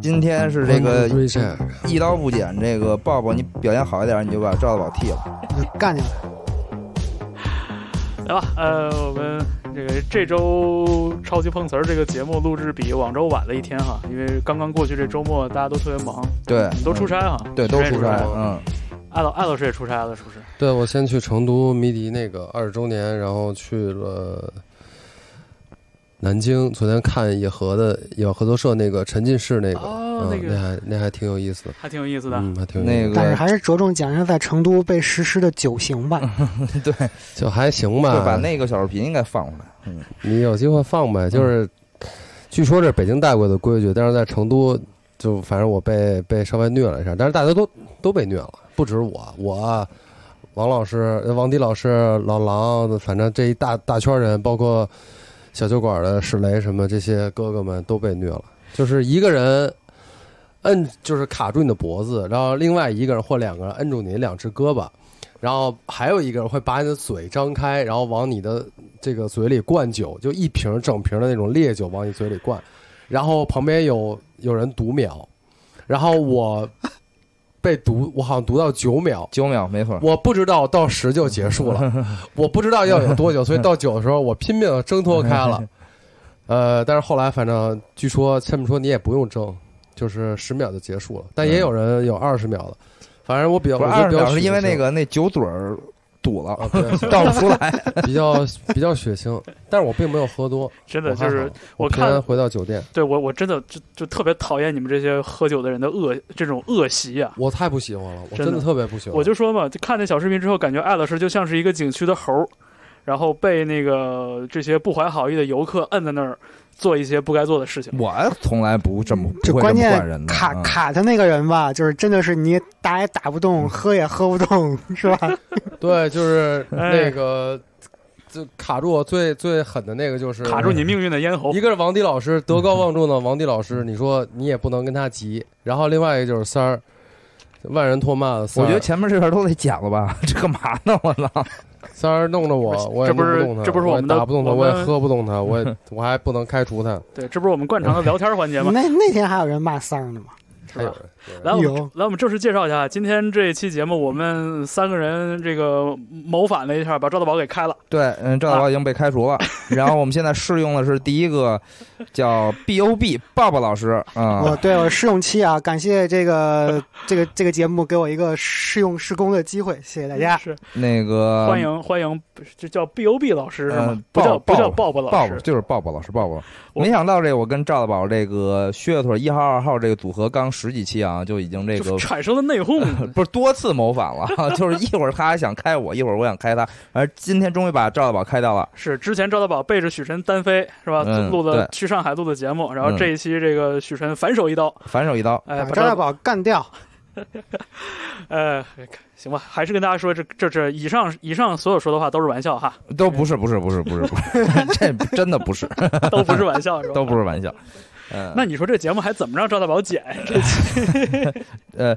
今天是这个瑞菜一刀不剪，这个抱抱你表现好一点，你就把赵大宝剃了。干起来！来吧，呃，我们这个这周超级碰瓷儿这个节目录制比往周晚了一天哈，因为刚刚过去这周末大家都特别忙，对你，都出差哈，对，都出差，了。嗯，艾老艾老师也出差了，是不是？对，我先去成都迷笛那个二十周年，然后去了南京。昨天看野合的野合作社那个沉浸式那个，哦那嗯，个那还那还挺有意思的，还挺有意思的。嗯，还挺有意那思的，但是个还是着重讲一下在成都被实施的九刑嗯吧。对，就还行吧。就把那个小视频应该放出来。嗯，你有机会放呗，就是据说这是北京带过的规矩，但是在成都就反正我被被稍微虐了一下，但是大家都都被虐了，啊不止我，我王老师、呃王迪老师、老狼，反正这一大大圈人，包括小酒馆的史雷什么这些哥哥们都被虐了，就是一个人。摁就是卡住你的脖子，然后另外一个人或两个人摁住你的两只胳膊，然后还有一个人会把你的嘴张开，然后往你的这个嘴里灌酒，就一瓶整瓶的那种烈酒往你嘴里灌，然后旁边有有人读秒，然后 我被读，我好像读到九秒，九秒没错。我不知道到十就结 束了，我不知道要有多久，所以到九的时候我拼命地挣脱开 了，呃，但是后来反正据说他们说你也不用挣，就是十秒就结束了，但也有人有二十秒的，反正我比较不是我觉二十得比较秒是因为血腥那个那酒嘴儿堵 了，啊，对，倒不出来。比较比较血腥，但是我并没有喝多， 真我的就还是好我我平看安回到酒店，对我我真的就就特别讨厌你们这些喝酒的人的恶这种恶习啊！我太不喜欢了，我真真的的特别不喜欢。我就说嘛，就看那小视频之后，感觉艾老师就像是一个景区的猴儿，然后被那个这些不怀好意的游客摁在那儿做一些不该做的事情。我从来不这么这不会关这么键惯人的。卡嗯卡他那个人吧，就是真的是你打也打不动，喝也喝不动，嗯是 吧？对，就是哎那个，就卡住我最最狠的那个就是卡住你命运的咽喉一，个是王迪老师德高望重的王迪老师，你说你也不能跟他急，然后另外一个就是三儿，万人唾骂的三我儿，呃觉得前面这段都得剪了吧，这干嘛呢？我操！三儿弄着这我，不是我也这不是弄动他，这不是我我也们的打不动他，我我们也喝不动他，我 也我还不能开除他，对，这不是我们惯常的聊天环 节吗？那那天还有人骂三儿呢嘛，是还有吧？人有人哎来，我们有来，我们正式介绍一下，今天这一期节目，我们三个人这个谋反了一下，把赵大宝给开了。对，嗯，赵大啊宝已经被开除了。然后我们现在试用的是第一个叫 B O B 抱抱老师啊，我对我试用期啊，感谢这个 这个这个节目给我一个试用试工的机会，谢谢大家。是那个欢迎欢迎，这叫 B O B 老师是吗嗯？不叫鲍不叫鲍鲍勃老抱抱师，就是抱抱老师抱抱。我没想到这我跟赵大宝这个靴腿一号二号这个组合刚十几期啊，就已经这个就产生了内讧。 不是多次谋反了， 就是一会儿他想开我，一会儿我想开他，而今天终于把赵大宝开掉了。是之前赵大宝背着许晨单飞是吧？嗯录了对去上海录的节目，然后嗯啊这一期这个许晨反手一刀，反手一刀，哎，把把赵赵大宝干掉，呃，行吧，还是跟大家说，这这这以上以上所有说的话都是玩笑哈，都不是不是不是不是不是， 这真的不是，都不是玩笑是 吧？都不是玩笑。嗯，那你说这节目还怎么让赵大宝剪？这呃，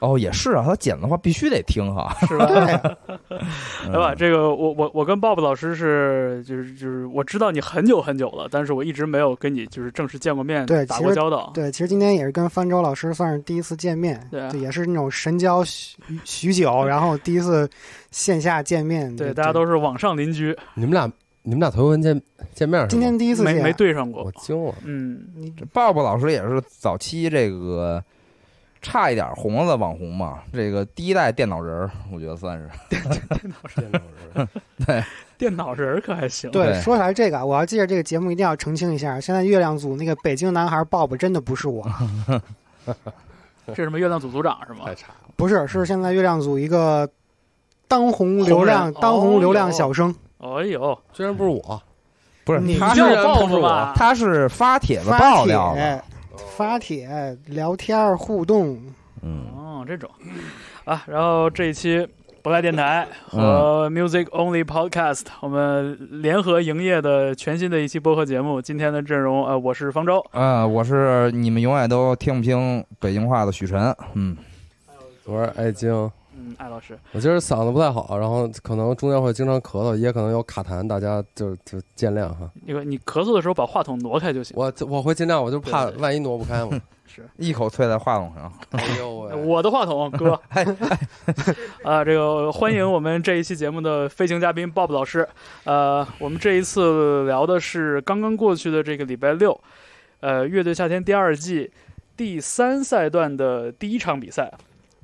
哦，也是啊，他剪的话必须得听哈， 是吧？嗯对， 对吧？这个我我我跟鲍勃老师是就是就是我知道你很久很久了，但是我一直没有跟你就是正式见过面，对打其过实交道。对，其实今天也是跟方舟老师算是第一次见面，对啊也是那种神交许许久，然后第一次线下见面，对，大家都是网上邻居，你们俩你们俩头一回见见面是吗今天第一次没见，啊没对上我过。惊了，嗯，你这鲍勃老师也是早期这个差一点红了的网红嘛，这个第一代电脑人儿，我觉得算是。见到人电脑人儿可还行。对对，说起来这个啊，我要借着这个节目一定要澄清一下，现在月亮组那个北京男孩 Bob 真的不 是我，这是什么月亮组组长是吗太？差了，不是，是现在月亮组一个当红流哦量红人当红流量小生，哎呦，居然不是我，不是，你他叫是报不是复我吧他是发帖子发爆料的。帖哎发帖聊天儿互动，嗯，哦，这种啊，然后这一期不赖电台和 Music Only Podcast、我们联合营业的全新的一期播客节目，今天的阵容呃，我是方舟，啊，我是你们永远都听不清北京话的许晨。嗯，我是爱京，嗯，艾老师，我今儿嗓子不太好，然后可能中间会经常咳嗽，也可能有卡痰，大家就就见谅哈。那个你咳嗽的时候把话筒挪开就行。我我会尽量，我就怕对对对万一挪不开嘛。是，一口啐在话筒上。哎呦喂！我的话筒哥，啊，这个欢迎我们这一期节目的飞行嘉宾 Bob 老师。呃，我们这一次聊的是刚刚过去的这个礼拜六，呃，乐队夏天第二季第三赛段的第一场比赛，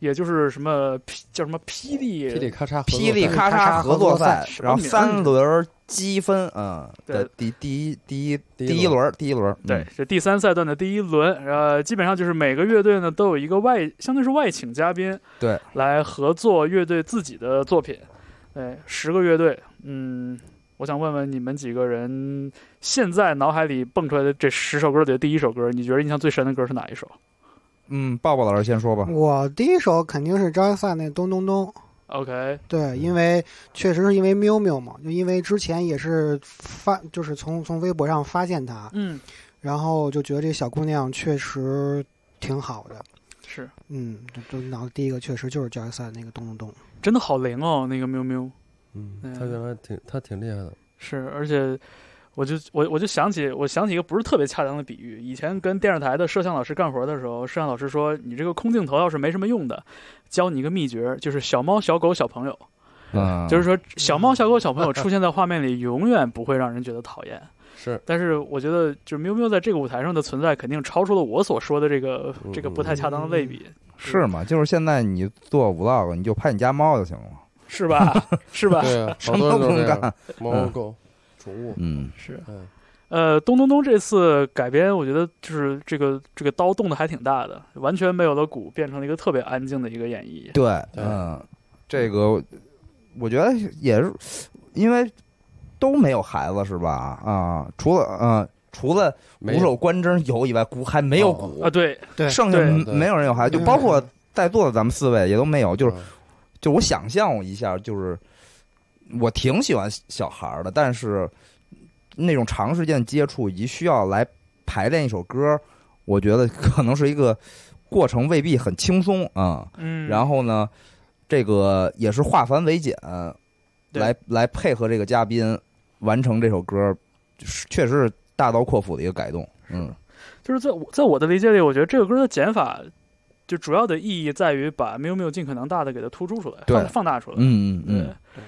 也就是什么霹叫什么霹雳噼里咔嚓，霹 雳咔嚓咔嚓合作赛合作赛，什么然后名儿三轮积分，嗯，对的第第一第一第第一一轮第一轮，嗯对，，这第三赛段的第一轮，呃，基本上就是每个乐队呢都有一个外，相当于是外请嘉宾，对，来合作乐队自己的作品。对，十个乐队，嗯，我想问问你们几个人，现在脑海里蹦出来的这十首歌里的第一首歌，你觉得印象最深的歌是哪一首嗯，抱抱老师先说吧，我第一首肯定是张一凡那《咚咚咚》， ？OK，对，因为确实是因为喵喵嘛，就因为之前也是发，就是从从微博上发现她，嗯，然后就觉得这小姑娘确实挺好的。是嗯，就就脑子第一个确实就是 j o 赛那个咚咚咚，真的好灵哦，那个喵喵。嗯嗯，他原来挺他挺厉害的，是，而且我就我我就想起我想起一个不是特别恰当的比喻，以前跟电视台的摄像老师干活的时候，摄像老师说你这个空镜头要是没什么用的，教你一个秘诀，就是小猫、小狗、小朋友，嗯，就是说小猫、小狗、小朋友出现在画面里，永远不会让人觉得讨厌。是但是我觉得，就是喵喵在这个舞台上的存在，肯定超出了我所说的这个嗯这个不太恰当的类比，是嘛？就是现在你做 vlog，你就拍你家猫就行了，是吧？ 是吧？对啊，什好么多人都都能这样干，，猫嗯狗宠物，嗯，是。嗯，呃，咚咚咚这次改编，我觉得就是这个这个刀动的还挺大的，完全没有了鼓，变成了一个特别安静的一个演绎。对，对嗯，这个我觉得也是，因为都没有孩子是吧？啊，除了嗯，除了没哦鼓手关真有以外，鼓还没有鼓啊，，对，对剩下对没对没有人有孩子，就嗯包括在座的咱们四位也都没有，就是嗯就我想象一下，就是我挺喜欢小孩儿的，但是那种长时间接触以及需要来排练一首歌，我觉得可能是一个过程，未必很轻松啊、嗯，然后后呢，这个也是化繁为简，对来来配合这个嘉宾完成这首歌，就是确实是大刀阔斧的一个改动。嗯，就是在我在我的理解里，我觉得这个歌的减法，就主要的意义在于把 miu miu 尽可能大的给它突出出来，对放放大出来。嗯嗯对嗯，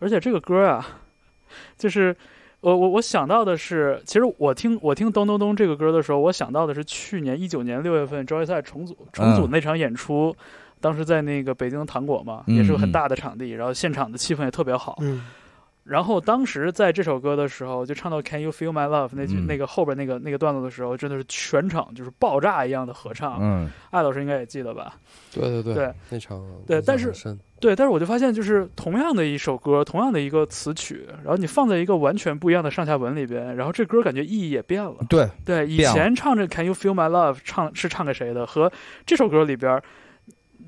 而且这个歌啊， 就是呃我我我想到的是，其实我听我听《咚咚咚》这个歌的时候，我想到的是去年一九年六月份周杰赛重组重嗯组那场演出，当时在那个北京的糖果嘛，嗯也是个很大的场地，然后现场的气氛也特别好。嗯，然后当时在这首歌的时候，就唱到 “Can you feel my love” 那句、嗯那个后边那个那个段落的时候，真的是全场就是爆炸一样的合唱。嗯，艾老师应该也记得吧？对对对，那场对印象但是很深对，但是我就发现，就是同样的一首歌，同样的一个词曲，然后你放在一个完全不一样的上下文里边，然后这歌感觉意义也变了。嗯对，对，以变了前唱着《Can You Feel My Love》唱是唱给谁的，和这首歌里边儿，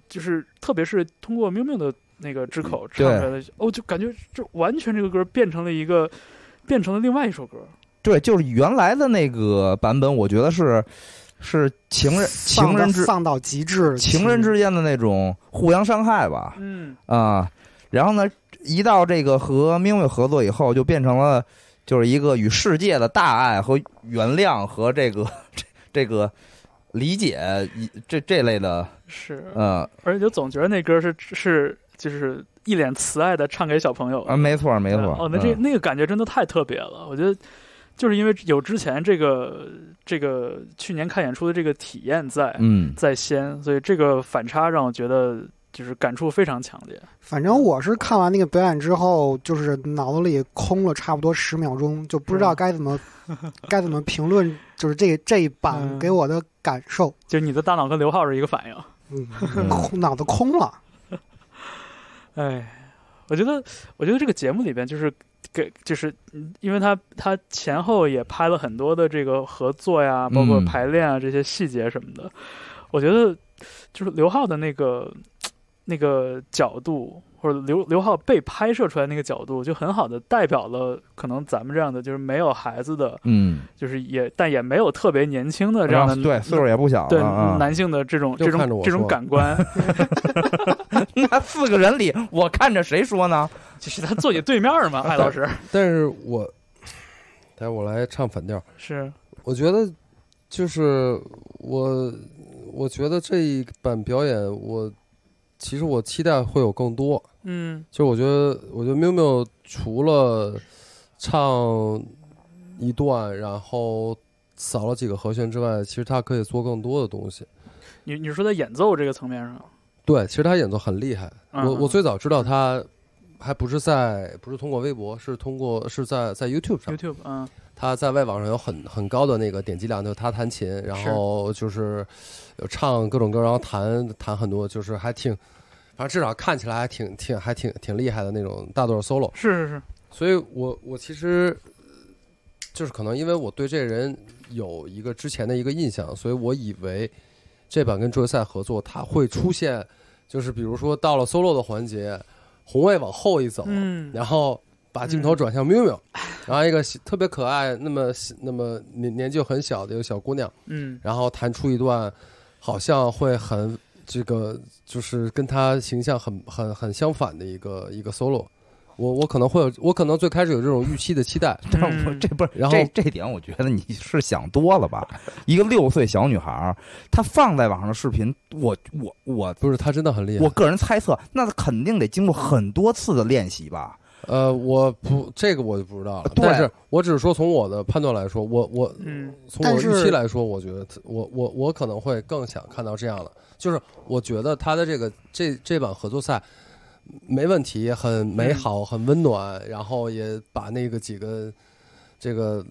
就是特别是通过喵喵的那个之口唱嗯对出来的，哦，就感觉这完全这个歌变成了一个，变成了另外一首歌。对，就是原来的那个版本，我觉得是是情人情人之丧到极致，情人之间的那种互相伤害吧，嗯，啊、然后呢，一到这个和明月合作以后，就变成了就是一个与世界的大爱和原谅和这个 这这个理解一这这类的，是，呃而且就总觉得那歌是是就是一脸慈爱的唱给小朋友的啊，没错没错，哦，那这嗯那个感觉真的太特别了，我觉得就是因为有之前这个这个去年看演出的这个体验在嗯在先，所以这个反差让我觉得就是感触非常强烈。反正我是看完那个表演之后，就是脑子里空了差不多十秒钟，就不知道该怎 么、该怎么评论，就是这这一版嗯给我的感受，就是你的大脑跟刘浩是一个反应。嗯，嗯空脑子空了，哎，我觉得，我觉得这个节目里边就是给，就是嗯因为他他前后也拍了很多的这个合作呀，包括嗯排练啊、这些细节什么的。我觉得就是刘浩的那个那个角度，或者刘刘浩被拍摄出来那个角度，就很好的代表了可能咱们这样的就是没有孩子的，嗯，就是也但也没有特别年轻的这然样后的对岁数也不小对了啊， 男性的这种又这种看着我这种说感官，那四个人里，我看着谁说呢？ 就是他坐你对面嘛，艾老师但是我， 但是我来唱反调，是我觉得就是我，我觉得这一版表演，我其实我期待会有更多。嗯就是我觉得，我觉得 miu miu 除了唱一段，然后扫了几个和弦之外，其实他可以做更多的东西。你你说在演奏这个层面上，对，其实他演奏很厉害。嗯我我最早知道他，还不是在不是通过微博，是通过是在在 YouTube 上。 YouTube 嗯他在外网上有很很高的那个点击量，就是他弹琴，然后就是有唱各种歌，然后弹弹很多，就是还挺，反正至少看起来还挺挺还挺挺厉害的那种大段 solo。是是是所以我我其实就是可能因为我对这人有一个之前的一个印象，所以我以为这版跟周赛合作，他会出现就是比如说到了 solo 的环节，红卫往后一走，嗯然后把镜头转向 miu 嗯 miu，、然后一个小特别可爱，那么那么年年纪又很小的一个小姑娘，嗯然后弹出一段好像会很这个就是跟她形象很很很相反的一个一个 solo。我我可能会有，我可能最开始有这种预期的期待，但是我嗯这不是，然后这这点我觉得你是想多了吧？一个六岁小女孩儿，她放在网上的视频，我我我不是她真的很厉害。我个人猜测，那肯定得经过很多次的练习吧？呃，我不这个我就不知道了，对但是我只是说从我的判断来说，我我嗯从我但是预期来说，我觉得我我我可能会更想看到这样的，就是我觉得他的这个这这版合作赛没问题，很美好，很温暖，然后也把那个几个这个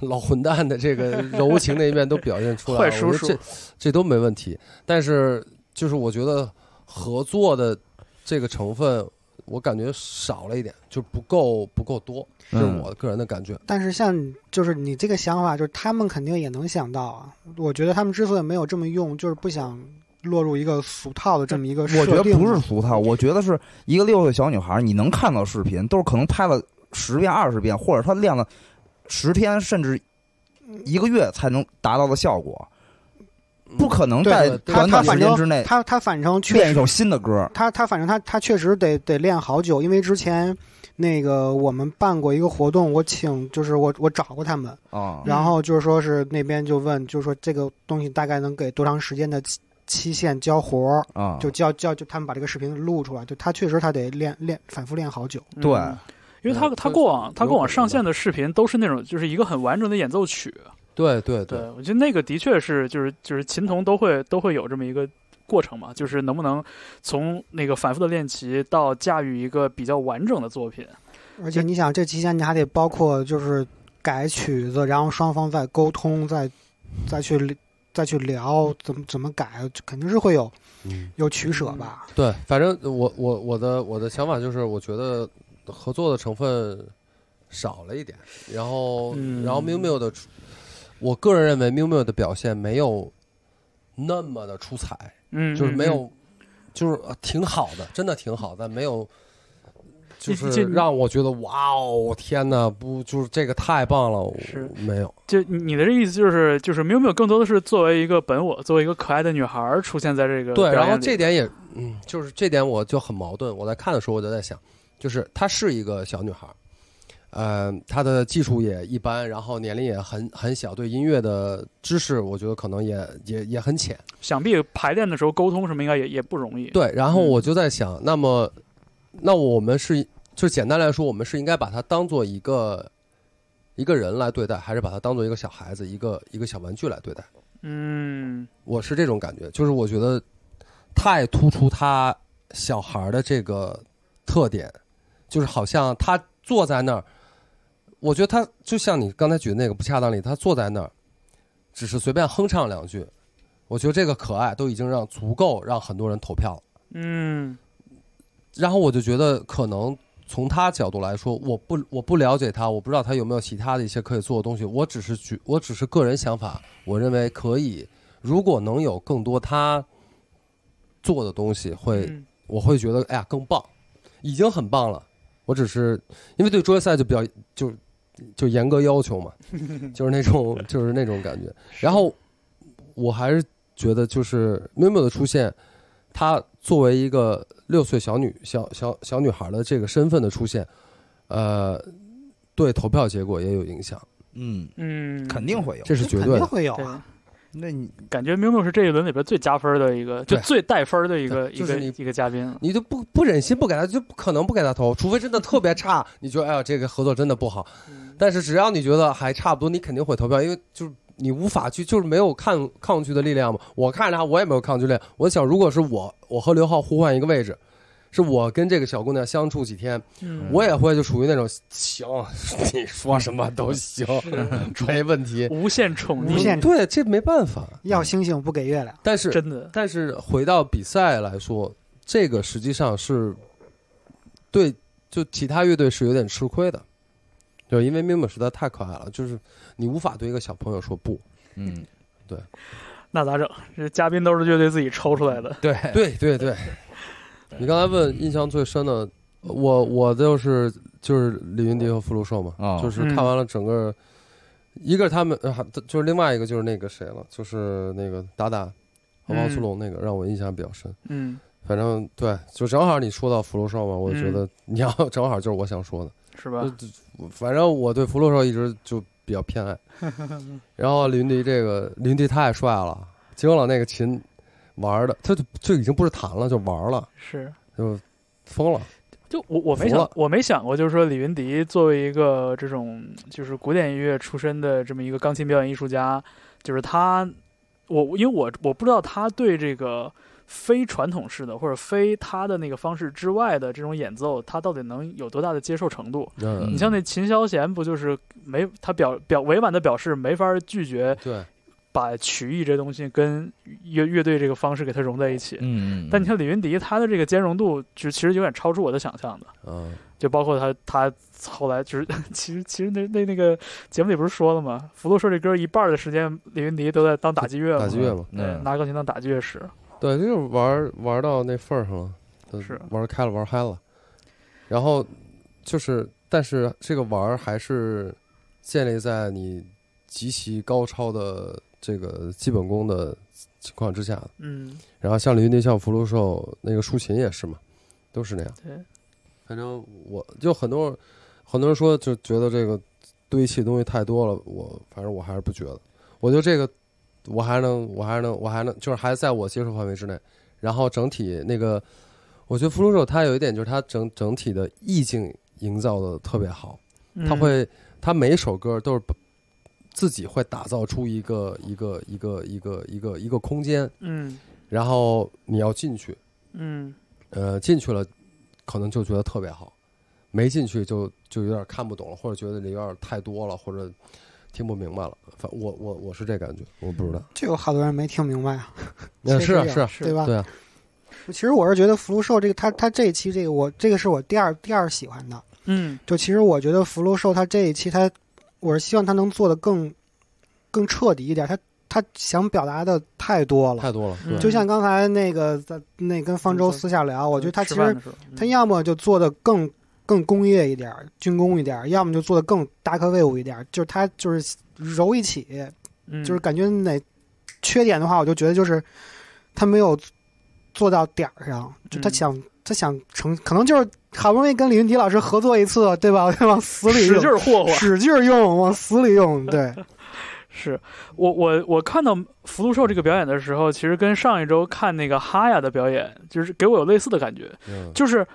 老混蛋的这个柔情那一面都表现出来了，坏叔我觉得叔这这都没问题。但是就是我觉得合作的这个成分，我感觉少了一点，就不够不够多，是嗯我个人的感觉。但是像你就是你这个想法，就是他们肯定也能想到啊。我觉得他们之所以没有这么用，就是不想落入一个俗套的这么一个我觉设得定。不是俗套，我觉得是一个六岁小女孩儿，你能看到视频，都是可能拍了十遍、二十遍，或者她练了十天甚至一个月才能达到的效果，不可能嗯对在对短她短时反间正之内他他反正确练一实首新的歌。他他反正他他确实得得练好久，因为之前那个我们办过一个活动，我请就是我我找过他们，啊、哦然后就是说是那边就问，就是说这个东西大概能给多长时间的期期限交活哦儿，啊，就交交就他们把这个视频录出来，就他确实他得练练反复练好久。嗯对因为他嗯他对过往他有过往可能上吧线的视频都是那种就是一个很完整的演奏曲，对对对，我觉得那个的确是，就是就是琴童都会都会有这么一个过程嘛，就是能不能从那个反复的练习到驾驭一个比较完整的作品。而且你想，这期间你还得包括就是改曲子，然后双方再沟通，再再去再去聊怎么怎么改，肯定是会有嗯。有取舍吧。对，反正我我我的我的想法就是，我觉得合作的成分少了一点，然后、嗯然后 miu miu 的出，我个人认为 miu miu 的表现没有那么的出彩，嗯，就是没嗯。嗯有，就是呃挺好的，真的挺好，但没有。就这是这让我觉得哇哦，天哪！不，就是这个太棒了，我是没有，嗯就你你的这意思就是就是 miu miu 更多的是作为一个本我，作为一个可爱的女孩儿出现在这个对，表然后演里这点也，嗯，就是这点我就很矛盾。我在看的时候，我就在想，就是她是一个小女孩，儿，呃，她的技术也一般，然后年龄也很很小，对音乐的知识我觉得可能也也也很浅。想必排练的时候沟通什么应该也也不容易。对，然后嗯我就在想，那么，那我们是就简单来说，我们是应该把她当做一个一个人来对待，还是把她当做一个小孩子、一个一个小玩具来对待？嗯，我是这种感觉，就是我觉得太突出他小孩儿的这个特点，就是好像他坐在那儿，我觉得他就像你刚才举的那个不恰当例，他坐在那儿，只是随便哼唱两句，我觉得这个可爱都已经让足够让很多人投票了。嗯然后我就觉得可能。从他角度来说，我不我不了解他，我不知道他有没有其他的一些可以做的东西。我只是举，我只是个人想法，我认为可以，如果能有更多他做的东西，会嗯我会觉得哎呀更棒，已经很棒了。我只是因为对桌球赛就比较就就严格要求嘛，就是那种就是那种感觉。然后我还是觉得就是 Miu Miu 的出现，他作为一个六岁小女小小小女孩的这个身份的出现，呃，对投票结果也有影响，嗯，嗯，肯定会有，这是绝肯对定的。会有对啊。那你感觉明诺是这一轮里边最加分的一个，就对最带分的一个对一就个是你一个嘉宾了。你就不不忍心不给他，就不可能不给他投，除非真的特别嗯差，你觉得哎呀这个合作真的不好。但是只要你觉得还差不多，你肯定会投票，因为就是你无法去，就是没有抗抗拒的力量嘛。我看着他，我也没有抗拒力量。我想，如果是我，我和刘浩互换一个位置，是我跟这个小姑娘相处几天，嗯我也会就属于那种行， 你说什么都行，没问题。无限宠嗯无溺，限对，这没办法。要星星不给月亮，但是真的，但是回到比赛来说，这个实际上是对就其他乐队是有点吃亏的，就是因为 Mimo 实在太可爱了，就是你无法对一个小朋友说不。嗯，那咋整？这嘉宾都是乐队自己抽出来的。对，对对对，你刚才问印象最深的，我我就是就是李云迪和傅如寿嘛，哦就是看完了整个，一个是他们，呃还就是另外一个就是那个谁了，就是那个达达和汪苏泷那个，让我印象比较深。嗯，反正对，就正好你说到福禄寿嘛，我觉得你要 正好就是我想说的。是吧？就就反正我对福禄寿一直就比较偏爱。然后林迪这个林迪太帅了，惊了那个琴玩的，他就就已经不是弹了，就玩了，是。就疯了。就我我没服想了我没想过，就是说李云迪作为一个这种就是古典音乐出身的这么一个钢琴表演艺术家，就是他，我因为我我不知道他对这个非传统式的或者非他的那个方式之外的这种演奏，他到底能有多大的接受程度？嗯你，像那秦霄贤不就是没他表表委婉的表示没法拒绝对，把曲艺这东西跟乐乐队这个方式给它融在一起，嗯嗯，但你看李云迪他的这个兼容度，就其实有点超出我的想象的。嗯，就包括他他后来就是 其实其实那那那个节目里不是说了吗？福禄寿这歌一半的时间，李云迪都在当打击乐嘛，打击乐嘛，对，嗯，拿钢琴当打击乐使。对，就是玩玩到那份儿上了，就是玩开了，玩嗨了。然后就是，但是这个玩儿还是建立在你极其高超的这个基本功的情况之下的。嗯，然后像李云迪、像福禄寿，那个竖琴也是嘛，都是那样。对，反正我就很多很多人说，就觉得这个堆砌的东西太多了。我反正我还是不觉得，我觉得这个我还能，我还能，我还能，就是还在我接受范围之内。然后整体那个，我觉得《福禄寿》它有一点就是它整整体的意境营造的特别好，嗯它会它每一首歌都是把自己会打造出一个一个一个一个一个一个空间，嗯然后你要进去，嗯呃，进去了，可能就觉得特别好；没进去就就有点看不懂了，或者觉得里边儿太多了，或者听不明白了。反我我我是这感觉，我不知道。就有好多人没听明白啊，嗯那确实是啊有是啊，对吧？对啊，其实我是觉得福禄寿这个，他他这一期这个我这个是我第二第二喜欢的。嗯就其实我觉得福禄寿他这一期他，我是希望他能做的更更彻底一点。他他想表达的太多了，太多了。嗯对就像刚才那个在那跟方舟私下聊，我觉得他其吃饭实的时候嗯他要么就做的更更工业一点儿、军工一点儿，要么就做的更大科威武一点儿，就是他就是揉一起，嗯就是感觉哪缺点的话，我就觉得就是他没有做到点儿上，就他嗯想、他想成，可能就是好不容易跟李云迪老师合作一次，对吧？ 往死里使用，劲儿啊霍霍，使劲儿用，往死里用，对，是我我我看到福禄寿这个表演的时候，其实跟上一周看那个哈雅的表演，就是给我有类似的感觉，嗯就是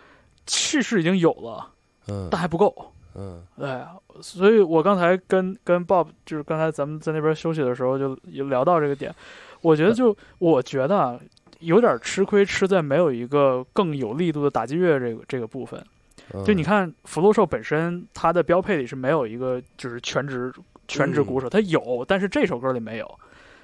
气势已经有了，嗯但还不够。嗯对，哎所以我刚才跟跟 Bob 就是刚才咱们在那边休息的时候就也聊到这个点，我觉得就我觉得啊有点吃亏，吃在没有一个更有力度的打击乐这个这个部分。嗯，就你看福禄寿本身，它的标配里是没有一个就是全职全嗯职鼓手，它有，但是这首歌里没有。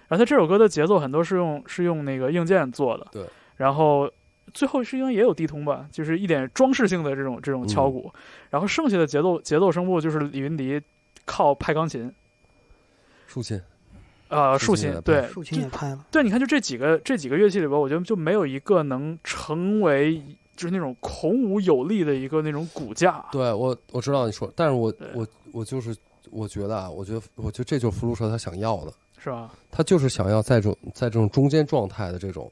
然后它这首歌的节奏很多是用是用那个硬件做的，对。然后最后是因为也有地通吧，就是一点装饰性的这种这种敲嗯鼓，然后剩下的节奏节奏声部就是李云迪靠拍钢琴，竖琴，呃，竖竖琴琴也，拍对，竖琴也拍了，对，你看，就这几个这几个乐器里边，我觉得就没有一个能成为就是那种孔武有力的一个那种骨架。对我我知道你说，但是我对我我就是我觉得啊，我觉得我觉得这就是福禄寿他想要的，是吧？他就是想要在这种在这种中间状态的这种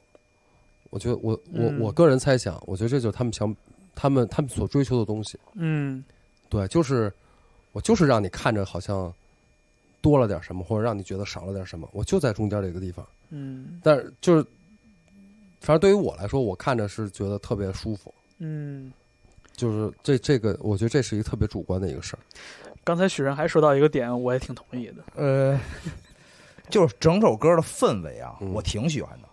我觉得我我嗯我个人猜想，我觉得这就是他们想他们他们所追求的东西。嗯对，就是我就是让你看着好像多了点什么，或者让你觉得少了点什么，我就在中间这个地方。嗯但是就是，反正对于我来说，我看着是觉得特别舒服。嗯。就是这这个，我觉得这是一个特别主观的一个事儿。刚才许晨还说到一个点，我也挺同意的。呃，就是整首歌的氛围啊，嗯我挺喜欢的，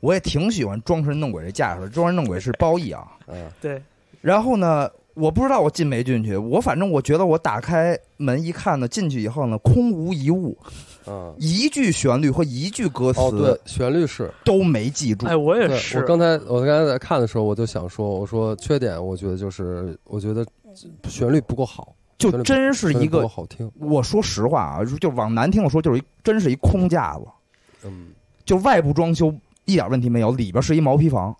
我也挺喜欢装神弄鬼这架势。装神弄鬼是褒义啊。嗯，对，然后呢，我不知道我进没进去，我反正我觉得我打开门一看呢，进去以后呢，空无一物，嗯，一句旋律和一句歌哦，对词，旋律是，都没记住。哎，我也对是。我刚才我刚才在看的时候，我就想说，我说缺点，我觉得就是，我觉得旋律不够好，就旋律不真是旋律一不够个，好听。我说实话啊，就往难听的说，就是一真是一空架子， 嗯，就外部装修一点问题没有，里边是一毛坯房。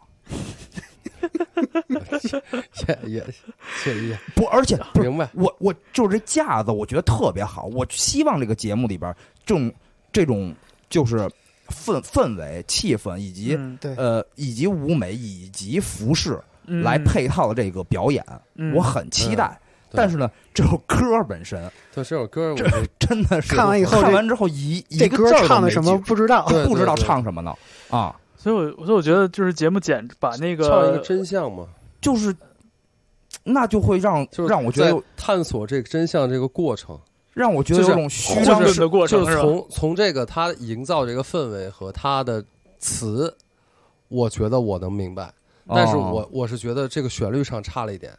也也谢意，不，而且不是明白。我我就是这架子，我觉得特别好。我希望这个节目里边儿这种这种就是氛氛围、气氛以及、嗯对，呃以及舞美以及服饰嗯来配套的这个表演，嗯我很期待。对但是呢，这首歌本身对这首歌，我觉得真的是看完以后看这完之后一一这个歌字儿都唱的没什么记啊不知道？对不知道对唱什么呢啊，所以我，所以我觉得就是节目简把那唱一个个真相嘛，就是那就会让就是让我觉得在有探索这个真相这个过程，让我觉得就有是种虚混张沌的过程就是是吧？从从这个他营造这个氛围和他的词，我觉得我能明白，但是哦我我是觉得这个旋律上差了一点，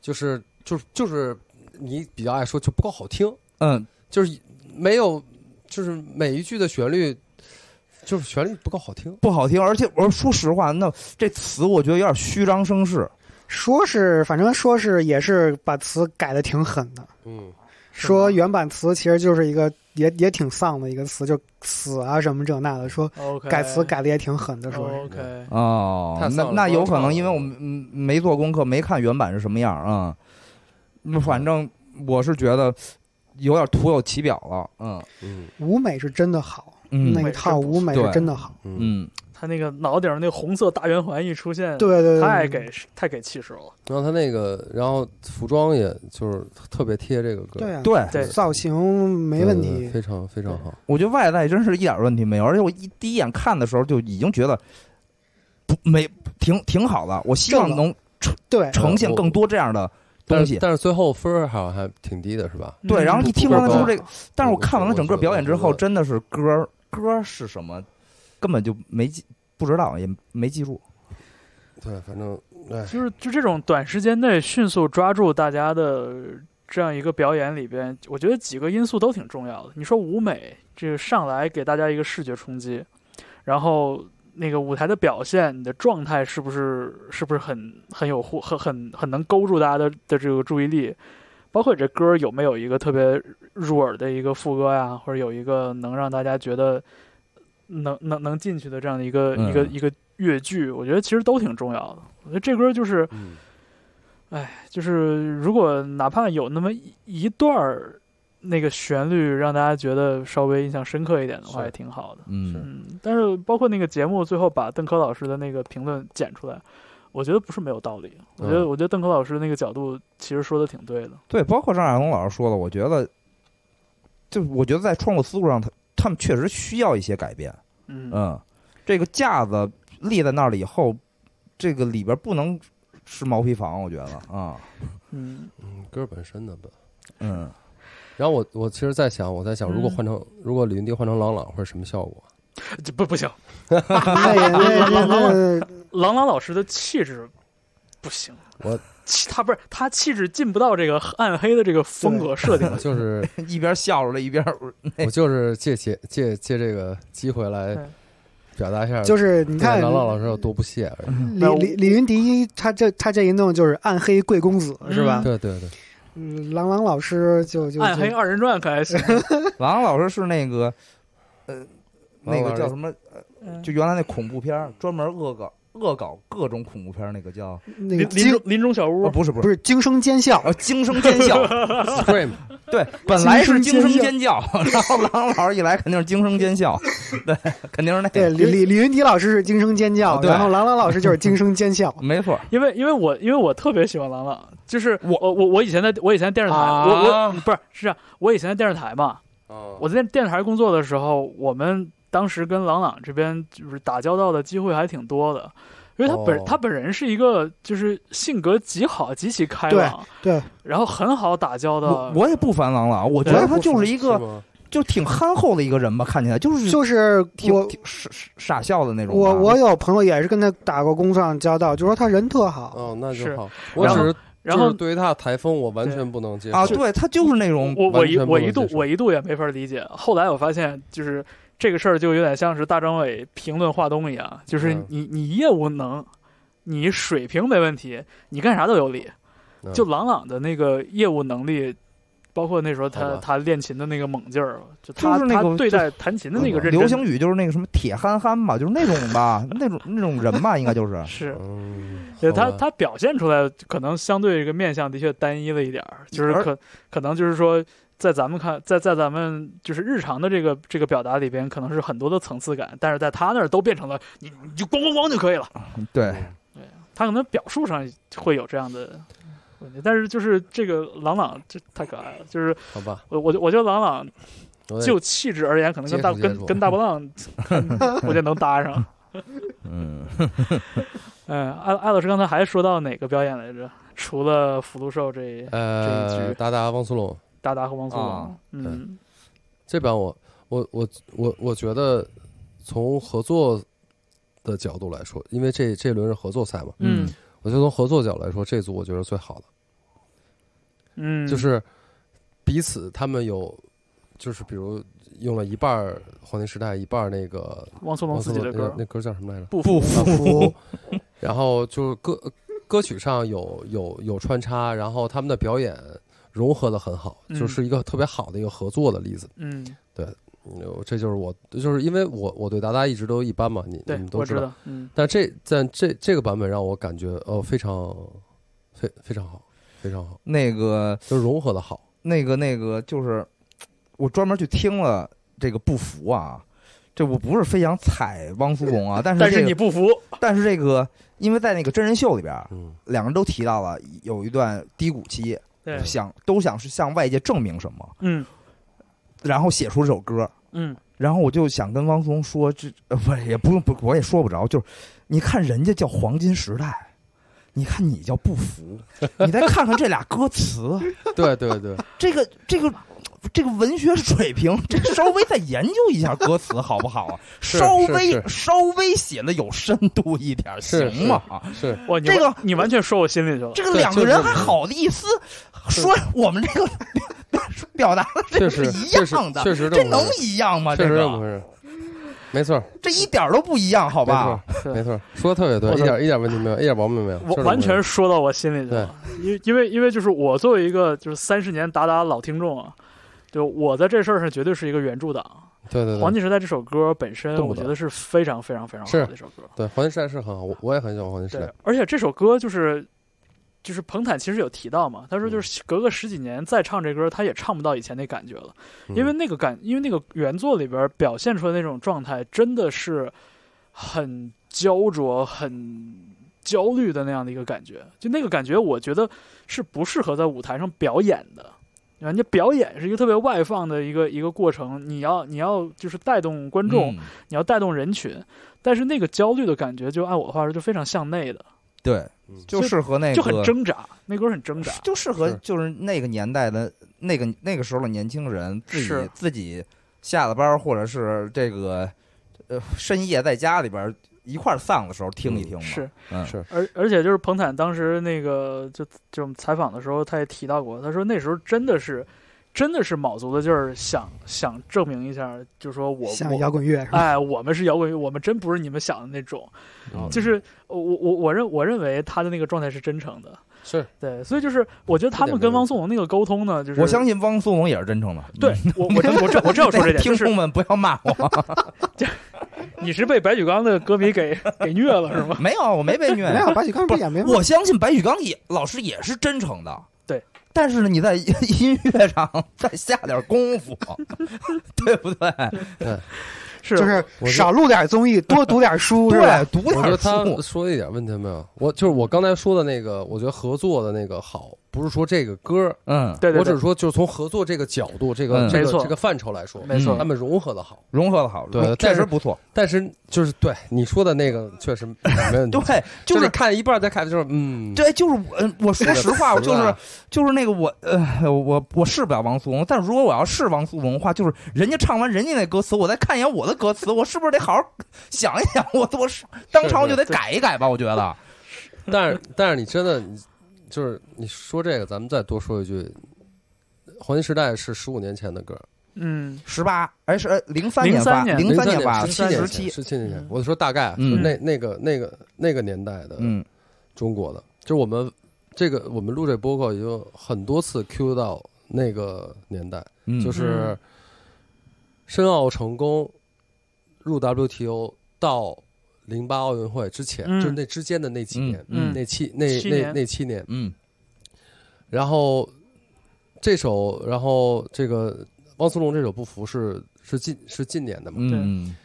就是就是就是你比较爱说就不够好听，嗯就是没有就是每一句的旋律就是旋律不够好听，不好听，而且我说实话，那这词我觉得有点虚张声势。说是反正说是也是把词改的挺狠的，嗯，是说吗原版词其实就是一个也也挺丧的一个词，就死啊什么这那的，说哦 OK 哦改词改的也挺狠的，说是。 OK，哦太，丧那了那不要有可唱能，了因为我们嗯没做功课，没看原版是什么样啊。嗯反正我是觉得有点徒有其表了。嗯嗯舞美是真的好，那嗯一套舞美是真的好，嗯嗯，他那个脑顶上那红色大圆环一出现，对对对，太对给太给气势了。然后他那个，然后服装也就是特别贴这个歌，对啊，对，对造型没对问对题，非常非常好。我觉得外在真是一点问题没有，而且我一第一眼看的时候就已经觉得不没挺挺好的。我希望正了哎能 对呈现更多这样的东但是西。但是最后分儿好像还挺低的，是吧？对，嗯然后一听不完够了高就是这个，但是我我看完了整个表演之我后，觉得真的是歌儿歌儿是什么，根本就没记，不知道也没记住。对，反正哎，就是就这种短时间内迅速抓住大家的这样一个表演里边，我觉得几个因素都挺重要的。你说舞美这个上来给大家一个视觉冲击，然后那个舞台的表现，你的状态是不是是不是很很有互很很很能勾住大家的的这个注意力，包括你这歌有没有一个特别入耳的一个副歌呀，或者有一个能让大家觉得能能能进去的这样的一个、一个嗯一个乐句，我觉得其实都挺重要的。我觉得这歌就是嗯，就是如果哪怕有那么一一段儿那个旋律让大家觉得稍微印象深刻一点的话，是也挺好的。嗯，嗯，但是包括那个节目最后把邓科老师的那个评论剪出来，我觉得不是没有道理。我觉得，我觉得邓科老师那个角度其实说的挺对的。对，包括张亚东老师说的，我觉得，就我觉得在创作思路上，他他们确实需要一些改变。嗯嗯，这个架子立在那儿了以后，这个里边不能是毛坯房，我觉得啊，嗯嗯，歌本身的吧。 嗯，然后我我其实在想，我在嗯想，如果换成、如果李云迪换成朗朗会是什么效 果？这不不行，那也那那那郎朗老师的气质不行。我气他不是他气质进不到这个暗黑的这个风格设定我。就是一边笑着了，一边 我就是借借 借借这个机会来对表达一下，就是你你看朗朗老师有多不屑而已。李李李云迪，他这他这一弄就是暗黑贵公子是吧？对对对，嗯，郎朗老师就就暗黑就啊二人转可还行，郎老师是那个，呃，郎那老个师叫什么？嗯就原来那恐怖片儿，专门恶搞恶搞各种恐怖片儿那个叫那个林林惊中林中小屋哦，不是不不是，是惊声尖笑，呃，惊声尖叫， Scream 对，本来是惊惊声声尖叫，然后郎老师一来肯定是惊声尖笑， 对，肯定是那对，个，李李李云迪老师是惊声尖啊叫，对。然后郎朗老师就是惊声尖笑没错，因为因为我因为我特别喜欢郎朗，就是我我我我以前在我以前在电视台，啊我我不是是这样，我以前在电视台嘛，我我在电视台工作的时候，我们当时跟郎朗这边就是打交道的机会还挺多的，因为他本、哦他本人是一个就是性格极好、极其开朗，对，然后很好打交道我。我也不烦郎朗，我觉对得他就是一个个就挺憨厚的一个人吧，看起来就是就是嗯挺我挺傻傻傻笑的那种吧。我我有朋友也是跟他打过工作上交道，就说他人特好，哦，那是就好。我然只后是然就后是对于他的台风，我完全不能接受啊，对他就是那种我我完一全不我能一度接受我一度也没法理解，后来我发现就是这个事儿就有点像是大张伟评论华东一样，就是嗯你你业务能，你水平没问题，你干啥都有理。嗯就朗朗的那个业务能力，包括那时候好他吧他练琴的那个猛劲儿，就就他是那个他对待弹琴嗯的那个认流真行语就是那个什么铁憨憨吧，就是那种吧，那种那种人吧，应该 就是是。嗯，对好他，吧他表现出来可能相对这个面相的确单一了一点嗯儿，就是而可可能就是说，在咱们看，在在咱们就是日常的这个这个表达里边，可能是很多的层次感，但是在他那儿都变成了你你就咣咣咣就可以了。嗯对，他可能表述上会有这样的问题，但是就是这个朗朗这太可爱了，就是好吧，我我我觉得朗朗我得就气质而言，可能跟大接触接跟触跟大 波浪，我就能搭上。嗯， 嗯，艾艾老师刚才还说到哪个表演来着？除了福禄寿这这一呃，局达达汪苏泷达达和汪苏泷、啊嗯，这版我我我我我觉得从合作的角度来说，因为这这轮是合作赛嘛，嗯我觉得从合作角度来说，这组我觉得是最好的。嗯，就是彼此他们有，就是比如用了一半儿黄金时代，一半儿那个汪苏泷王思自己聪的那歌个，那歌叫什么来着？不不服啊夫，然后就是歌歌曲上有有有穿插，然后他们的表演融合的很好，嗯就是一个特别好的一个合作的例子。嗯，嗯这就是我，就是因为我我对达达一直都一般嘛，你你对们，都我知知道。道，嗯，但这但这这个版本让我感觉哦非常非非常好，非常好，那个就是融合的好。那个那个就是我专门去听了这个不服啊，这我不是非想踩汪苏泷啊，但是、这但个、是你不服，但是这个因为在那个真人秀里边， 嗯，两个人都提到了有一段低谷期，对，想都想是向外界证明什么，嗯然后写出这首歌。嗯，然后我就想跟汪苏泷说，这呃不也不用不，我也说不着，就是你看人家叫黄金时代，你看你叫不服，你再看看这俩歌词，对对对，这个这个这个文学水平，这稍微再研究一下歌词好不好啊？ 是稍是微是稍微写的有深度一点儿是行吗？是哇，你这完个你完全说我心里去了，这个对两个就是人还好的意思，说我们这个表达的这确个实是一确实样的，确实这么能回事一样吗？确这实这么个回 事，没错儿，这一点儿都不一样，好好吧？？嗯对没错儿，说的特别对，我一操点一点问题没有，一点毛病没有，我就是完这么回全事说到我心里去了。因因为因为就是我作为一个就是三十年达达老听众啊，就我在这事儿上绝对是一个原著党。对对《对，黄金时代》这首歌本身，动不我动觉得是非常非常非常好是的一首歌。对黄金时代是很好，我我也很喜欢黄金时对代，，而且这首歌就是就是彭坦其实有提到嘛，他嗯说就是隔个十几年再唱这歌，他也唱不到以前那感觉了，嗯因为那个感，因为那个原作里边表现出来那种状态真的是很焦灼、很焦虑的那样的一个感觉，就那个感觉，我觉得是不适合在舞台上表演的。人家表演是一个特别外放的一个一个过程，你要你要就是带动观众，嗯你要带动人群，但是那个焦虑的感觉，就按我的话说，就非常向内的，对，就嗯就适合那个就很挣扎，那歌很挣扎。就适合是就是那个年代的那个那个时候的年轻人，自己是自己下了班儿或者是这个呃深夜在家里边儿一块儿丧的时候听一听嘛。是，嗯是而而且就是彭坦当时那个就就我们采访的时候，他也提到过，他说那时候真的是真的是卯足了劲儿想想证明一下，就说我像我摇滚乐是吧？哎，我们是摇滚乐，我们真不是你们想的那种。嗯就是我我我认我认为他的那个状态是真诚的，是对，所以就是我觉得他们跟汪苏泷那个沟通呢，就是我相信汪苏泷也是真诚的。嗯 对我我这我这我这要说这点，就听是众们不要骂我。你是被白举纲的歌迷给给虐了是 吗？没有，我没被虐没。有白举纲不不是也没我相信白举纲也老师也是真诚的，对。但是呢，你在 音乐上再下点功夫，对不对？是就是我就少录点综艺，多读点书是吧对，？读我觉得点他书，说的一点问题没有，我就是我刚才说的那个，我觉得合作的那个好，不是说这个歌儿，嗯，对对我只对是，说就是从合作这个角度，这个嗯这没个错这个范畴来说，没错他们融合的好。融合的好，对融确但是实不错。但是就是对你说的那个确实没问题， 对，就就是是看一半再看就是嗯，对，就是我，呃我说实啊话，我就是就是那个我，呃，我我是不了王苏泷，但如果我要是王苏泷的话，就是人家唱完人家那歌词，我再看一眼我的歌词，我是不是得好好想一想？我我是当场我就得改一改吧，我觉得。但是但是你真的，你就是你说这个，咱们再多说一句，《黄金时代》是十五年前的歌，嗯，十八，哎是零三年发， 03年零三年发，十七年十前，七，十七年前嗯，我说大概就嗯是那那个那个那个年代的嗯中国的，就是我们这个我们录这播客也就很多次 Q 到那个年代，嗯，就是嗯申奥成功入 WTO 到零八奥运会之前，嗯就是那之间的那几年，嗯那七那七那年那七年，嗯然后这首，然后这个汪苏泷这首《不服》是是近是近年的嘛？嗯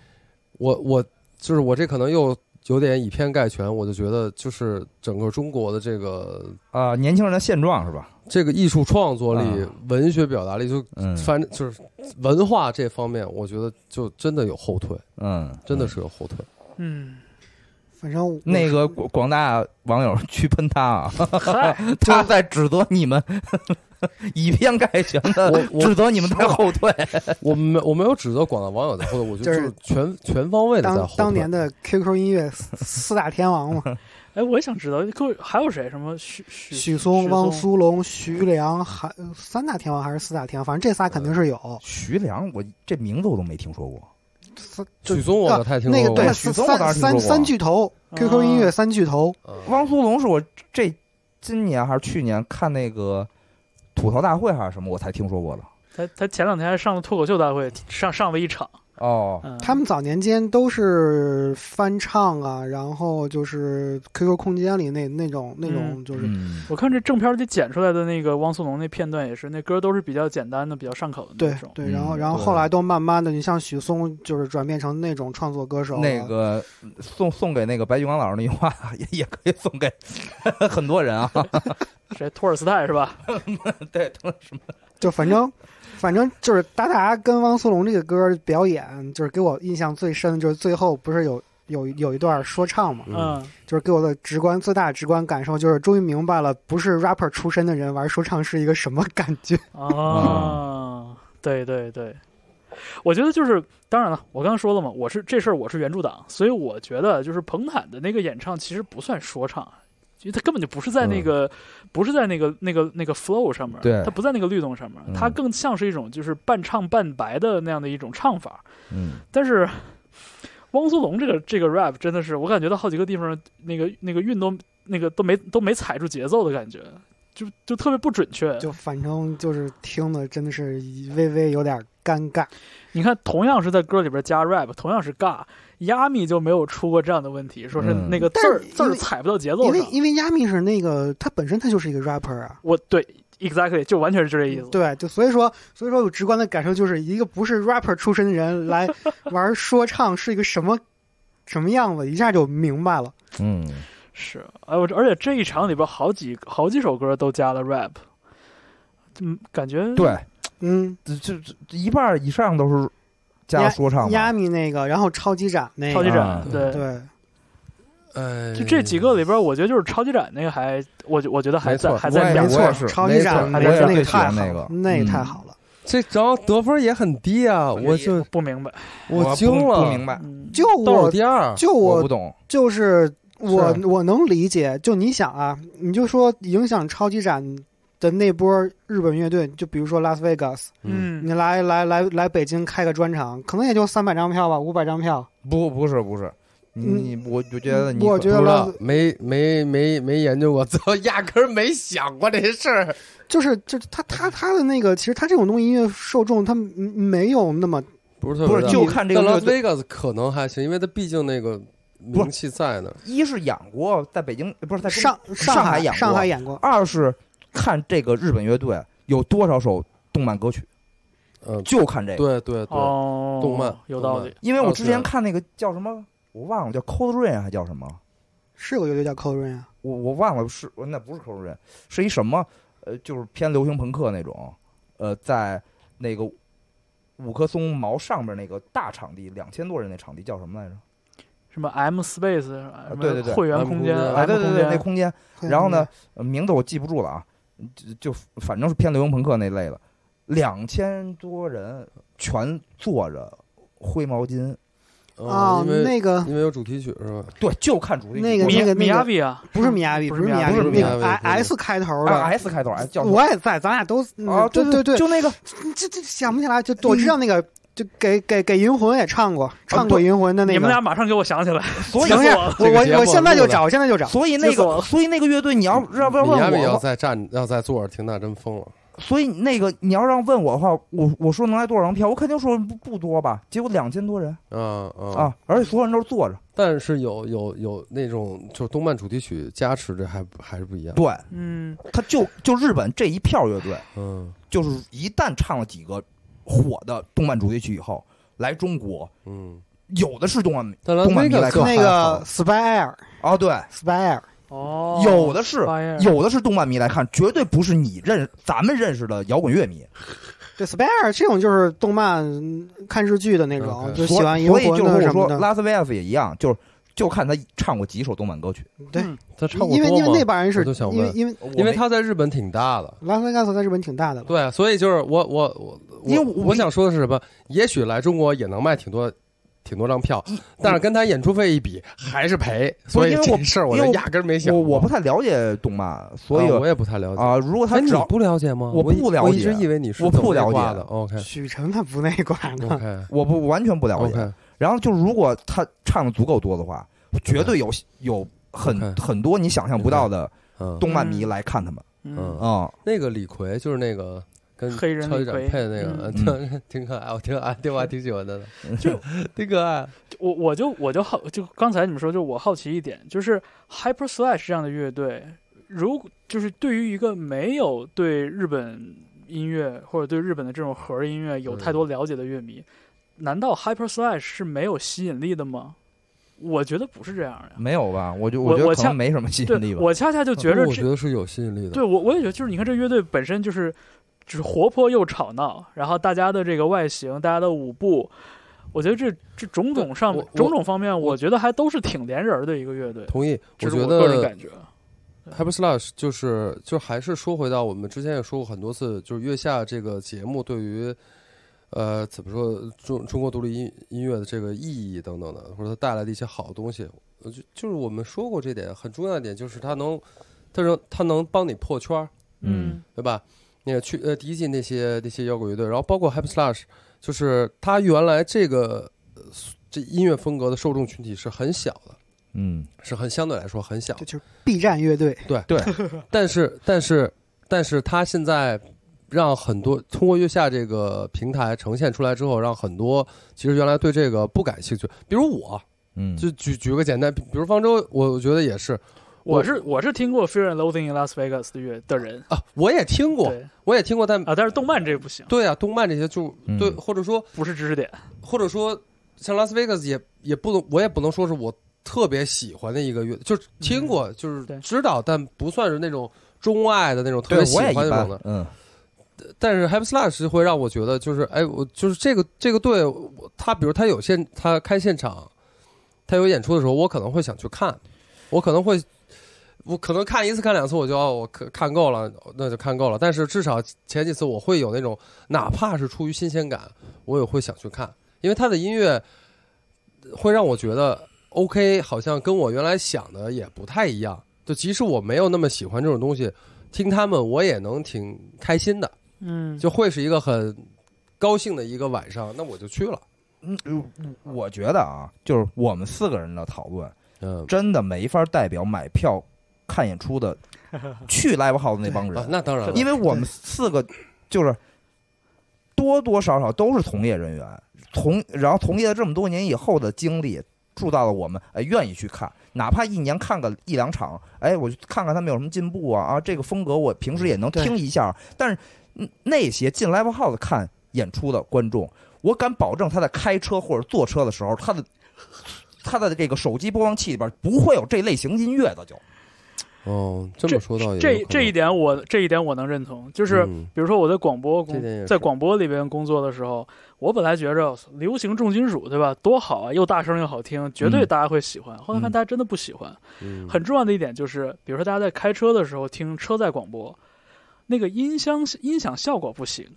我我就是我这可能又有点以偏概全，我就觉得就是整个中国的这个啊，年轻人的现状是吧？这个艺术创作力、啊文学表达力，就嗯反正就是文化这方面，我觉得就真的有后退，嗯，真的是有后退。嗯，反正我那个广广大网友 去喷他啊，嗨， 他在指责你们以偏概全的我我指责你们在后退。我没我没有指责广大网友在后退，我觉得就就是是全全方位的在当后退。当年的 QQ 音乐四四大天王嘛，哎，我也想知道，各位还有谁？什么许许许许嵩、汪嵩，苏泷、徐良，还三大天王还是四大天王，反正这仨肯定是有。徐良，我这名字我都没听说过。三就许嵩我可太听说那过个了，对许三嵩我倒三是听说过哦三三巨头啊，QQ 音乐三巨头，嗯汪苏泷是我这今年还是去年看那个吐槽大会还是什么，我才听说过的。他他前两天还上了脱口秀大会，上上了一场。哦，嗯，他们早年间都是翻唱啊，然后就是 QQ 空间里那那种那种就是嗯我看这正片里剪出来的那个汪苏泷那片段也是，那歌都是比较简单的、比较上口的对那种。对，嗯然后然后对后来都慢慢的，你像许嵩就是转变成那种创作歌手了，那个送送给那个白举纲老师那句话，也也可以送给 很多人啊。谁托尔斯泰是吧？ 对，都是什么？就反正反正就是达达跟汪苏泷这个歌表演，就是给我印象最深的就是最后不是有有有一段说唱嘛，嗯嗯，就是给我的直观最大的直观感受就是终于明白了，不是 rapper 出身的人玩说唱是一个什么感觉。 啊，对对对，我觉得就是，当然了，我刚刚说了嘛，我是这事儿我是原著党，所以我觉得就是彭坦的那个演唱其实不算说唱，啊因为他根本就不是在那个、不是在那个那个那个 flow 上面，对他不在那个律动上面，嗯他更像是一种就是半唱半白的那样的一种唱法。嗯但是汪苏泷这个这个 rap 真的是，我感觉到好几个地方那个那个韵都那个都没都没踩住节奏的感觉，就就特别不准确。就反正就是听的真的是微微有点尴尬。你看，同样是在歌里边加 rap，同样是尬，Yami 就没有出过这样的问题，说是嗯那个字但儿、是因为字儿踩不到节奏因为上。因为亚米是那个他本身他就是一个 rapper 啊，我对，exactly 就完全是这意思。嗯对，就所以说所以说我直观的感受就是一个不是 rapper 出身的 人来玩说唱是一个什么什么样子，一下就明白了。嗯，是，哎，我这而且这一场里边好几好几首歌都加了 rap，嗯，感觉对，嗯，这这这一半以上都是加说唱亚吧。米那个，然后超级展那个，超级展、啊对。对，哎，就这几个里边，我觉得就是超级展那个还，我觉我觉得还没错在还我在也两没我错也，是超级展没错那我也个最个喜太欢好那了个，那个嗯太好了。这然后得分也很低啊，我就不明白。不惊不了明，白，嗯就倒数我第二，就我我不懂。就是我是我能理解，就你想啊，你就说影响超级展的那波日本乐队，就比如说拉斯维加斯，嗯，你来来来来北京开个专场，可能也就三百张票吧，五百张票。不，不是，不是，你我就觉得你我可觉不得知拉道斯没没没没研究过，就压根儿没想过这事儿。就是就是他他他的那个，其实他这种东西音乐受众他没没有那么不是特不别是大就看这个但拉乐斯队，维加斯可能还行，因为它毕竟那个名气在那儿。一是演过，在北京不是在中上上海海演过上海演过，二是看这个日本乐队有多少首动漫歌曲，嗯，就看这个。对对对，哦，动漫有动道漫理。因为我哦之是前看那个叫什么，我忘了，叫 Cold Rain 还叫什么，是有乐队叫 c o r i n 啊，我我忘了是，那不是 Cold Rain，是一什么？呃，就是偏流行朋克那种，呃，在那个五棵松毛上面那个大场地，两千多人那场地叫什么来着？什么 M Space，什么对对对会员 M 空空间间啊哎， ，M 对对空对，那间，空间。然后呢，呃名字我记不住了啊，就就反正是偏流行朋克那类的，两千多人全坐着灰毛巾，嗯啊，因为那个因为有主题曲是吧？对，就看主题曲那个我米记那个米亚比啊，不是米亚比，不不是是米亚比比，不那是个米亚 I 比 S 开头啊的， S 开头，S 叫什么？我也在，咱俩都啊，嗯对对对对，就那个这这想不起来，就我知道那个，就给给给银魂也唱过，唱过对银魂的那你个们。俩马上给我想起来，所以等一下，我我这个节我目我现在录就的找，我现在就找。嗯所以急那死我个，了所以那个乐队，你要要不要米亚问比要我，再站要再坐着听，那真疯了。所以那个你要让问我的话，我我说能来多少张票，我肯定说不不多吧。结果两千多人嗯嗯，啊，而且所有人都是坐着，但是有有有那种就是动漫主题曲加持，这还还是不一样。对，嗯，他就就日本这一票乐队，嗯就是一旦唱了几个火的动漫主题曲以后，来中国嗯，有的是动漫迷但拉斯维加斯动漫呃那迷来看个 Spire 啊，对， Spire，哦，有的是。 Fire 有的是动漫迷来看，绝对不是你认咱们认识的摇滚乐迷，对 Spire 这种就是动漫嗯看日剧的那种， OK 就所喜欢以银所以魂就是跟的我什么说，的。拉斯维加斯也一样，就是就看他唱过几首动漫歌曲。对，嗯他唱过因为多因为那吗？帮人是我就想问因为因为因为他在日本挺大的。拉斯维加斯在日本挺大的了。对，啊所以就是我我我，因为我我我想说的是什么？也许来中国也能卖挺多挺多张票，但是跟他演出费一比还是赔，所以因为这我事儿我就因为我压根儿没想我过。我不太了解动漫，所以啊我也不太了解。啊，如果他哎，你只要不了解吗？我我以不了解我一直以为你是我不了解懂这挂的。OK 许晨他不那一挂 呢， OK 我不完全不了解。 OK，然后就是如果他唱的足够多的话，绝对有有很 OK 很多你想象不到的嗯，动漫迷来看他们嗯嗯啊。那个李逵就是那个跟黑人超级李展逵配那个，嗯 挺挺可爱，我挺爱，对我还挺喜欢他的， 就挺可爱。我我就我就好，就刚才你们说，就我好奇一点，就是 Hyper Slash 这样的乐队，如果就是对于一个没有对日本音乐或者对日本的这种核儿音乐有太多了解的乐迷，难道 Hyper Slash 是没有吸引力的吗？我觉得不是这样呀。嗯没有吧？我就我觉我得可恰能没什么吸引力对，吧。我恰恰就觉着我这觉哦得是有吸引力的。对我，我也觉得，就是你看这乐队本身就是，就是活泼又吵闹，然后大家的这个外形，大家的舞步，我觉得这这种种上我我种种方面，我觉得还都是挺连人儿的一个乐队。同意，这是觉个人得感觉， Hyper Slash 就是就还是说回到我们之前也说过很多次，就是月下这个节目对于呃怎么说中中国独立音音乐的这个意义等等的，或者它带来的一些好东西，呃就就是我们说过这点很重要的点，就是它能它能它能帮你破圈儿，嗯对吧？那个去呃第一季那些那些摇滚乐队，然后包括 Hyper Slash，就是它原来这个呃这音乐风格的受众群体是很小的，嗯，是很相对来说很小的这。就是 B 站乐队。但是，但是，但是他现在让很多通过月下这个平台呈现出来之后，让很多其实原来对这个不感兴趣，比如我，嗯，就举举个简单，比比如方舟，我觉得也是我我是我是听过 Fear and Loathing in Las Vegas 的乐的人，啊，我也听过，对我也听过，但啊，但是动漫这个不行，对啊，动漫这些就嗯对，或者说不是知识点。或者说像拉斯维加斯也也不能，我也不能说是我特别喜欢的一个乐，就是听过，就是对知道，但不算是那种钟爱的那种特对别喜我也欢一那般种的。，嗯，但是 Happy Slash 会让我觉得，就是哎，我就是这个这个队，我他比如他有现他开现场，他有演出的时候，我可能会想去看，我可能会，我可能看一次看两次，我就哦，我看看够了，那就看够了。但是至少前几次我会有那种，哪怕是出于新鲜感，我也会想去看，因为他的音乐呃会让我觉得 OK，好像跟我原来想的也不太一样。就即使我没有那么喜欢这种东西，听他们我也能挺开心的。嗯，就会是一个很高兴的一个晚上，那我就去了。嗯，我觉得啊，就是我们四个人的讨论，嗯，真的没法代表买票看演出的去 live house 那 帮啊人，，那当然了，因为我们四个就是多多少少都是从业人员，从然后从业了这么多年以后的经历，铸造了我们哎愿意去看，哪怕一年看个一两场，哎，我就看看他们有什么进步啊啊，这个风格我平时也能对听一下，但是嗯那些进 live house 看演出的观众，我敢保证他在开车或者坐车的时候，他的。他的这个手机播放器里边不会有这类型音乐的，就哦，这么说倒也有这可这一能点我这一点我能认同，就是嗯比如说我在广播这点也工是在广播里边工作的时候，我本来觉着流行重金属对吧，多好啊，又大声又好听，绝对嗯大家会喜欢。后来看嗯大家真的不喜欢。嗯很重要的一点就是，比如说大家在开车的时候听车载广播，那个音箱音响效果不行，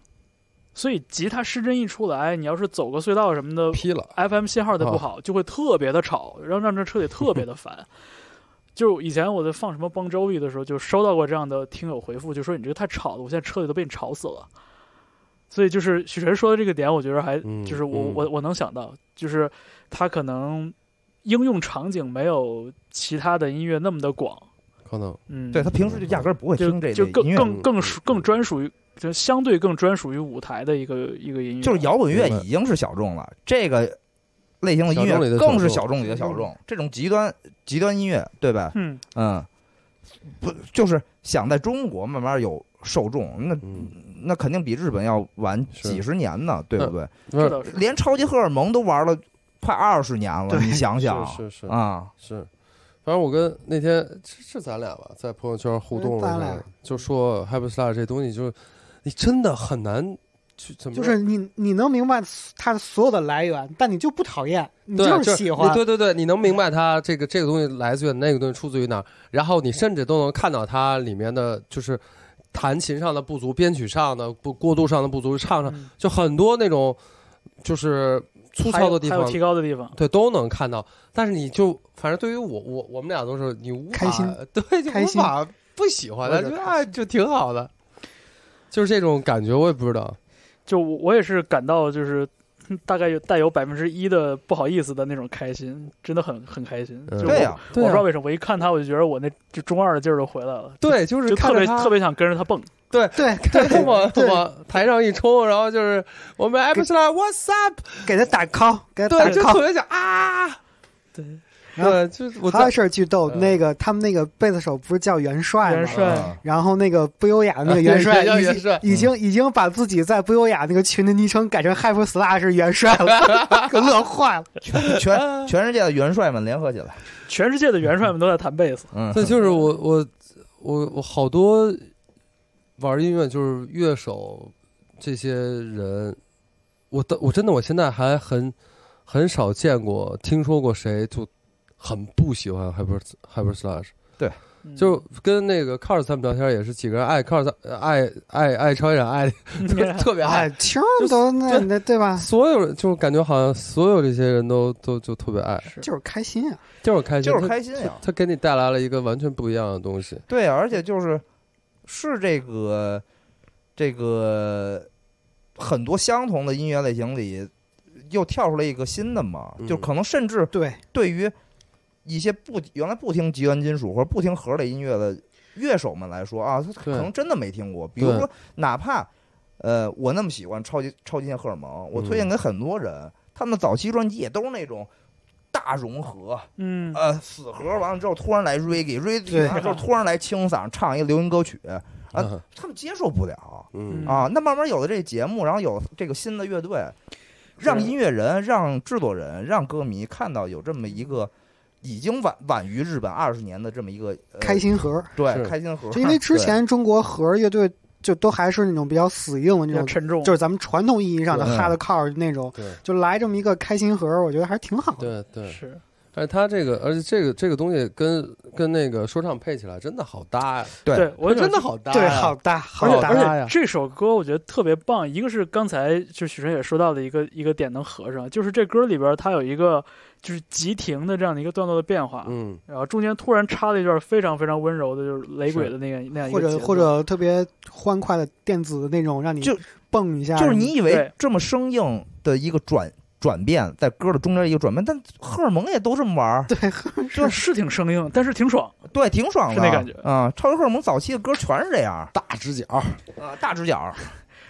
所以吉他失真一出来，你要是走个隧道什么的，劈嗯了， FM 信号它啊不好，就会特别的吵，然后让这车里特别的烦。 就以前我在放什么邦周 o 的时候，就收到过这样的听友回复，就说你这个太吵了，我现在车里都被你吵死了。所以就是许晨说的这个点，我觉得还嗯就是我、嗯我我能想到，就是他可能应用场景没有其他的音乐那么的广，可能嗯，对他平时就压根儿不会就听这类就音更乐，嗯更更属更专属于就相对更专属于舞台的一个一个音乐，就是摇滚乐明白已经是小众了，这个类型的音小众里的乐小众更是小众里的小众，嗯这种极端极端音乐，对吧？嗯嗯，不就是想在中国慢慢有受众，那嗯，那肯定比日本要晚是几十年呢，对不对？不这是倒是连超级荷尔蒙都玩了快二十年了，对你想想是是是啊，是，反正我跟那天是是咱俩吧，在朋友圈互嗯动了咱一俩下，就说 h y p e r s t a r 这东西就是你真的很难去怎么就说是你你能明白它所有的来源，但你就不讨厌，你对，是喜欢你。对对对，你能明白它这个这个东西来自于哪，那个东西出自于哪儿，然后你甚至都能看到它里面的就是弹琴上的不足、编曲上的不过渡上的不足、唱上嗯就很多那种就是粗糙的地还有方还有，提高的地方，对都能看到。但是你就反正对于我我我们俩都是你无法开心对就开无心法不喜欢我的，也觉就得啊就挺好的，就是这种感觉，我也不知道。就我我也是感到就是嗯大概有带有百分之一的不好意思的那种开心，真的很很开心。嗯就我对呀、我对不啊知道为什么，我一看他我就觉得我那就中二的劲儿都回来了，对，就是就看特着别它特别想跟着他蹦。对 对，往对往台上一冲，然后就是我们 Apple What's up？给他打 call，给他打对，就 call 特。别想啊，对，然后对，就是我还有在一事儿巨逗，嗯那个他们那个贝斯手不是叫元帅吗？元帅嗯然后那个不优雅的那个元帅叫已元经帅，已经已经把自己在不优雅那个群的昵称改成 Hyper Slash 是元帅了，给乐坏了。全全全世界的元帅们联合起来，全世界的元帅们都在弹贝斯，嗯，对，就是我我 我我好多玩音乐就是乐手这些人，我的我真的我现在还很很少见过听说过谁就很不喜欢 Hyper Hyper Slash。嗯就跟那个 Cars 他们聊天也是，几个人爱 Cars 呃爱爱爱超演 爱嗯特特别爱哎，，听儿都那那对吧？所有人就是感觉好像所有这些人都都就特别爱，是就是开心啊！就是开心，就是开心呀、他给你带来了一个完全不一样的东西。对，啊而且就是是这个这个很多相同的音乐类型里，又跳出来一个新的嘛，嗯就可能甚至对，对于一些不原来不听极端金属或者不听核类音乐的乐手们来说啊，他可对能真的没听过。比如对说，哪怕呃，我那么喜欢超级超级限荷尔蒙，我嗯推荐给很多人，他们的早期专辑也都是那种。大融合，嗯，呃，死核完了之后突然来 reggae，reggae 对完了之后突然来清嗓唱一个流行歌曲，啊啊，他们接受不了嗯啊。那慢慢有了这节目，然后有了这个新的乐队，让音乐人、让制作人、让歌迷看到有这么一个已经晚晚于日本二十年的这么一个、呃、开心盒，对是开心盒，就因为之呃对前中国盒乐队就都还是那种比较死硬的比那较种，沉重，就是咱们传统意义上的对 hardcore 那种，对就来这么一个开心盒，我觉得还是挺好的。对对，是而且他这个，而且这个这个东西跟跟那个说唱配起来真的好搭呀，对对我它真想的好搭呀，对，好大，好而且搭大呀而且这首歌我觉得特别棒，一个是刚才就许晨也说到的一个一个点能合上，就是这歌里边它有一个就是急停的这样的一个段落的变化，嗯，然后中间突然插了一段非常非常温柔的，就是雷鬼的那个那样一或个节者奏或者特别欢快的电子的那种，让你就蹦一下，就是你以为对这么生硬的一个转转变，在歌的中间一个转变，但荷尔蒙也都这么玩儿，对，是是挺生硬，但是挺爽。对，挺爽的是那感觉啊。超级荷尔蒙早期的歌全是这样儿大直角，啊，大直角儿，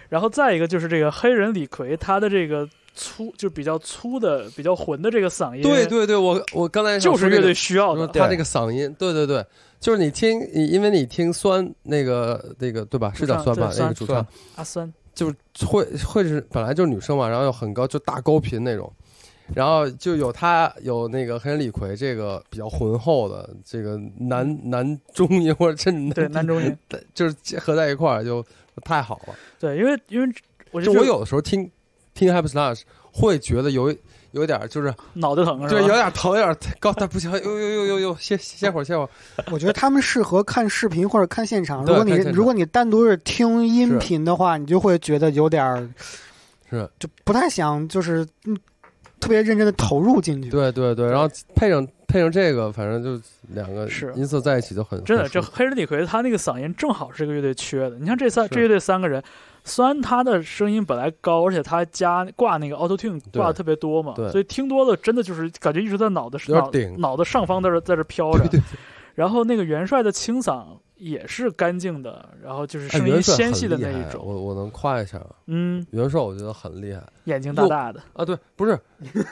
然后再一个就是这个黑人李逵，他的这个粗，就比较粗的、比较浑的这个嗓音，对，对对，我我刚才想就是说这乐个队需要说的。他这个嗓音，对对对，就是你听，你因为你听酸那个那个对吧？是叫主唱酸吧？对那个酸主唱阿酸，就是会会是本来就是女生嘛，然后又很高，就大高频那种，然后就有他有那个黑人李逵这个比较浑厚的这个男男中音或者甚至 嗯对男中音，低就是合在一块儿就太好了。对，因为因为我觉就得我有的时候听听 Happy Slash 会觉得有一有一点儿就是脑袋疼是吧？对有点儿疼，有点儿高，但不行，呦呦呦呦呦，歇歇会儿歇会儿。 我觉得他们适合看视频或者看现场。如对果你看现场如果你单独是听音是频的话，你就会觉得有点儿是就不太想就是嗯特别认真的投入进去。对对对，然后配上配上这个，反正就两个是音色在一起就很真的，很这舒服黑人李逵他那个嗓音正好是这个乐队缺的。你看这三是这乐队三个人，虽然他的声音本来高，而且他加挂那个 Auto Tune 对挂的特别多嘛对，所以听多了真的就是感觉一直在脑袋有点脑顶脑袋上方在这在这飘着。 然后那个元帅的清嗓也是干净的，然后就是哎声音元帅纤很细的厉那害一我种，我能夸一下啊嗯，元帅，我觉得很厉害眼睛大大的，啊。对，不是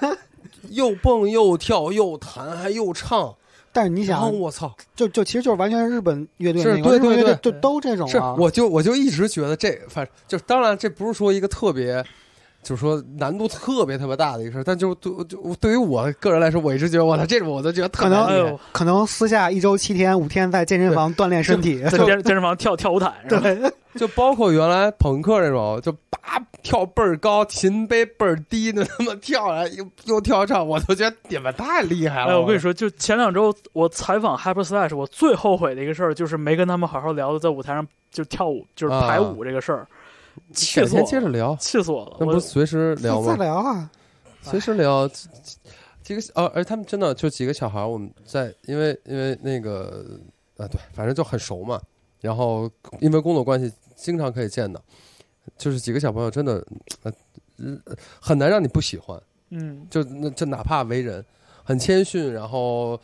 又蹦又跳又弹还又唱，但是你然后想，我操，就就其实就是完全日本乐队是那个，对日本乐对队对就都这种是啊。我就我就一直觉得这反正就是当然这不是说一个特别。就是说难度特别特别大的一个事儿，但就对就对于我个人来说，我一直觉得我操这种我都觉得特可能难哎厉害呦，可能私下一周七天五天在健身房锻炼身体，在 健健身房跳跳舞毯是吧？就包括原来朋克那种，就叭跳倍儿高，琴杯倍儿低，那他妈跳来又 又跳唱，我都觉得你们太厉害了。哎，我跟你，说，就前两周我采访 Hyper Slash，我最后悔的一个事儿就是没跟他们好好聊的，在舞台上就跳舞，就是排舞这个事儿，气改死我天了！接着聊，气死我了！那不是我随时再聊再吗？聊啊。随时聊。这这这个哦，而他们真的就几个小孩儿，我们在因为因为那个啊，对，反正就很熟嘛。然后因为工作关系，经常可以见到，就是几个小朋友真的，呃，呃很难让你不喜欢。嗯，就那就哪怕为人很谦逊，然后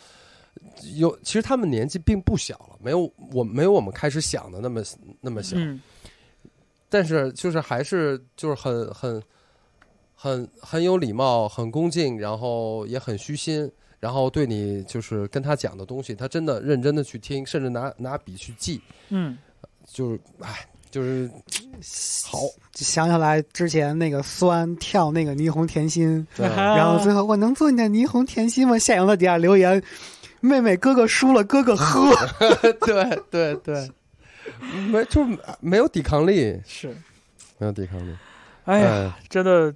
有其实他们年纪并不小了，没有我没有我们开始想的那么那么小，嗯，但是就是还是就是很很很很有礼貌，很恭敬，然后也很虚心，然后对你就是跟他讲的东西，他真的认真的去听，甚至拿拿笔去记，嗯，就是哎，就是好，想起来之前那个酸跳那个霓虹甜心，对然后最后我能做你的霓虹甜心吗？夏阳在底下留言：“妹妹哥哥输了，哥哥喝。对对对，没就是没有抵抗力，是，没有抵抗力，呃哎呀，呀。真的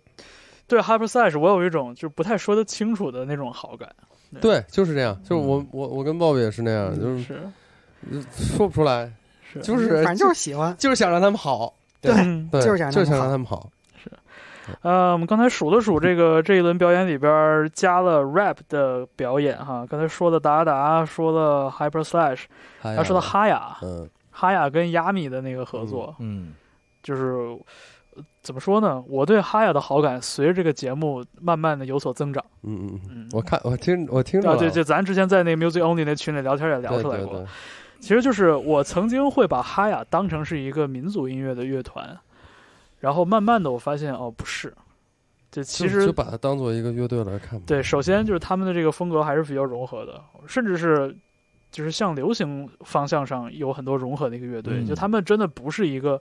对 Hyper Slash 我有一种就是不太说得清楚的那种好感，对，嗯就是这样，就是嗯我我我跟鲍勃也是那样，就是是说不出来，是，就”是反正嗯就是喜欢。就是想让他们好，对嗯对，就是就想让他们想好让他们好，呃，我们刚才数了数这个这一轮表演里边儿加了 rap 的表演哈，刚才说了达达，说了 Hyper Slash，还还说到哈雅，嗯，哈雅跟亚米的那个合作，嗯，就是呃怎么说呢？我对哈雅的好感随着这个节目慢慢的有所增长。嗯嗯嗯嗯，我看我听我听着啊，了，对，就咱之前在那个 Music Only 那群里聊天也聊对出来对过。对其实就是我曾经会把哈雅当成是一个民族音乐的乐团，然后慢慢的我发现哦不是，这其就实就把它当做一个乐队来看吧，对，首先就是他们的这个风格还是比较融合的，甚至是就是向流行方向上有很多融合的一个乐队。嗯就他们真的不是一个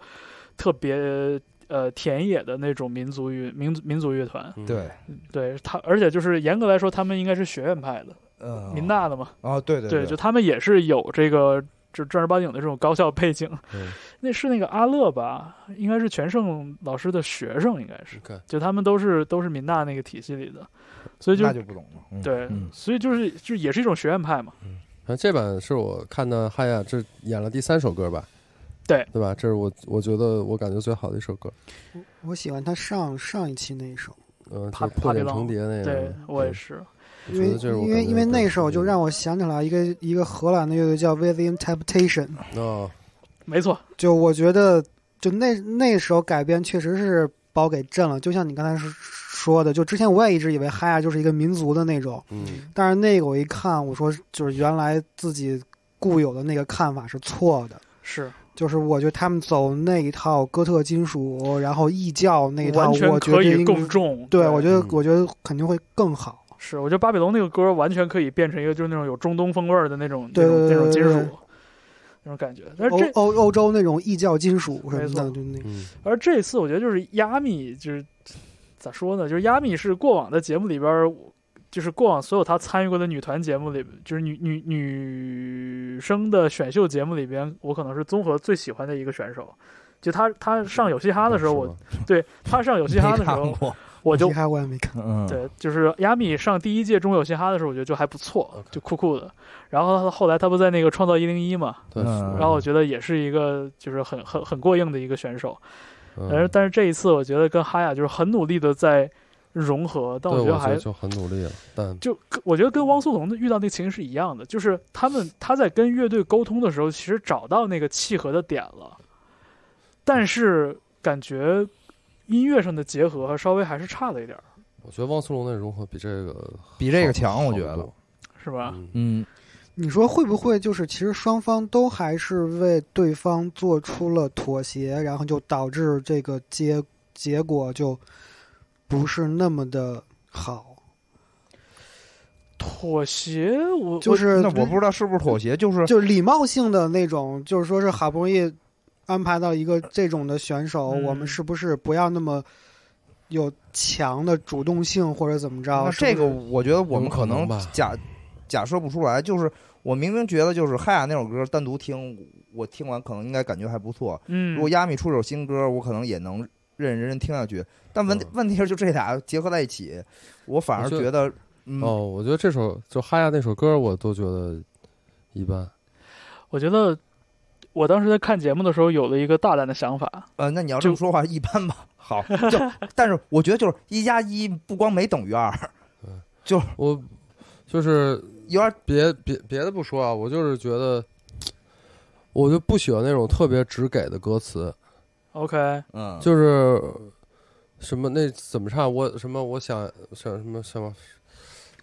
特别呃田野的那种民族乐民族民族乐团。嗯对，对他，而且就是严格来说，他们应该是学院派的，嗯，民大的嘛。哦，对对对，就他们也是有这个就正儿八经的这种高校背景。 嗯那是那个阿乐吧？应该是全胜老师的学生，应该是。 OK 就他们都是都是民大那个体系里的，所以就那就不懂了，嗯对，嗯所以就是就也是一种学院派嘛。然后这版是我看的哈亚这演了第三首歌吧，对对吧？这是我我觉得我感觉最好的一首歌，我喜欢他上上一期那一首，嗯，就帕是破帕比茧朗成蝶那个，对我也是，嗯，我因为觉得这是我因为感觉因为那最首好的就让我想起来一个一个荷兰的乐队叫 Within Temptation，哦，没错，就我觉得就那那首改编确实是把我给震了，就像你刚才说说的，就之前我也一直以为哈亚就是一个民族的那种。嗯，但是那个我一看，我说就是原来自己固有的那个看法是错的，是就是我觉得他们走那一套哥特金属，然后异教那一套，完全我觉可得以应更重。对，我觉得嗯我觉得肯定会更好。是，我觉得巴比龙那个歌完全可以变成一个就是那种有中东风味儿的那种对那种那种对金对哦属，那种感觉。但是欧这欧欧洲那种异教金属什没么错的，就那嗯，而这次我觉得就是亚米，就是咋说呢？就是亚米是过往的节目里边儿，就是过往所有他参与过的女团节目里，就是女女女生的选秀节目里边，我可能是综合最喜欢的一个选手。就他他上有嘻哈的时候，是我吗对他上有嘻哈的 时没看候，过我就厉害，我也没看。嗯，对，就是亚米上第一届中有嘻哈的时候，我觉得就还不错 OK，就酷酷的。然后后来他不在那个创造一零一嘛，对，嗯然后我觉得也是一个就是很很很过硬的一个选手。嗯但是但是这一次，我觉得跟哈雅就是很努力的在融合，但对我觉我得还就很努力了，但就跟我觉得跟汪苏泷的遇到那个情形是一样的，就是他嗯们他在跟乐队沟通的时候，其实找到那个契合的点了，但是感觉音乐上的结合稍微还是差了一点儿，我觉得汪苏泷的融合比这个比这个好强，我觉好得得，是吧？多嗯嗯，你说会不会就是其实双方都还是为对方做出了妥协，然后就导致这个结结果就不是那么的好？妥协，我就我是那我不知道是不是妥协， 就是就是礼貌性的那种，就是说是好不容易安排到一个这种的选手，嗯我们是不是不要那么有强的主动性或者怎么着？那是不啊这是个 我觉得我们有可可能能吧假假设不出来，就是我明明觉得就是嗨呀那首歌单独听，我听完可能应该感觉还不错。嗯如果亚米出首新歌，我可能也能认认真真听下去。但问嗯问题是，就这俩结合在一起，我反而我觉得觉得，嗯，哦，我觉得这首就哈亚那首歌，我都觉得一般。我觉得我当时在看节目的时候有了一个大胆的想法，呃，那你要这就么说话一般吧。好，就但是我觉得就是一加一不光没等于二，我就是有点别别别的不说啊，我就是觉得，我就不喜欢那种特别直给的歌词， OK，嗯，就是什么那怎么唱我什么我想想什么什么，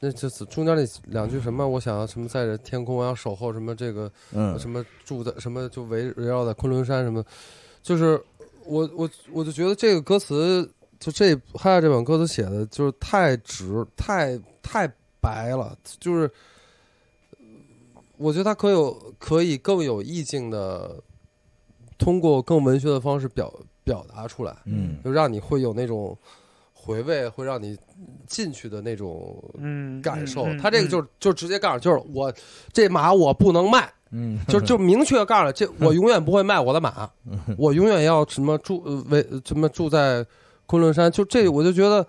那这中间那两句什么我想要什么在这天空我要守候什么这个嗯什么住在什么就围围绕在昆仑山什么，就是我我我就觉得这个歌词就这哈亚这版歌词写的就是太直太太白了，就是我觉得他可有可以更有意境的，通过更文学的方式表表达出来，嗯就让你会有那种回味，会让你进去的那种嗯，感受嗯。他这个嗯就就直接告诉你，就是我这马我不能卖。嗯，就就明确告诉你，这我永远不会卖我的马，我永远要什么住呃为什么住在昆仑山，就这我就觉得，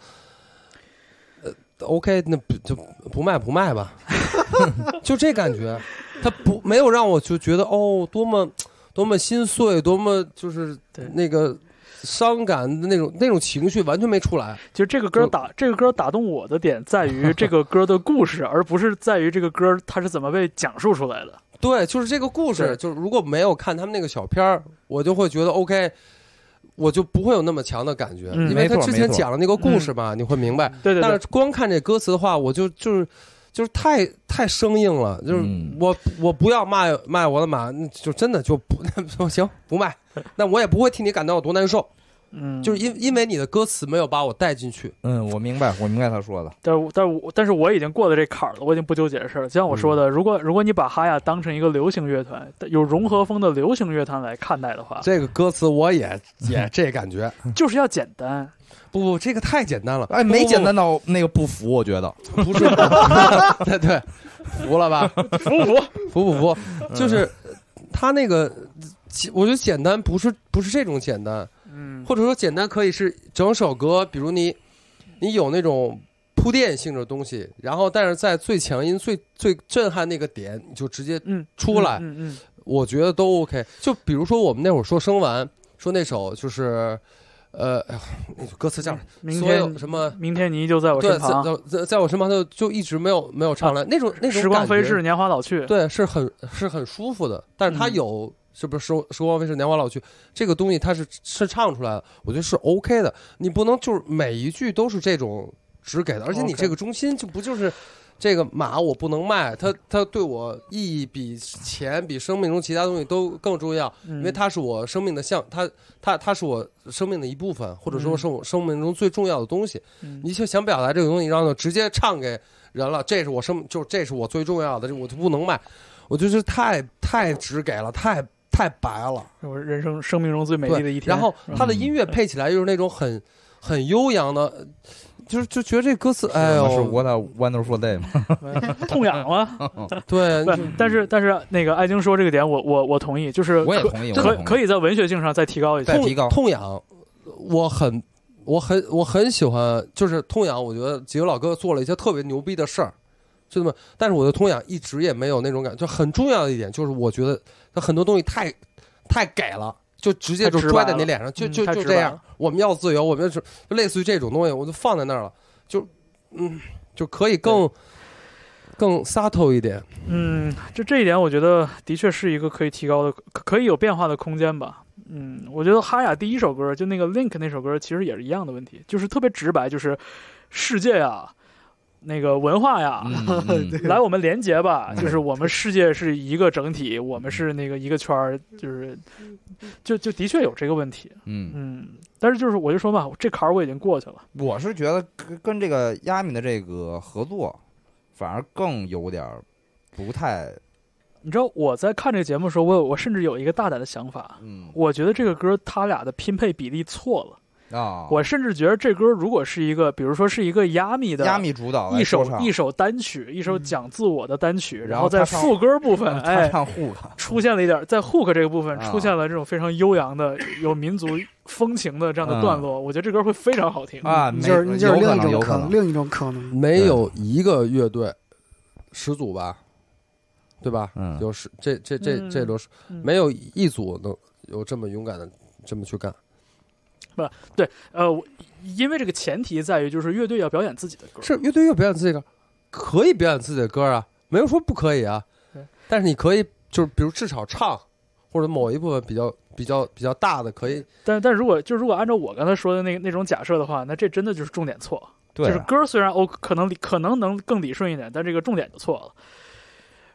呃，OK，那不就不卖不卖吧，就这感觉，他不没有让我就觉得哦多么多么心碎，多么就是对那个伤感的那种那种情绪完全没出来，其实这个歌就打这个歌打动我的点在于这个歌的故事，而不是在于这个歌它是怎么被讲述出来的。对，就是这个故对事，就是如果没有看他们那个小片儿，我就会觉得 OK，我就不会有那么强的感觉，嗯因为他没错之前没错嗯讲了那个故事嘛，你会明白。对对但对，是光看这歌词的话，我就就是就是太太生硬了，就是嗯我我不要卖卖我的马，那就真的就不 那行不卖，那我也不会替你感到有多难受，嗯，就是因因为你的歌词没有把我带进去，嗯，我明白，我明白他说的，但是我但是我但是我已经过了这坎儿了，我已经不纠结这事儿了。就像我嗯说的，如果如果你把哈亚当成一个流行乐团，有融合风的流行乐团来看待的啊话，这个歌词我也 也这感觉，就是要简单。不不，这个太简 单了，哎，不没不简单到那个不服，我觉得，不是，对对，服了吧？服不服？嗯服不服？就是他那个，我觉得简单不是不是这种简单，嗯，或者说简单可以是整首歌，比如你你有那种铺垫性的东西，然后但是在最强音、最最震撼那个点，你就直接，嗯，出来嗯嗯我觉得都 OK。就比如说我们那会儿说生完，说那首就是。呃，哎呀那歌词叫嗯什，么？明所有天什么？ 明天你依旧在我对，身在旁，啊在在我身旁就就一直没有没有唱来那种那种时光感觉飞逝，年华老去。对，是很是很舒服的，但是它嗯有、是不是时时光飞逝，年华老去这个东西，它是是唱出来的，我觉得是 OK 的。你不能就是每一句都是这种只给的，而且你 OK 这个中心就不就是这个马我不能卖，嗯它它对我意义比钱比生命中其他东西都更重要，因因为它是我生命的象，它它它是我生命的一部分，或者说嗯是我生命中最重要的东西。嗯你就想表达这个东西，然后就直接唱给人了，这是我生，就是这是我最重要的，这我就不能卖，我就是太太直给了，太太白了。我人生生命中最美对丽的一天。然 后嗯他的音乐配起来又是那种很很悠扬的，呃就是就觉得这歌词，哎呦，是 What a Wonderful Day 吗？痛痒了， 对不，但是但是那个艾晶说这个点，我我我同意，就是我也可同意，我也可同意可以在文学性上再提高一下再。提高痛痛痒，我很我很我很喜欢，就是痛痒，我觉得几个老哥做了一些特别牛逼的事儿，就这么，但是我的痛痒一直也没有那种感觉。就很重要的一点就是，我觉得他很多东西太太给了。就直接就太直白拽在你了脸上，就嗯就太就直这白样了。我们要自由，我们要是就类似于这种东西，我就放在那儿了，就嗯，就可以更更 subtle 一点。嗯，这这一点我觉得的确是一个可以提高的，可可以有变化的空间吧。嗯，我觉得哈雅第一首歌就那个 Link 那首歌，其实也是一样的问题，就是特别直白，就是世界呀，那个文化呀， 嗯嗯来，我们连结吧，嗯就是我们世界是一个整体，我们是那个一个圈儿，就是就就的确有这个问题，嗯，嗯，但是就是我就说嘛，这坎儿我已经过去了，我是觉得跟跟这个亚米的这个合作，反而更有点儿不太，你知道我在看这个节目的时候，我有我甚至有一个大胆的想法，嗯我觉得这个歌他俩的拼配比例错了，啊，我甚至觉得这歌如果是一个，比如说是一个亚米的亚米主导来一说首唱一首单曲，一首嗯讲自我的单曲，然然后后他在唱嗯副歌部分，他哎，唱 hook，出现了一点，在 hook 这个部分啊出现了这种非常悠扬的、有民族风情的这样的段落，我觉得这歌会非常好听。嗯啊，你没嗯就是你就是有另可一能有种可可能嗯能，另一种可能。没对有一个乐队十组吧，对吧？嗯有十这这这这嗯都是嗯没有一组能有这么勇敢的这么去干。呃，我因为这个前提在于就是乐队要表演自己的歌，是乐队乐表演自己的歌，可以表演自己的歌啊，没有说不可以啊对。但是你可以就是比如至少唱，或者某一部分比较比较比较大的可以。但但如果就如果按照我刚才说的那那种假设的话，那这真的就是重点错，对啊就是歌虽然 O 可能可能能更理顺一点，但这个重点就错了。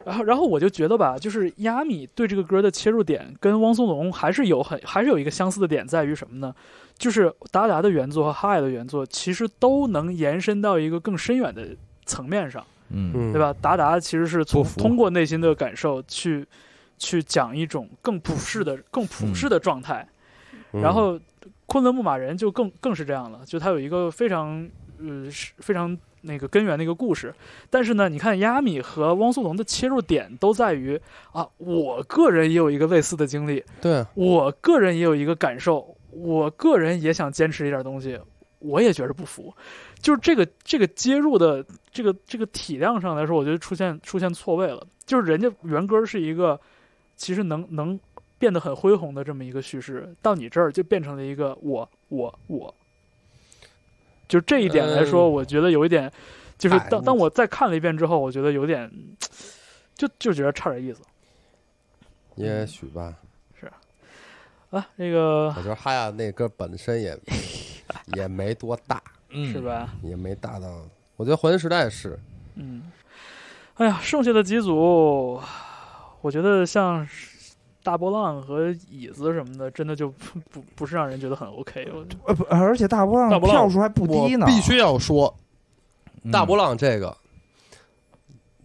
然后，然后我就觉得吧，就是亚米对这个歌的切入点跟汪苏泷还是有很还是有一个相似的点，在于什么呢？就是达达的原作和哈雅的原作其实都能延伸到一个更深远的层面上，嗯嗯，对？吧？达达其实是从不服通过内心的感受去去讲一种更普世的、更普世的状态，嗯然后昆仑牧马人就更更是这样了，就它有一个非常呃是非常那个根源的一个故事。但是呢，你看亚米和汪苏泷的切入点都在于啊，我个人也有一个类似的经历，对，啊我个人也有一个感受，我个人也想坚持一点东西，我也觉着不服。就是这个这个接入的这个这个体量上来说，我觉得出现出现错位了。就是人家原歌是一个其实能能变得很恢宏的这么一个叙事，到你这儿就变成了一个我我我。就这一点来说，嗯我觉得有一点，就是哎当我当我再看了一遍之后，我觉得有点，就就觉得差点意思也许吧。啊。那个我觉得哈亚那歌本身 也也没多大，嗯是？吧？也没大到。我觉得黄金时代是嗯，哎呀，剩下的几组，我觉得像是大波浪和椅子什么的，真的就 不不不是让人觉得很 OK。我呃不，而且大波大浪波浪票数还不我低呢，必须要说，嗯大波浪这个、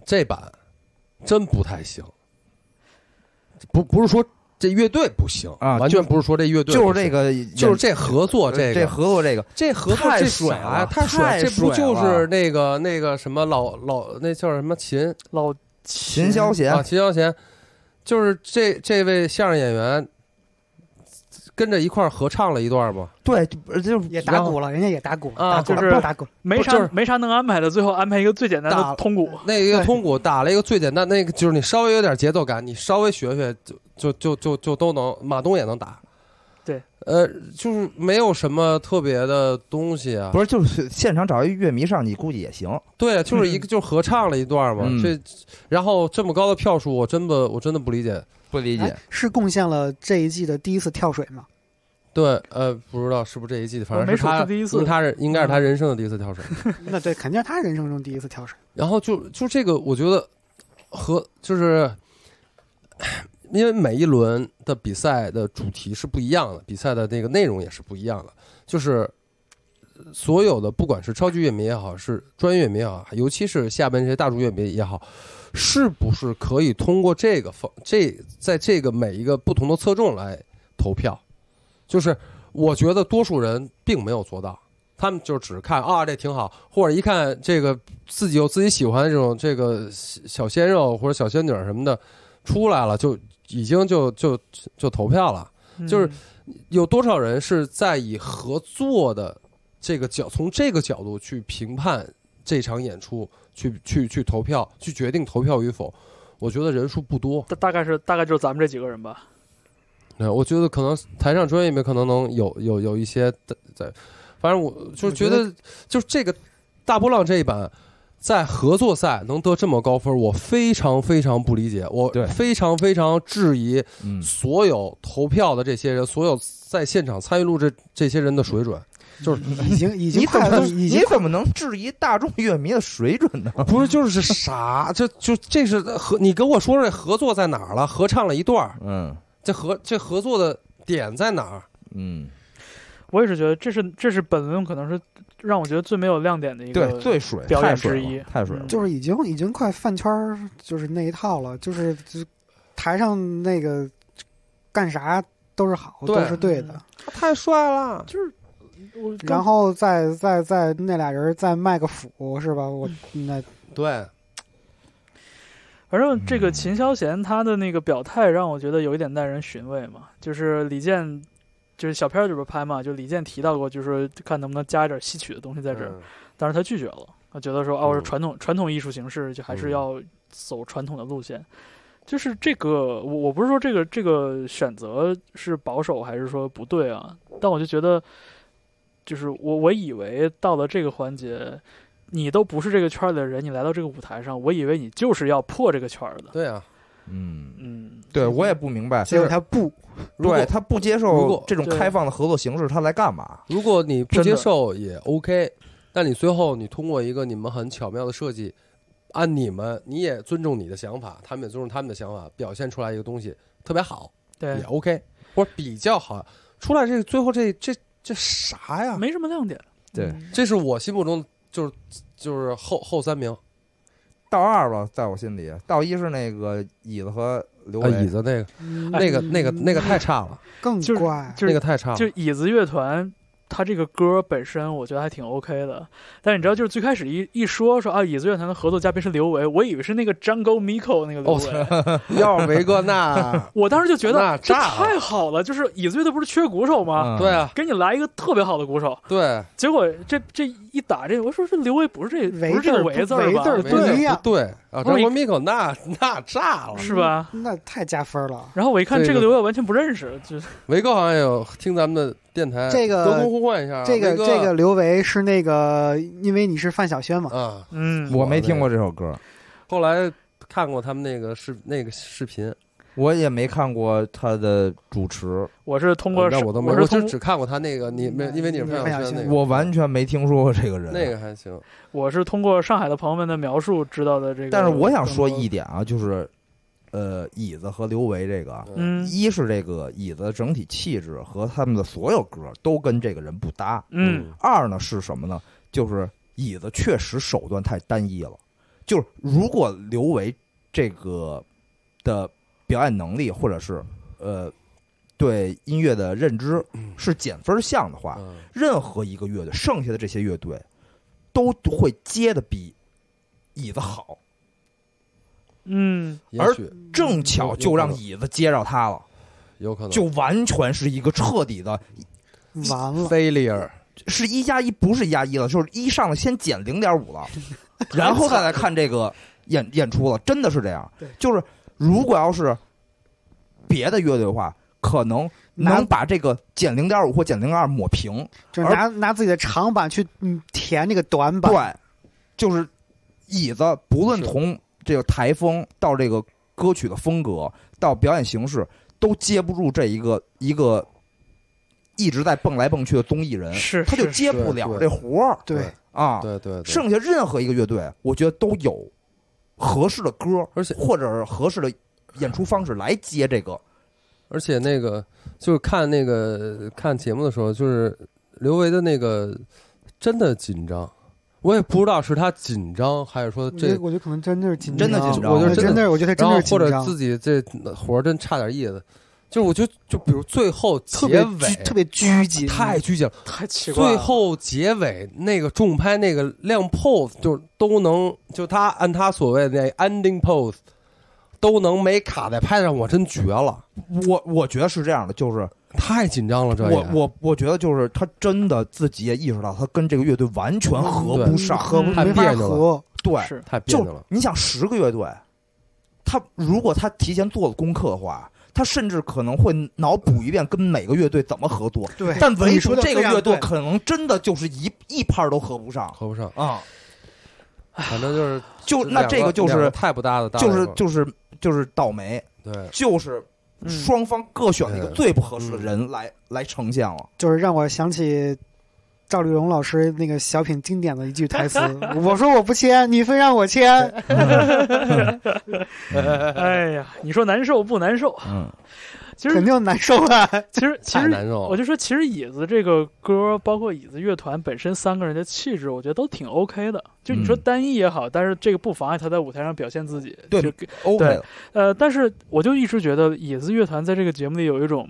这版真不太行，不不是说这乐队不行啊完就全不是说这乐队就是不行这个，就是这合作这这个合作这个这合作太这水啥呀了太水太这不水就了是那个那个什么老老那叫什么秦老秦霄贤啊秦霄贤，就是这这位相声演员跟着一块儿合唱了一段嘛，对，就不就也然打后鼓了，人家也打鼓了啊打鼓了就是打鼓了。没不啥、就是没啥能安排的，最后安排一个最简单打的通鼓。那个通鼓打了一个最简单，那个就是你稍微有点节奏感，你稍微学学就就就就就都能。马东也能打，对，呃，就是没有什么特别的东西啊不。是就是现场找一乐迷上，你估计也行。 对，啊就是一个就是合唱了一段嘛。嗯这然后这么高的票数，我真的我真的不理解。不理哎，是贡献了这一季的第一次跳水吗？对，呃，不知道是不是这一季，反我正没是数他是，第一因次嗯为他是应该是他人生的第一次跳水。那对，肯定是他人生中第一 次跳水。然后就就这个，我觉得和就是，因为每一轮的比赛的主题是不一样的，比赛的那个内容也是不一样的。就是呃所有的，不管是超级乐迷也好，是专业乐迷也好，尤其是下半这些大众乐迷也好，是不是可以通过这个方这在这个每一个不同的侧重来投票？就是我觉得多数人并没有做到。他们就只看啊，这挺好，或者一看这个自己有自己喜欢的这种这个小小鲜肉或者小仙女儿什么的出来了，就已经就就就就投票了。就是有多少人是在以合作的这个角从这个角度去评判这场演出，去去去投票，去决定投票与否？我觉得人数不多，大大概是大概就是咱们这几个人吧。对，我觉得可能台上专业里面可能能有有有一些在在，反正我就是觉我得就是这个大波浪这一版在合作赛能得这么高分，我非常非常不理解，我对非常非常质疑嗯，所有投票的这些人，所有在现场参与录这这些人的水准，就是已经已经你怎快么能已你经怎么能质疑大众乐迷的水准呢？啊不是就是 傻，这就这是合你跟我说这合作在哪儿了？合唱了一段儿，嗯这合这合作的点在哪儿？嗯，我也是觉得这是这是本轮可能是让我觉得最没有亮点的一个对，最水，表演太水之一了，太水了嗯。就是已经已经快饭圈儿就是那一套了，就是就是台上那个干啥都是好，对都是对的。太帅了！就是我刚然后再再再那俩人再卖个腐是吧？我那对，反正这个秦霄贤他的那个表态让我觉得有一点耐人寻味嘛，就是李健，就是小片儿里边拍嘛，就李健提到过，就是说看能不能加一点戏曲的东西在这儿，嗯但是他拒绝了，他觉得说哦，嗯传统传统艺术形式就还是嗯要走传统的路线，就是这个我我不是说这个这个选择是保守还是说不对啊，但我就觉得，就是我我以为到了这个环节。你都不是这个圈儿里的人，你来到这个舞台上，我以为你就是要破这个圈儿的。对啊，嗯，嗯，对我也不明白，结果他不，如果对他不接如受果这种对开放的合作形式，他来干嘛？如果你不真的接受也 OK，但你最后你通过一个你们很巧妙的设计，按你们你也尊重你的想法，他们也尊重他们的想法，表现出来一个东西特别好对也，OK，或者比较好，出来这最后这这这啥啊呀？没什么亮点。对嗯，这是我心目中就是就是后后三名，到二吧，在我心里，到一是那个椅子和刘啊伟，椅子那个嗯那个那个那个太差了，更就是怪。就那是个太差了就。椅子乐团，它这个歌本身我觉得还挺 OK 的，但嗯是你知道，就是最开始一一说说啊，椅子乐团的合作嘉宾是刘维，我以为是那个 Jungle Miko 那个刘哦 维，要是维哥那啊我当时就觉那得这炸了太好了，就是椅子乐队不是缺鼓手嗯吗？对，啊给你来一个特别好的鼓手，对结果这这一打这，我说这刘维不是这维不是这字个儿维不字儿维吧字？儿维不勒一样对啊，不是张一国米口那那炸了，是吧？那太加分了。然后我一看对这个对刘维完全不认识， 就是维哥好像有听咱们的电台，这个隔空呼唤一下啊，这个维哥这个刘维是那个，因为你是范晓萱嘛，啊，嗯，我没听过这首歌，后来看过他们那个视那个视频，我也没看过他的主持，我是通过那是我都没，是我就通只看过他那个你没，因为你是嗯范晓萱那个，我完全没听说过这个人。那个还行，我是通过上海的朋友们的描述知道的这个。但是我想说一，点啊，就是，呃，椅子和刘维这个啊，嗯一是这个椅子的整体气质和他们的所有歌都跟这个人不搭。嗯，二呢是什么呢？就是椅子确实手段太单一了。就是如果刘维这个的表演能力或者是呃对音乐的认知是减分项的话，啊嗯任何一个乐队，剩下的这些乐队都会接的比椅子好。嗯，也许正巧就让椅子接着他了，有可能就完全是一个彻底的，完了， failure，是一加一不是一加一了，就是一上来先减零点五了，然后再来看这个演演出了，真的是这样对。就是如果要是别的乐队的话，可能拿能把这个减零点五或减零点二抹平。就是拿拿自己的长板去嗯填这个短板，对，就是椅子，不论是从这个台风到这个歌曲的风格到表演形式，都接不住这一个一个一直在蹦来蹦去的综艺人，是他就是接不了这活儿对，啊。对对对，剩下任何一个乐队，我觉得都有合适的歌，而且或者是合适的演出方式来接这个。而且那个就是看那个看节目的时候，就是刘维的那个真的紧张，我也不知道是他紧张还是说我觉得这，我觉得可能真的是紧真的紧紧张我觉我得觉得真的，我觉得他然真后的或者是紧张，自己这活儿真差点意思，就是我觉得就比如最后特结别尾啊拘特别拘谨，太拘谨了。太奇怪了。最后结尾那个重拍那个亮 pose 就是都能，就他按他所谓的那 ending pose 都能没卡在拍上，我真绝了，我我觉得是这样的，就是太紧张了这也。我我我觉得就是他真的自己也意识到，他跟这个乐队完全合不嗯上。合不太没别法扭了合，对，是太别就扭是了，你想十个乐队，他如果他提前做了功课的话，他甚至可能会脑补一遍跟每个乐队怎么合作。 对，但唯独你说的这个非常乐队对可能真的就是一一拍儿都合不上合不上，啊、反正就是就那两这个就两是太不搭的搭了就一块是儿，就是就是倒霉，对，就是嗯双方各选了一个嗯最不合适的人来、来呈现 了。就是让我想起赵丽蓉老师那个小品经典的一句台词：“我说我不签，你非让我签。哎呀，你说难受不难受？ 嗯，其”肯实定难受啊！其实其太实难受我了。就说，其实椅子这个歌，包括椅子乐团本身三个人的气质，我觉得都挺 OK 的。就你说嗯单一也好，但是这个不妨碍他在舞台上表现自己。对就 OK，对呃，但是我就一直觉得椅子乐团在这个节目里有一种，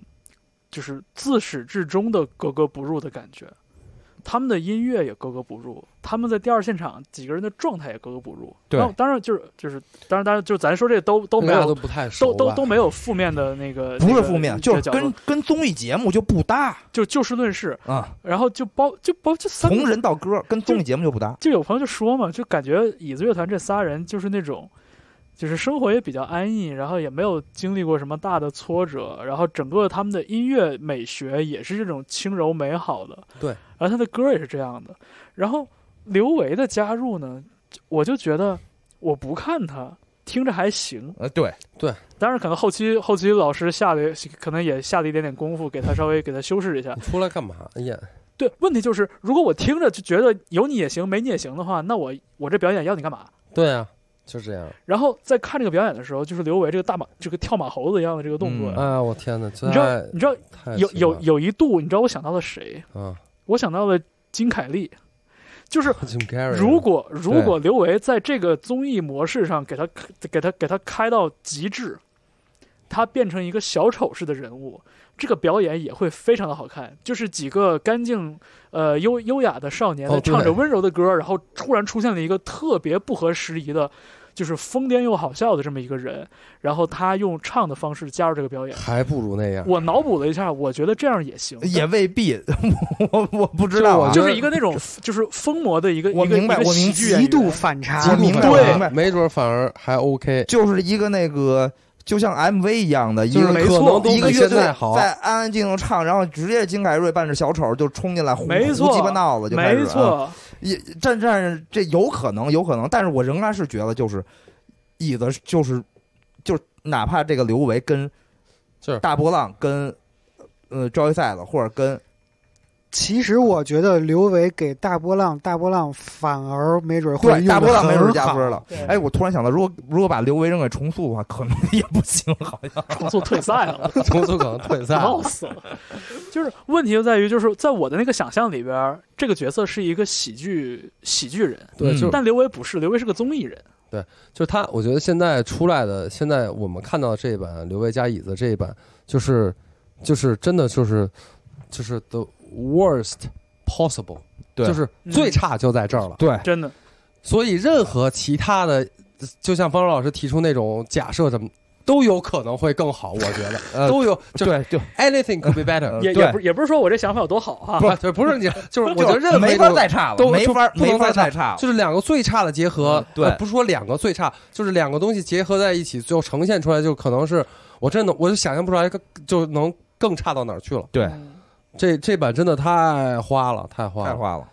就是自始至终的格格不入的感觉。他们的音乐也格格不入，他们在第二现场几个人的状态也格格不入。对当当然就是就是当然当然就咱说这个都都没大家有都不太熟啊都吧，都都没有负面的那个，不那是个负面，就是角度跟跟综艺节目就不搭就就事论事，啊。然后就包就包这三个从人到歌跟综艺节目就不搭。就有朋友就说嘛，就感觉椅子乐团这仨人就是那种，就是生活也比较安逸，然后也没有经历过什么大的挫折，然后整个他们的音乐美学也是这种轻柔美好的，对，然后他的歌也是这样的，然后刘维的加入呢，我就觉得我不看他。听着还行，呃，对，当然可能后期后期老师下了，可能也下了一点点功夫，给他稍微给他修饰一下你。出来干嘛？哎呀，对，问题就是如果我听着就觉得有你也行，没你也行的话，那我我这表演要你干嘛？对啊，就这样。然后在看这个表演的时候，就是刘维这个大马这个跳马猴子一样的这个动作，嗯哎，我天哪，你知道太你知道太有奇有怪有一度，你知道我想到了谁？了啊，我想到了金凯利，就是。 Jim Carrey，如果如果刘维在这个综艺模式上给他给他给他开到极致，他变成一个小丑式的人物，这个表演也会非常的好看。就是几个干净呃优优雅的少年哦在唱对着温柔的歌，然后突然出现了一个特别不合时宜的，就是疯癫又好笑的这么一个人，然后他用唱的方式加入这个表演。还不如那样，我脑补了一下，我觉得这样也行，也未必， 我我不知道啊。我觉就得是一个那种就是疯魔的一个我一个明白一个我明喜剧演极员度反极差度，明白对明白没准反而还 OK，就是一个那个，就像 MV 一样的，一就是个可能都一个比乐现队在好。在安安静静唱，然后直接金凯瑞扮着小丑就冲进来，胡没错胡鸡巴闹了，就开始没啊错，也但但这有可能，有可能，但是我仍然是觉得就是椅子就是就是哪怕这个刘维跟是大波浪跟呃 Joy 赛了，或者跟其实我觉得刘维给大波浪，大波浪反而没准会对用大波得浪没准很加好分了。哎，我突然想到，如果如果把刘维扔给重塑的话，可能 也不行，好像重塑退 赛了。 从此可能退赛闹 了。死了。就是问题就在于，就是在我的那个想象里边儿，这个角色是一个喜剧喜剧人，嗯对，就是但刘维不是，刘维是个综艺人。就是他，我觉得现在出来的，现在我们看到的这一版刘维加椅子这一版，就是就是真的就是就是 the worst possible，对就是最差就在这儿了。对真的，所以任何其他的，就像方舟老师提出那种假设什么。都有可能会更好，我觉得、呃都有，就对是对， anything could be better，、呃也对也不也不是说我这想法有多好啊，不是不是你，就是我觉得任何一没种法再差了，都没就法不能没法再再差了。就是两个最差的结合嗯，对呃不是说两个最差，就是两个东西结合在一起，最后呈现出来就可能是我真的我就想象不出来，更就能更差到哪儿去了。对嗯这这版真的太花了，太花太了。花了，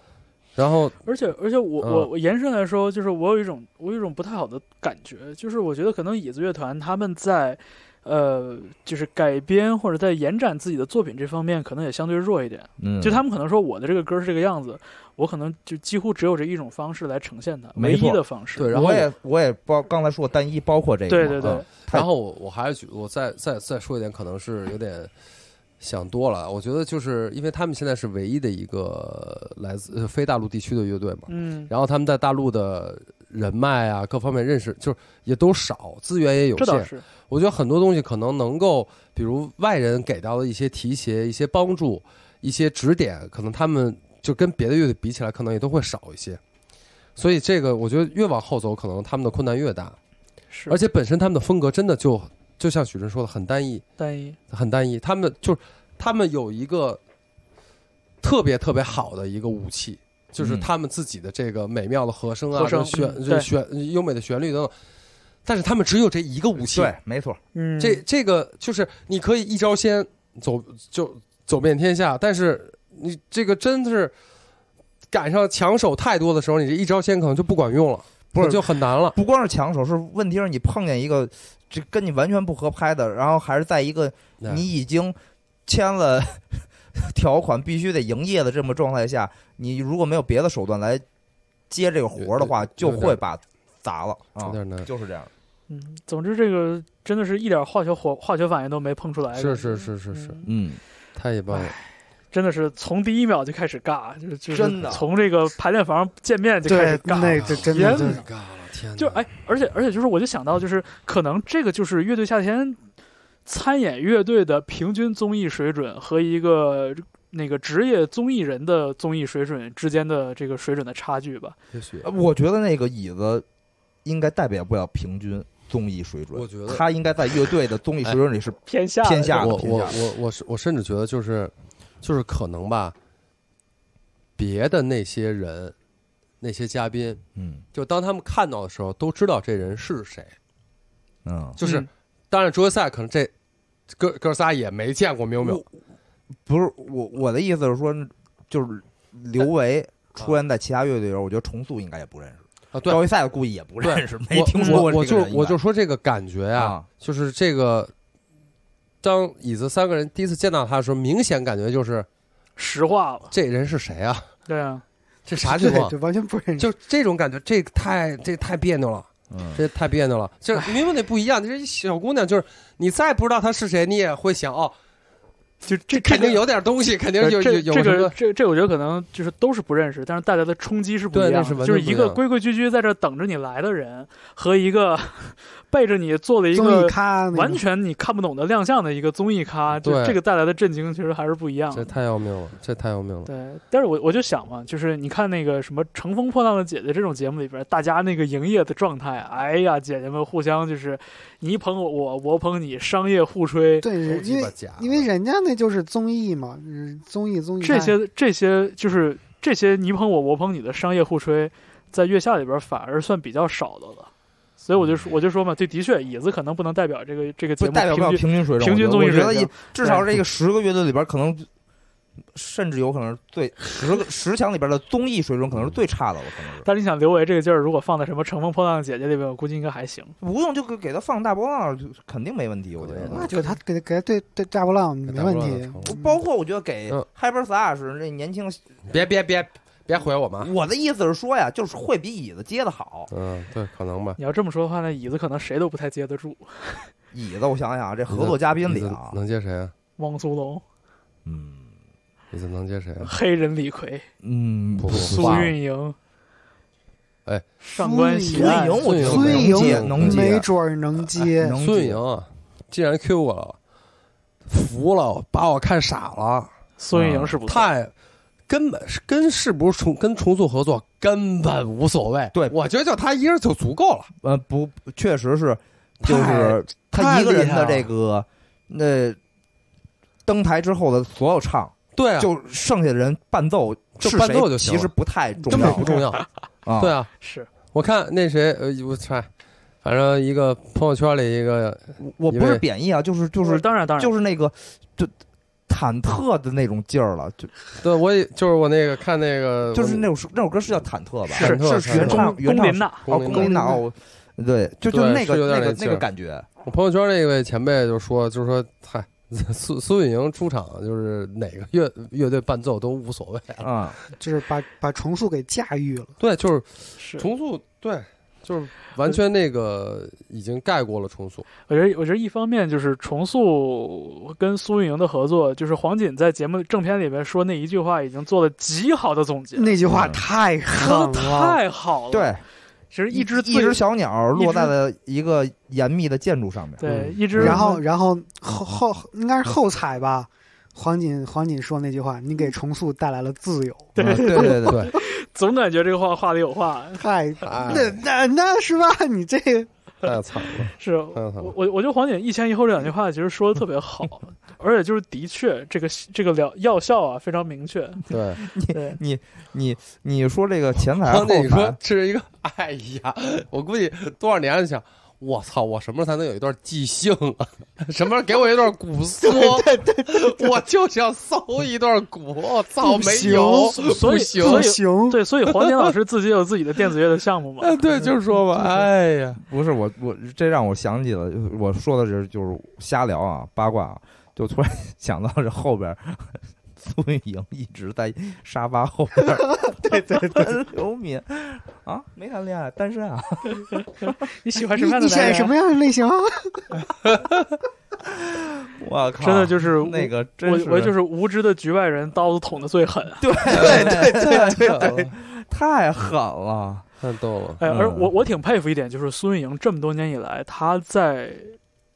然后而且而且我、嗯我我延伸来说，就是我有一种我有一种不太好的感觉，就是我觉得可能椅子乐团他们在呃，就是改编或者在延展自己的作品这方面，可能也相对弱一点。嗯，就他们可能说我的这个歌是这个样子，我可能就几乎只有这一种方式来呈现它，唯没错一的方式。对然后我也我也包刚才说单一包括这个嘛，对对对嗯然后我我还是举我再再再说一点，可能是有点想多了。我觉得就是因为他们现在是唯一的一个来自呃非大陆地区的乐队嘛，嗯，然后他们在大陆的人脉啊各方面认识就是也都少，资源也有这倒限。是，我觉得很多东西可能能够，比如外人给到的一些提携、一些帮助、一些指点，可能他们就跟别的乐队比起来，可能也都会少一些。所以这个我觉得越往后走，可能他们的困难越大。是而且本身他们的风格真的就就像许晨说的，很单一，单一，很单一。他们就是他们有一个特别特别好的一个武器，就是嗯他们自己的这个美妙的和声啊，和声跟旋嗯这对旋优美的旋律等等。但是他们只有这一个武器，对，没错，嗯，这这个就是你可以一招鲜走就走遍天下，但是你这个真的是赶上强手太多的时候，你这一招鲜可能就不管用了，不是就很难了。不光是抢手，是问题是你碰见一个这跟你完全不合拍的，然后还是在一个你已经签了 条款必须得营业的这么状态下，你如果没有别的手段来接这个活儿的话，有有就有点会把砸了啊哎有，点难。就是这样。嗯，总之这个真的是一点化学火化学反应都没碰出来。是是是是是，嗯，嗯太棒了！真的是从第一秒就开始尬，就是就是真的从这个排练房见面就开始对，尬，那这真天的哪真太的尬了，啊天哪！就哎，而且而且就是，我就想到就是，可能这个就是乐队夏天参演乐队的平均综艺水准和一个那个职业综艺人的综艺水准之间的这个水准的差距吧。也许呃我觉得那个椅子应该代表不了平均综艺水我准，觉得他应该在乐队的综艺水准里是偏下偏下我的我偏向我我是我甚至觉得就是就是可能吧，别的那些人那些嘉宾，嗯就当他们看到的时候，都知道这人是谁。嗯，就是嗯当然，桌赛可能这哥哥仨也没见过喵喵我，不是我我的意思是说，就是刘维出现在其他乐队的时候，我觉得重塑应该也不认识，啊，对赵，一赛估计也不认识，没我听说过我我这就个人我就应说这个感觉该呀，啊，就是这个，当椅子三个人第一次见到他的时候，明显感觉就是实话了，这人是谁啊？ 对啊，这啥情况 对，？完全不认识。就这种感觉，这个太这太别扭了，嗯，这太别扭了。就是明明得不一样，这是一小姑娘，就是你再不知道她是谁，你也会想哦，就这肯定有点东西，肯定有有这这有这什个么。这这，我觉得可能就是都是不认识，但是带来的冲击是不一对那样是的。完就是全不一一个样规规矩矩在这等着你来的人，和一个 背着你做了一综艺个咖那个完全你看不懂的亮相的一个综艺嗯咖，就对这个带来的震惊其实还是不一啊样这的。太要命了，这太要命了。对，但是我我就想嘛，就是你看那个什么《乘风破浪的姐姐》这种节目里边，大家那个营业的状态，哎呀，姐姐们互相就是你捧我，我捧你，商业互吹，对，都鸡因巴为假的因为人家那就是综艺嘛，嗯综艺综艺这咖些这些就是这些你捧我，我捧你的商业互吹，在月下里边反而算比较少的了。所以我就说，我就说嘛，这的确椅子可能不能代表这个这个嗯节不目代表不了平均，平均水准，平均我觉得综我艺觉水平得至少这个十个乐队里边，可能甚至有可能是最十个十强里边的综艺水准可能是最差的了，可能是但是你想刘维这个劲儿，如果放在什么《乘风破浪的姐姐》里边，我估计应该还行。不用就给给他放大波浪，就肯定没问题，我觉嗯对得那。就他给给他对对炸波浪给没炸波问浪题成了，嗯包括我觉得给嗯 Hyper Slash 那年轻，别别别别毁我们啊！我的意思是说呀，就是会比椅子接的好。嗯，对，可能吧。你要这么说的话，那椅子可能谁都不太接得住。椅子，我想想啊，这合作嘉宾里啊你，能接谁啊？汪苏泷、嗯你怎能接谁啊？黑人李逵、嗯，不苏哇运莹，哎，上苏官喜苏运爱莹，，我觉得孙能接，颖能没接，准儿能接，能孙接颖。啊，既然 Q 我了，服了，把我看傻了，苏运莹是不错。太根本是跟是不是重跟重塑合作根本无所谓。对我觉得就他一人就足够了。呃，不，确实是，就是他太一个人的厉害这了个那登台之后的所有唱，对啊，就剩下的人伴奏就是伴奏谁就行其实不太重根本要不重要。啊。对，啊，是我看那谁，呃，我猜，反正一个朋友圈里一个，我因不是为贬义啊，就是就就是当然当然就是那个就忐忑的那种劲儿了，就对我也就是我那个看那个，就是呃我那首那首歌是叫忐忑吧？忐忑是忐忑原唱龚原龚唱琳娜，哦，龚琳琳娜娜，哦对，就就对那个是有那点个那劲儿那个感觉，我朋友圈那位前辈就说，就是说，嗨， 苏苏运莹出场就是哪个乐乐队伴奏都无所谓啊。嗯，就是把把重塑给驾驭了。对，就是是，重塑，对，就是完全那个已经盖过了重塑。我觉得，我觉得一方面就是重塑跟苏运莹的合作，就是黄锦在节目正片里面说那一句话，已经做了极好的总结，那句话嗯太狠说的了，太好了。，对，其实一只一只小鸟一落只在了一个严密的建筑上面，对嗯一只，然后然后后后应该是后采吧。黄锦黄锦说那句话：“你给重塑带来了自由。对对对对，对，总感觉这个话话里有话，”太哎那那那是吧？你这个太惨了，是 太惨我了。我我觉得黄姐一前一后这两句话其实说的特别好，而且就是的确这个这个疗药效啊非常明确。对，对，你你说这个前台然后后那你说台，这是一个，哎呀，我估计多少年了想。我操！我什么时候才能有一段即兴啊？ 什么时候给我一段鼓嗦？我就想搜一段鼓。我操，不没行有，所不以行所不以行，对，所以黄锦老师自己有自己的电子乐的项目嘛，呃啊，对，就是说吧，哎呀，不是我我这让我想起了我说的是就是瞎聊啊八卦啊，就突然 想到这后边。苏运莹一直在沙发后边对对 对，刘敏啊，没谈恋爱，单身啊，你喜欢你什么样的你男选人？什么样的类型？啊我靠，真的就是那个真我是，我就是无知的局外人，刀子捅的最狠。对 对对对对，太狠了，太逗了。哎，嗯而我我挺佩服一点，就是苏运莹这么多年以来，她在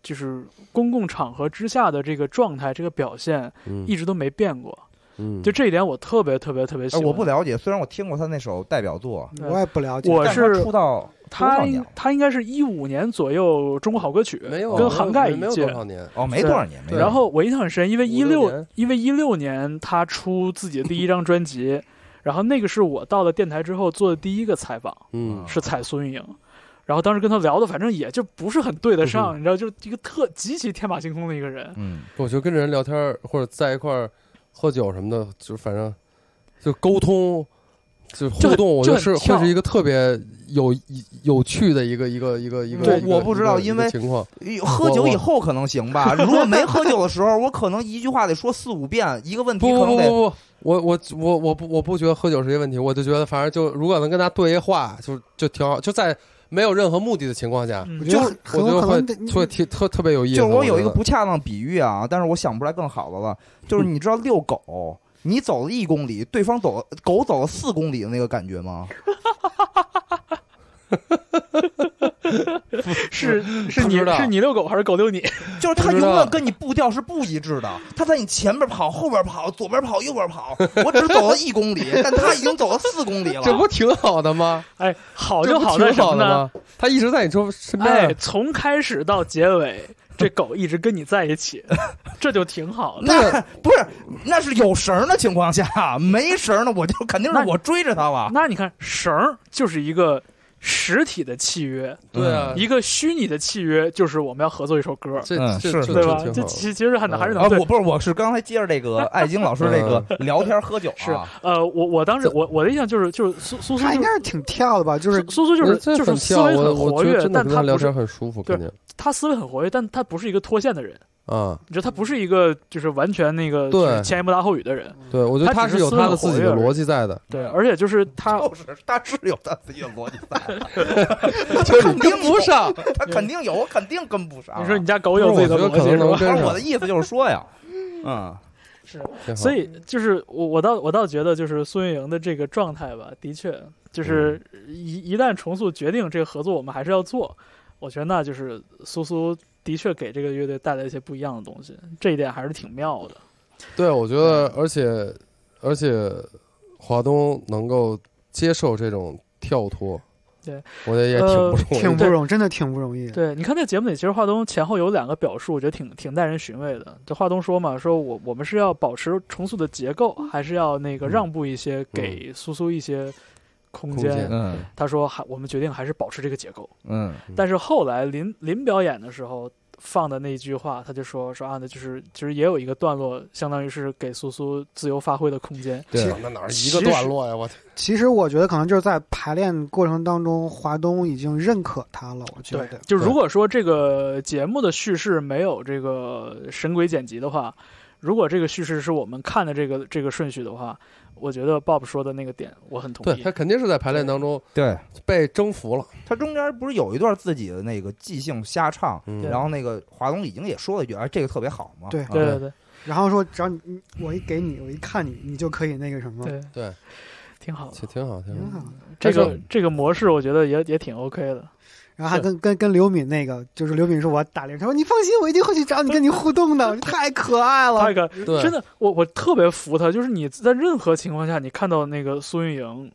就是公共场合之下的这个状态、这个表现，嗯一直都没变过。嗯，就这一点，我特别特别特别喜哎，欢。我不了解，虽然我听过他那首代表作，对我也不了解。我但是他出道多他少年了？他应该是一五年左右中国好歌曲没有跟涵盖一没有届多。少年，哦，没多少年，没多少然后我印象很深，因为一五六六年因为一六年他出自己的第一张专辑，然后那个是我到了电台之后做的第一个采访，啊嗯是采苏运莹。然后当时跟他聊的，反正也就不是很对得上，你知道，就是一个特极其天马行空的一个人。嗯，我觉得跟人聊天儿或者在一块儿喝酒什么的，就是反正就沟通。就就互很动，我就觉很得是跳会是一个特别有有趣的一个一个一个一个。对一个我不一知个道一因个为情况，喝酒以后可能行 吧。如果没喝酒的时候，我可能一句话得说四五遍，一个问题不可不能不得不不，我我我我不我不觉得喝酒是一个问题，我就觉得反正就如果能跟他对一话，就就挺好，就在没有任何目的的情况下，嗯我就觉得我很觉有得可会能得你会挺特特别有意思。就是我有一个觉得不恰当比喻啊，但是我想不出来更好的了。 就是你知道遛狗，你走了一公里，对方走了狗走了四公里的那个感觉吗？是是不你知道是你遛狗还是狗遛你？ 就是他不永知道远跟你步调是不一致的，他在你前边跑，后边跑，左边跑，右边跑。我只走了一公里，但他已经走了四公里了。这不 挺好的吗？哎，好这就不好挺在什么好的呢？吗？他一直在你周 身边哎，儿，从开始到结尾，这狗一直跟你在一起， 这就挺好的。那不是，那是有绳儿的情况下，没绳儿呢，我就肯定那是我追着他啊了。那你看，绳儿就是一个实体的契约，对啊，一个虚拟的契约就是我们要合作一首歌，这嗯这是这对吧这？挺这好的其其实还能嗯还是啊能，对我。不是，我是刚才接着这个艾晶老师这个聊天喝酒啊，是呃，我我当时我我的印象就是就是苏苏苏他应就该是是挺跳的吧？就是苏苏就我是觉得这就是很思跳维我很活我觉得跃，真的但跟他他聊不天是很舒服，对肯定他思维很活跃，但他不是一个脱线的人，啊，你知道他不是一个就是完全那个对就是前言不搭后语的人，对我觉得他他只是是有思维他的很自己活跃的而已逻辑在的，对，而且就是 他哦就是他是有他自己的逻辑在，就是肯定跟 不上，他肯定有，我肯定跟不上。你说你家狗有不自是己的我觉得逻可辑能是能吧？跟但是上我的意思就是说呀，嗯，挺好所以就是我我倒我倒觉得就是苏运莹的这个状态吧，的确就是一一旦重塑决定这个合作我们还是要做，我觉得那就是苏苏的确给这个乐队带来一些不一样的东西，这一点还是挺妙的。对，我觉得，而且而且，华东能够接受这种跳脱，对，我觉得也呃挺不容易的。挺不容，真的挺不容易。对，你看在节目里，其实华东前后有两个表述，我觉得挺挺耐人寻味的。就华东说嘛，说我我们是要保持重塑的结构，还是要那个让步一些，给苏苏一些嗯空空间。间嗯他说还我们决定还是保持这个结构。嗯但是后来临临表演的时候，放的那一句话，他就说说啊，那就是其实也有一个段落，相当于是给苏苏自由发挥的空间。对其啊，那哪是一个段落呀？我天，其实我觉得可能就是在排练过程当中，华东已经认可他了。我觉得，就如果说这个节目的叙事没有这个神鬼剪辑的话，如果这个叙事是我们看的这个这个顺序的话，我觉得 Bob 说的那个点我很同对意他。肯定是在排练当中对被征服了。他中间不是有一段自己的那个即兴瞎唱，嗯，然后那个华东已经也说了一句，哎，这个特别好嘛。对啊对对对然后说只要你你我一给你，我一看你，你就可以那个什么。对对，挺好的。挺挺好，挺挺好。好的。这但个是这个模式我觉得也也挺 OK 的。然后还跟跟跟刘敏那个，就是刘敏说我打铃，他说你放心，我一定会去找你跟你互动 的，太可爱了。他一个对，真的，我我特别服他，就是你在任何情况下，你看到那个苏运莹，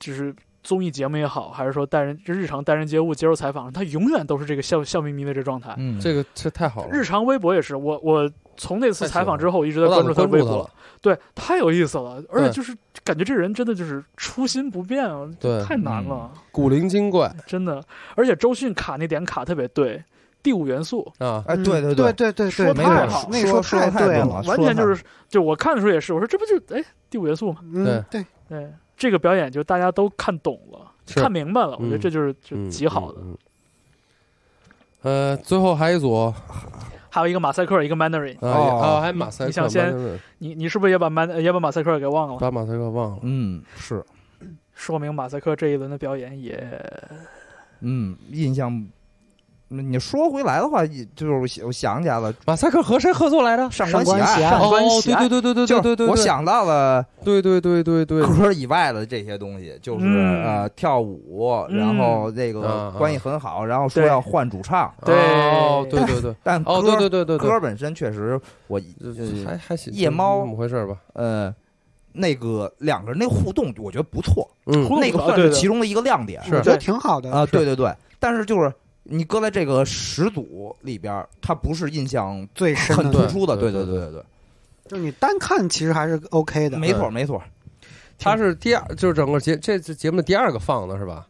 就是综艺节目也好，还是说待人日常待人接物、接受采访，他永远都是这个笑笑眯眯的这状态。嗯，这个这太好了，日常微博也是，我我从那次采访之后，我一直在我关早注就他关的微注他博了，，对，太有意思了，而且对就是感觉这人真的就是初心不变啊，对，太难了，古灵精怪真的。而且周迅卡那点卡特别对，第五元素，啊，哎，嗯对对对对，对对说没那有太个好那个说说太太对准了，了，完全就是，就我看的时候也是，我说这不就哎第五元素吗？嗯，对，对，这个表演就大家都看懂了，是看明白了，我觉得嗯这就是就极好的。嗯。嗯嗯呃，最后还一组，嗯还有一个马赛克，一个 Mandarin，啊哦啊，还马赛你克，想先马赛克你你是不是也把 Man 也把马赛克给忘了？把马赛克忘了，嗯是，说明马赛克这一轮的表演也嗯，印象。你说回来的话，也就是我想起来了，马赛克和谁合作来着？上上官官喜喜爱哦，关对系啊对对对对就对是对对，我想到了对，对对对对对，歌以外的这些东西，就是、嗯呃跳舞，然后这个嗯嗯关系很好，然后说对要换主唱，对哦，对对对，但歌、哦，对对对对对歌本身确实我呃，还还行，夜猫怎么回事儿吧？呃那个两个人那互动我觉得不错，嗯互动那个不错算对是对其中的一个亮点是我觉得挺好的啊、对对对，但是就是你搁在这个十组里边儿，它不是印象最深很的突出对那个，的，对对对对对就是你单看其实还是 OK 的对，。没错没错，他是第二，就是整个节这次节目的第二个放的是吧？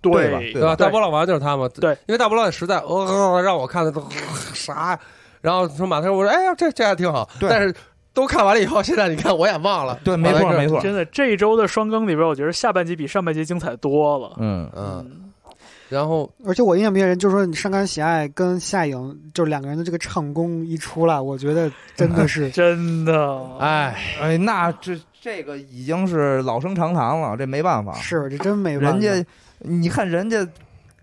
对吧对吧？对大波浪王就是他嘛。对，因为大波浪实在，呃，让我看的都呃啥，然后说马特，我说哎呀，这这还挺好，对但是都看完了以后，现在你看我也忘了。对没马错赛克没错，真的这一周的双更里边，我觉得下半集比上半集精彩多了。嗯 嗯，嗯，然后而且我印象比较深，就是说你上官喜爱跟夏颖，就是两个人的这个唱功一出来，我觉得真的是真的，哎，哎，那这这个已经是老生常谈了，这没办法。是这真没人办法。家，你看人家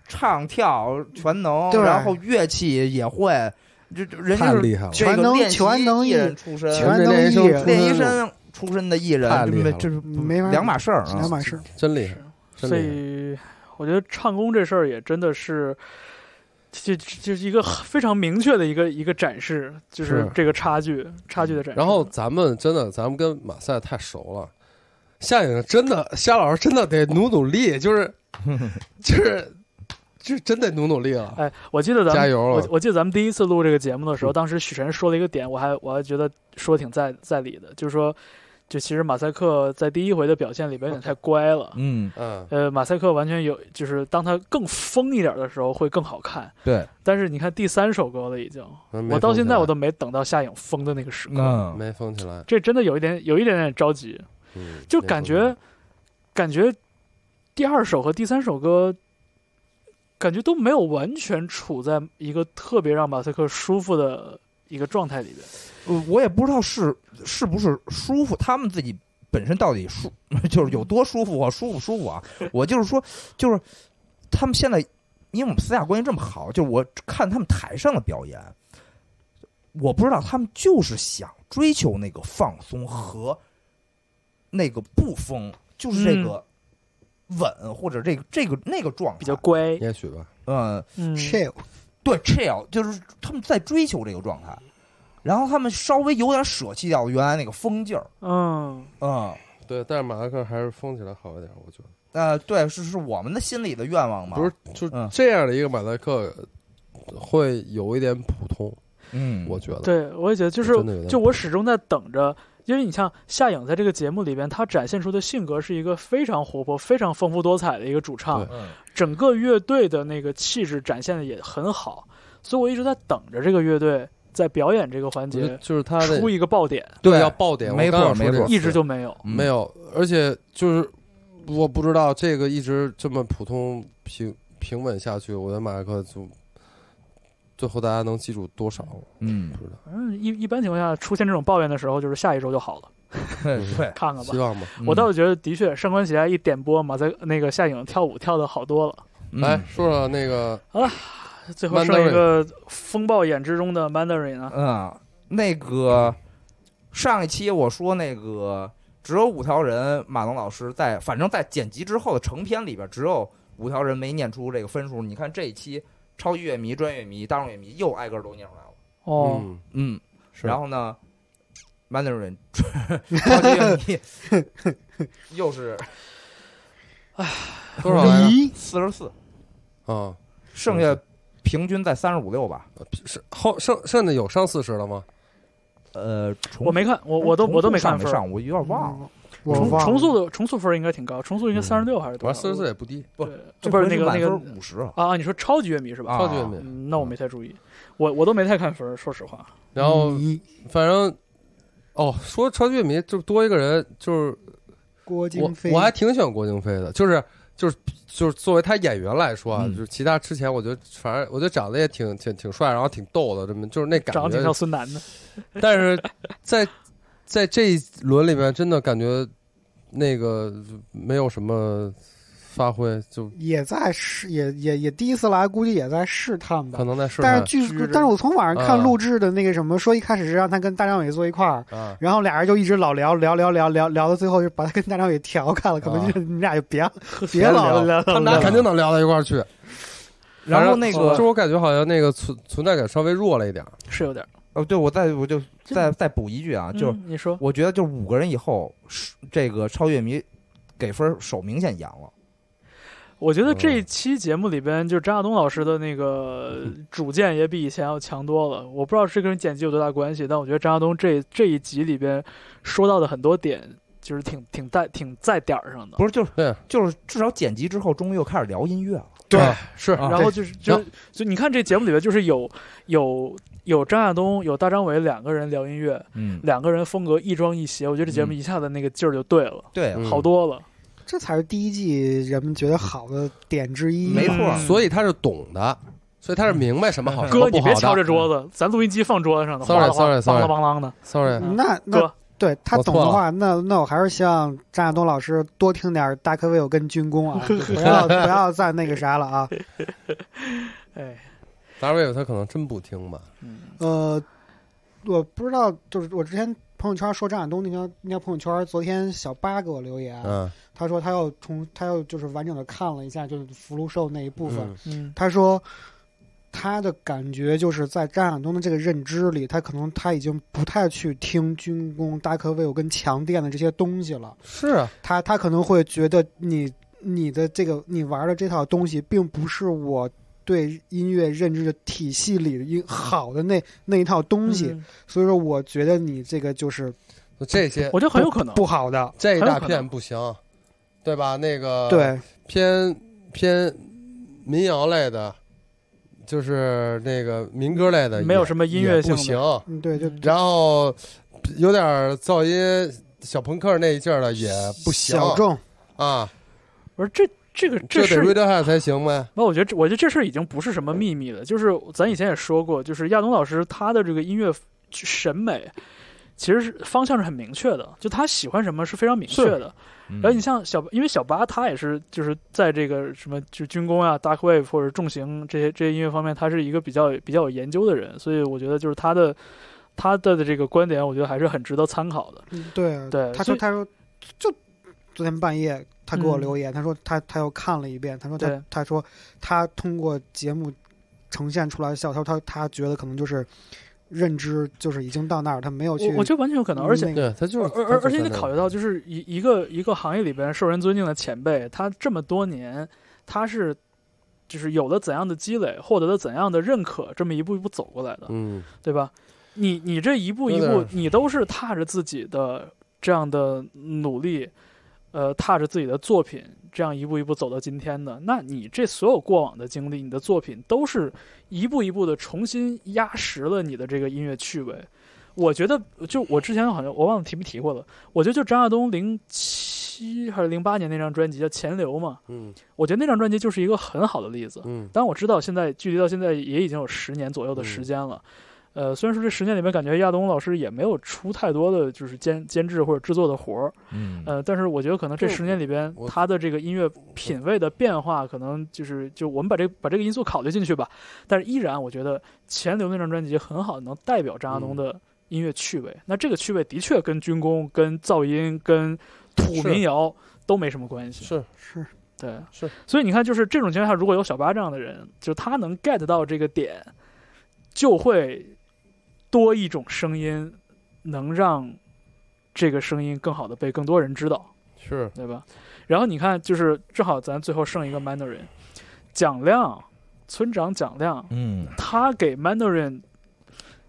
唱跳全能，对然后乐器也会，这这人家太是厉害了，这个全能练习全能艺艺人出身，全人家能练习生艺人出身练习生出身的艺人太，厉害了这是没法两码事儿啊。两码事儿。真厉害，真所厉害。以我觉得唱功这事儿也真的是。就就就是一个非常明确的一个一个展示，就是是这个差距差距的展示。然后咱们真的，咱们跟马赛太熟了，夏颖真的，夏老师真的得努努力，就是 就是就是真得努努力了， 哎，我记得咱加们，油我了。嗯我记得咱们第一次录这个节目的时候，当时许晨说了一个点，我还我还觉得说挺在在理的，就是说，就其实马赛克在第一回的表现里边有点太乖了。嗯，嗯，呃，马赛克完全有，就是当他更疯一点的时候会更好看。对，但是你看第三首歌了，已经，没我到封现起在来我都没等到夏颖疯的那个时刻，嗯，没封起来，这真的有一点有一点点着急，嗯，就没感封起来觉感觉第二首和第三首歌感觉都没有完全处在一个特别让马赛克舒服的一个状态里边。呃我也不知道是是不是舒服，他们自己本身到底舒 就是有多舒服啊，舒服舒服啊。我就是说，就是他们现在，因为我们私下关系这么好，就是我看他们台上的表演，我不知道他们就是想追求那个放松和那个不疯，就是这个稳或者这个这个那个状态比较乖，也许吧，嗯。嗯， Chill，对，chill 就是他们在追求这个状态，然后他们稍微有点舍弃掉原来那个疯劲儿，嗯，嗯，对，但是马赛克还是封起来好一点，我觉得。呃，对，是是我们的心里的愿望嘛，不是，，就嗯这样的一个马赛克，会有一点普通，嗯，我觉得。对，我也觉得就是真的有点就我始终在等着，因为你像夏颖在这个节目里边，她展现出的性格是一个非常活泼、非常丰富多彩的一个主唱对，嗯，整个乐队的那个气质展现的也很好，所以我一直在等着这个乐队在表演这个环我觉节得就是他的出一个爆点，对要爆点，没我刚错想说这没错个一直就没有。嗯没有，而且就是我不知道这个一直这么普通平平稳下去，我的马克就最后大家能记住多少？我 嗯，不知道，反正一一般情况下，出现这种抱怨的时候，就是下一周就好了，对，看看吧希。望吧。我倒是觉得，的确，上官喜爱一点播，马在那个夏颖跳舞跳的好多了。来来，说说那个最后剩一个风暴眼之中的 Mandarin 啊，嗯，那个上一期我说那个只有五条人，马龙老师在反正在剪辑之后的成片里边，只有五条人没念出这个分数。你看这一期超级乐迷、专业乐迷、大众乐迷又挨个都念出来了。哦， 嗯，嗯，是然后呢，Mandarin 超级乐迷又是多少来着？咦，四十四，啊，剩下平均在三十五六吧。是后剩剩的有上四十了吗？呃，重我没看，我我都重我都没上看分儿。上，我有点忘了。了，嗯我重忘了重塑的重塑分儿应该挺高，重塑应该嗯三十六还是多我少？四十四也不低，不对，这嗯不是回那个满那个分五十啊，啊啊，你说超级乐迷是吧？啊超级完美。嗯，那我没太注意，我我都没太看分儿，说实话。嗯然后咦反正哦，说超级乐迷就多一个人，就是郭我京飞，我还挺喜欢郭京飞的，就是就是就是作为他演员来说啊，嗯就是其他之前我觉得反正我觉得长得也挺挺挺帅，然后挺逗的，这么就是那感长得挺像觉。孙楠的。 但是在在这一轮里面，真的感觉那个没有什么发挥，就也在试，也也也第一次来，估计也在试探吧可。能在试但是探据虚着，但是我从网上看嗯录制的那个什么，说一开始是让他跟大张伟坐一块儿，啊。然后俩人就一直老聊聊聊聊聊聊到最后，就把他跟大张伟调侃了，可能啊就是你们俩就别别 老聊，他们俩肯定能聊到一块儿去，然后那反正个就我感觉好像那个存存在感稍微弱了一点儿，是有点儿。哦，对，我再我就这再再补一句啊，就是嗯你说，我觉得就是五个人以后，是这个超越迷给分手明显扬了。我觉得这嗯一期节目里边，就是张亚东老师的 那个主见也比以前要强多了。我不知道这跟剪辑有多大关系，但我觉得张亚东这这一集里边说到的很多点，就是挺挺在挺在点儿上的。不是，就是对就是至少剪辑之后，终于又开始聊音乐了。对啊，是啊然后就是就行就你看这节目里边，就是有有有张亚东有大张伟两个人聊音乐，嗯，两个人风格一庄一谐，我觉得这节目嗯一下子那个劲儿就对了，对啊，嗯好多了。这才是第一季人们觉得好的点之一。没错。嗯所以他是懂的，所以他是明白什么好，什么哥，你不别好敲的。嗯这桌子，咱录音机放桌子上呢，哗 Sorry，啦哗啦 sorry，sorry 梆啷梆啷的。 Sorry，那那哥，对他我懂错的了话，那那我还是希望张亚东老师多听点大科威有跟军工啊，不要不要再那个啥了啊。哎，大卫他可能真不听吧。嗯，呃，我不知道，就是我之前朋友圈说张亚东那条那条朋友圈，昨天小八给我留言，嗯，他说他又重，他又就是完整的看了一下，就是福禄寿那一部分，嗯嗯，他说他的感觉就是在张亚东的这个认知里，他可能他已经不太去听军工、大科威有跟强电的这些东西了，是啊，他他可能会觉得你你的这个你玩的这套东西，并不是我。对音乐认知的体系里的音好的那那一套东西，嗯所以说，我觉得你这个就是哦这些我觉得很有可能。不好的。这一大很有可片不行，对吧？那呃个对，偏偏民谣类的，就是那个民歌类的，没有也什么音乐也性不的行。嗯，对，就然后有点噪音，小朋克那一劲儿的也不行小众。啊，我说这这个这这得事 Radiohead 才行呗。那我觉得这，我觉得这事儿已经不是什么秘密了。就是咱以前也说过，就是亚东老师他的这个音乐审美，其实是方向是很明确的，就他喜欢什么是非常明确的。嗯然后你像小，因为小八他也是就是在这个什么就军工啊、dark wave 或者重型这些这些音乐方面，他是一个比较比较有研究的人，所以我觉得就是他的他的这个观点，我觉得还是很值得参考的。嗯对对他所说以他说就昨天半夜他给我嗯留言，他说他他又看了一遍，他说对他他说他通过节目呈现出来的效果，他说他他觉得可能就是认知就是已经到那儿，他没有去嗯我我觉得完全有可能，而且那个对他就是，而而而且你得考虑到，就是一一个一个行业里边受人尊敬的前辈，他这么多年，他是就是有了怎样的积累，获得了怎样的认可，这么一步一步走过来的，嗯，对吧？你你这一步一有步点，你都是踏着自己的这样的努力，呃，踏着自己的作品这样一步一步走到今天的。那你这所有过往的经历，你的作品都是一步一步的重新压实了你的这个音乐趣味。我觉得，就我之前好像我忘了提没提过了。我觉得就张亚东零七还是零八年那张专辑叫《钱流》嘛，嗯我觉得那张专辑就是一个很好的例子。嗯当然我知道现在距离到现在也已经有十年左右的时间了。呃，虽然说这十年里面，感觉亚东老师也没有出太多的就是监监制或者制作的活儿，嗯呃，但是我觉得可能这对十年里边我，他的这个音乐品味的变化，可能就是就我们把这把这个因素考虑进去吧。但是依然，我觉得《钱流》那张专辑很好，能代表张亚东的音乐趣味。那这个趣味的确跟军工、跟噪音、跟土是民谣都没什么关系。是是对，是。所以你看，就是这种情况下，如果有小巴这样的人，就他能 get 到这个点，就会多一种声音，能让这个声音更好的被更多人知道。是，对吧？然后你看，就是正好咱最后剩一个 Mandarin，蒋亮村长蒋亮，嗯，他给 Mandarin，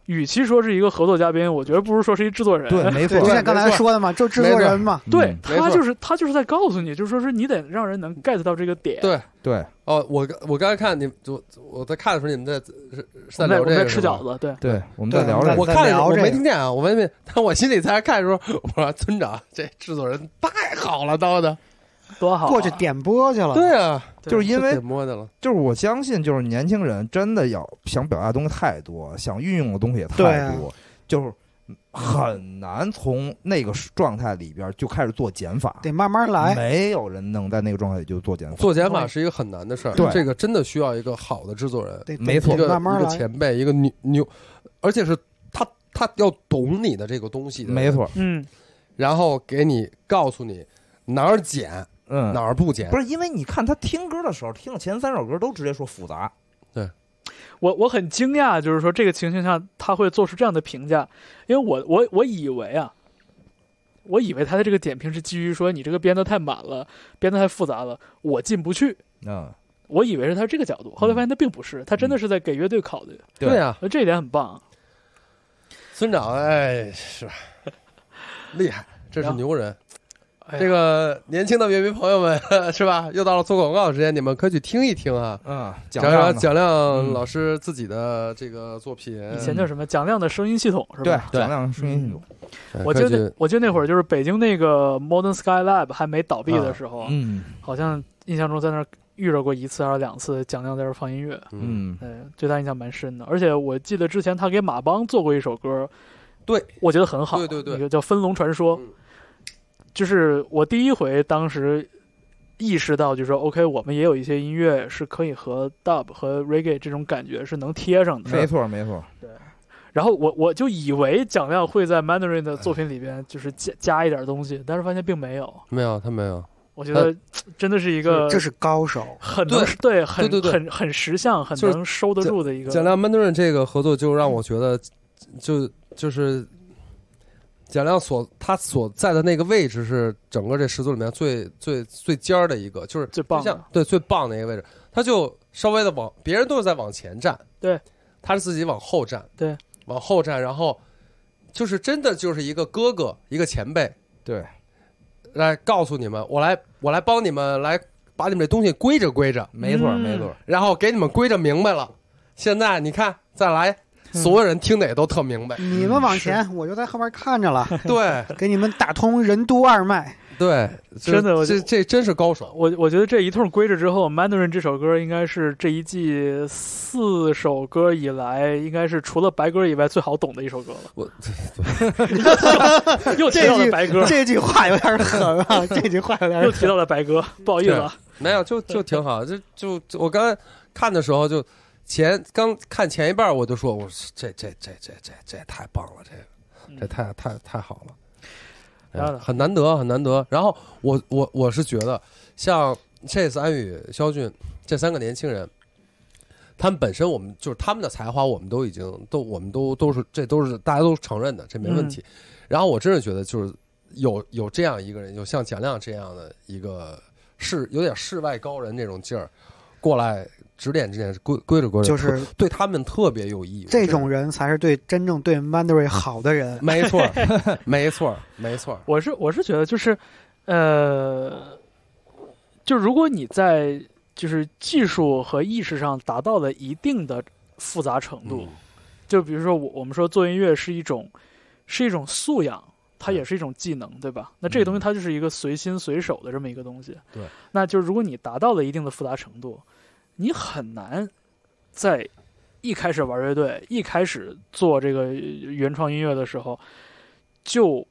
与其说是一个合作嘉宾，我觉得不如说是一制作人。对，没错就，对像刚才说的嘛，就制作人嘛，对嗯没他错就是他就是在告诉你，就是说是你得让人能 get 到这个点。对。对哦，我刚我刚才看你们，我我在看的时候，你们在是是在我聊们在我这们在个吃是吧饺子，对，对，我们在聊这对个我看的时候在聊我这个没听见啊，我没听见，但我心里在看的时候，我说村长这制作人太好了，刀的，多好、啊。过去点播去了。对啊，对就是因为这摸的了，就是我相信，就是年轻人真的要想表达的东西太多，想运用的东西也对太啊多，就是很难从那个状态里边就开始做减法。得慢慢来。没有人能在那个状态里就做减法。做减法是一个很难的事儿，对这个真的需要一个好的制作人，得没错一得个慢一慢个来。前辈，一个牛牛，而且是他他要懂你的这个东西，没，错，嗯，然后给你告诉你哪儿减嗯哪，儿不减，不是因为你看他听歌的时候，听的前三首歌都直接说复杂，我我很惊讶，就是说这个情形下他会做出这样的评价，因为我我我以为啊，我以为他的这个点评是基于说你这个编的太满了，编的太复杂了，我进不去。嗯，我以为是他这个角度，后来发现他并不是，他真的是在给乐队考虑，对对啊，那这一点很棒。村长，哎， 是厉害，这是然后牛人。哎呀这个年轻的乐迷朋友们， 是吧？又到了做广告时间，你们可以去听一听啊。嗯，讲讲讲讲呢蒋亮嗯老师自己的这个作品，以前叫什么蒋亮的声音系统是对吧？讲讲声音系统，嗯我可以记去得我记得那会儿就是北京那个 Modern Sky Lab 还没倒闭的时候，嗯好像印象中在那儿遇到过一次还是两次蒋亮在那儿放音乐，嗯，嗯，对，对哎他印象蛮深的。而且我记得之前他给马帮做过一首歌，对，我觉得很好，对对对一个叫《分龙传说》嗯就是我第一回当时意识到，就是说 OK，我们也有一些音乐是可以和 dub 和 reggae 这种感觉是能贴上的。没错没错，然后我我就以为蒋亮会在 Mandarin 哎的作品里边就是加加一点东西，但是发现并没有。没有他没有，我觉得真的是一个这是高手，很能对很对对对很很识相、很就是能收得住的一个。蒋亮 Mandarin 这个合作就让嗯我觉得，就就是蒋亮所他所在的那个位置是整个这十组里面最最最尖儿的一个，就是最棒啊就像的对最棒的一个位置，他就稍微的往别人都是在往前站，对，他是自己往后站，对，往后站，然后就是真的就是一个哥哥，一个前辈对，来告诉你们，我来我来帮你们来把你们这东西归着归着，没错嗯没错，然后给你们归着明白了。现在你看，再来，嗯所有人听的也都特明 白。你们往前，我就在后边看着了， 对给你们打通任督二脉。 对，这真的我这这真是高手。我我觉得这一通归着之后，《Mandarin》这首歌应该是这一季四首歌以来，应该是除了白鸽以外最好懂的一首歌了。我 又提这到了句白鸽，这句话有点狠啊， 这句话有点又狠提到了白鸽，不好意思啊。没有，就就挺好。就就就我刚才看的时候，就前刚看前一半儿，我就说，我说这这这这这这也太棒了，这个嗯这太太太好了。哎然后呢很难得，很难得。然后我我我是觉得，像 Chase、安宇、肖俊这三个年轻人，他们本身我们就是他们的才华，我们都已经都我们都都是这都是大家都承认的，这没问题。嗯然后我真是觉得，就是有有这样一个人，有像蒋亮这样的一个世有点世外高人那种劲儿，过来指点指点，归归着归着，就是对他们特别有意义。这种人才是对真正对 Mandarin 好的人。没错儿，没错儿，没错儿。我是我是觉得就是，呃，就如果你在就是技术和意识上达到了一定的复杂程嗯度，就比如说我我们说做音乐是一种是一种素养，它也是一种技能，对吧？那这个东西它就是一个随心随手的这么一个东西。对，那就是如果你达到了一定的复杂程度，你很难在一开始玩乐队、一开始做这个原创音乐的时候就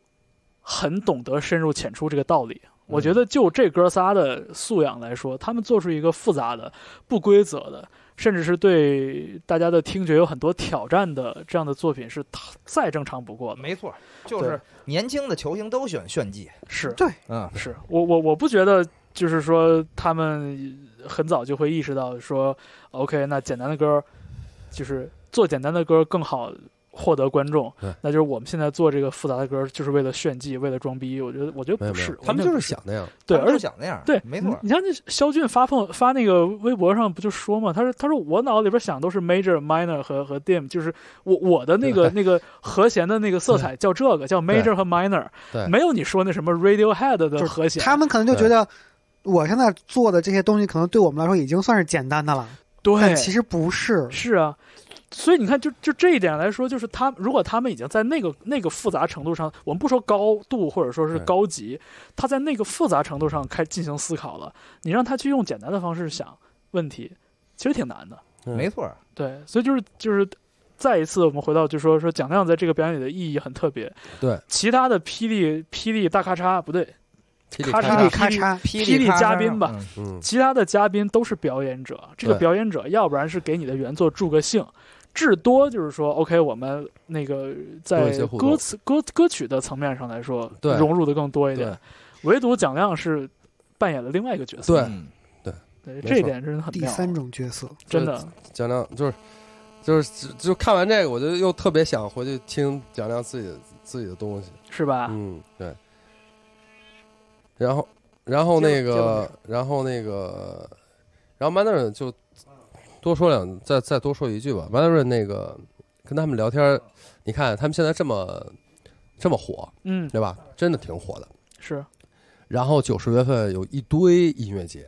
很懂得深入浅出这个道理。我觉得就这哥仨的素养来说，他们做出一个复杂的、不规则的，甚至是对大家的听觉有很多挑战的这样的作品，是再正常不过的。没错，就嗯对是年轻的球星都选炫技，是嗯，是我我我不觉得，就是说他们很早就会意识到说，OK，那简单的歌，就是做简单的歌更好获得观众对。那就是我们现在做这个复杂的歌，就是为了炫技，为了装逼。我觉得，我觉没有得不没有是，，他我们觉得就不是想那样，对，他们而就且。想那样，对，嗯没错你，你像那肖俊发朋发那个微博上不就说嘛，他说他说我脑里边想都是 major、minor 和和 dim，就是我我的那个那个和弦的那个色彩叫这个叫 major 和 minor，对没有你说那什么 Radiohead 就的是和弦，他们可能就对觉得我现在做的这些东西，可能对我们来说已经算是简单的了，对但，其实不是。是啊，所以你看，就就这一点来说，就是他如果他们已经在那个那个复杂程度上，我们不说高度或者说是对高级，他在那个复杂程度上开进行思考了，你让他去用简单的方式想问题，其实挺难的。嗯没错，对，所以就是就是。再一次，我们回到就说说蒋亮在这个表演里的意义很特别。对，嗯其他的霹雳霹雳大咔嚓不对，噼里咔噼嚓嚓，里咔嚓，霹霹雳咔嚓嘉宾吧嗯嗯，其他的嘉宾都是表演者，这个对表演者要不然是给你的原作助个兴，至多就是说，OK，我们那个多在一些互动歌词歌歌曲的层面上来说，对融入的更多一对点。唯独蒋亮是扮演了另外一个角对色，嗯对，错这一点真的很第妙三种角色，真的蒋亮就是就是就就看完这个，我就又特别想回去听蒋亮自己的自己的东西，是吧？嗯，对。然后，然后接那着接着个，然后那个，然后曼德尔就多说两，再再多说一句吧。曼德尔那个跟他们聊天儿，你看他们现在这么这么火，嗯，对吧？真的挺火的。是，然后九十月份有一堆音乐节，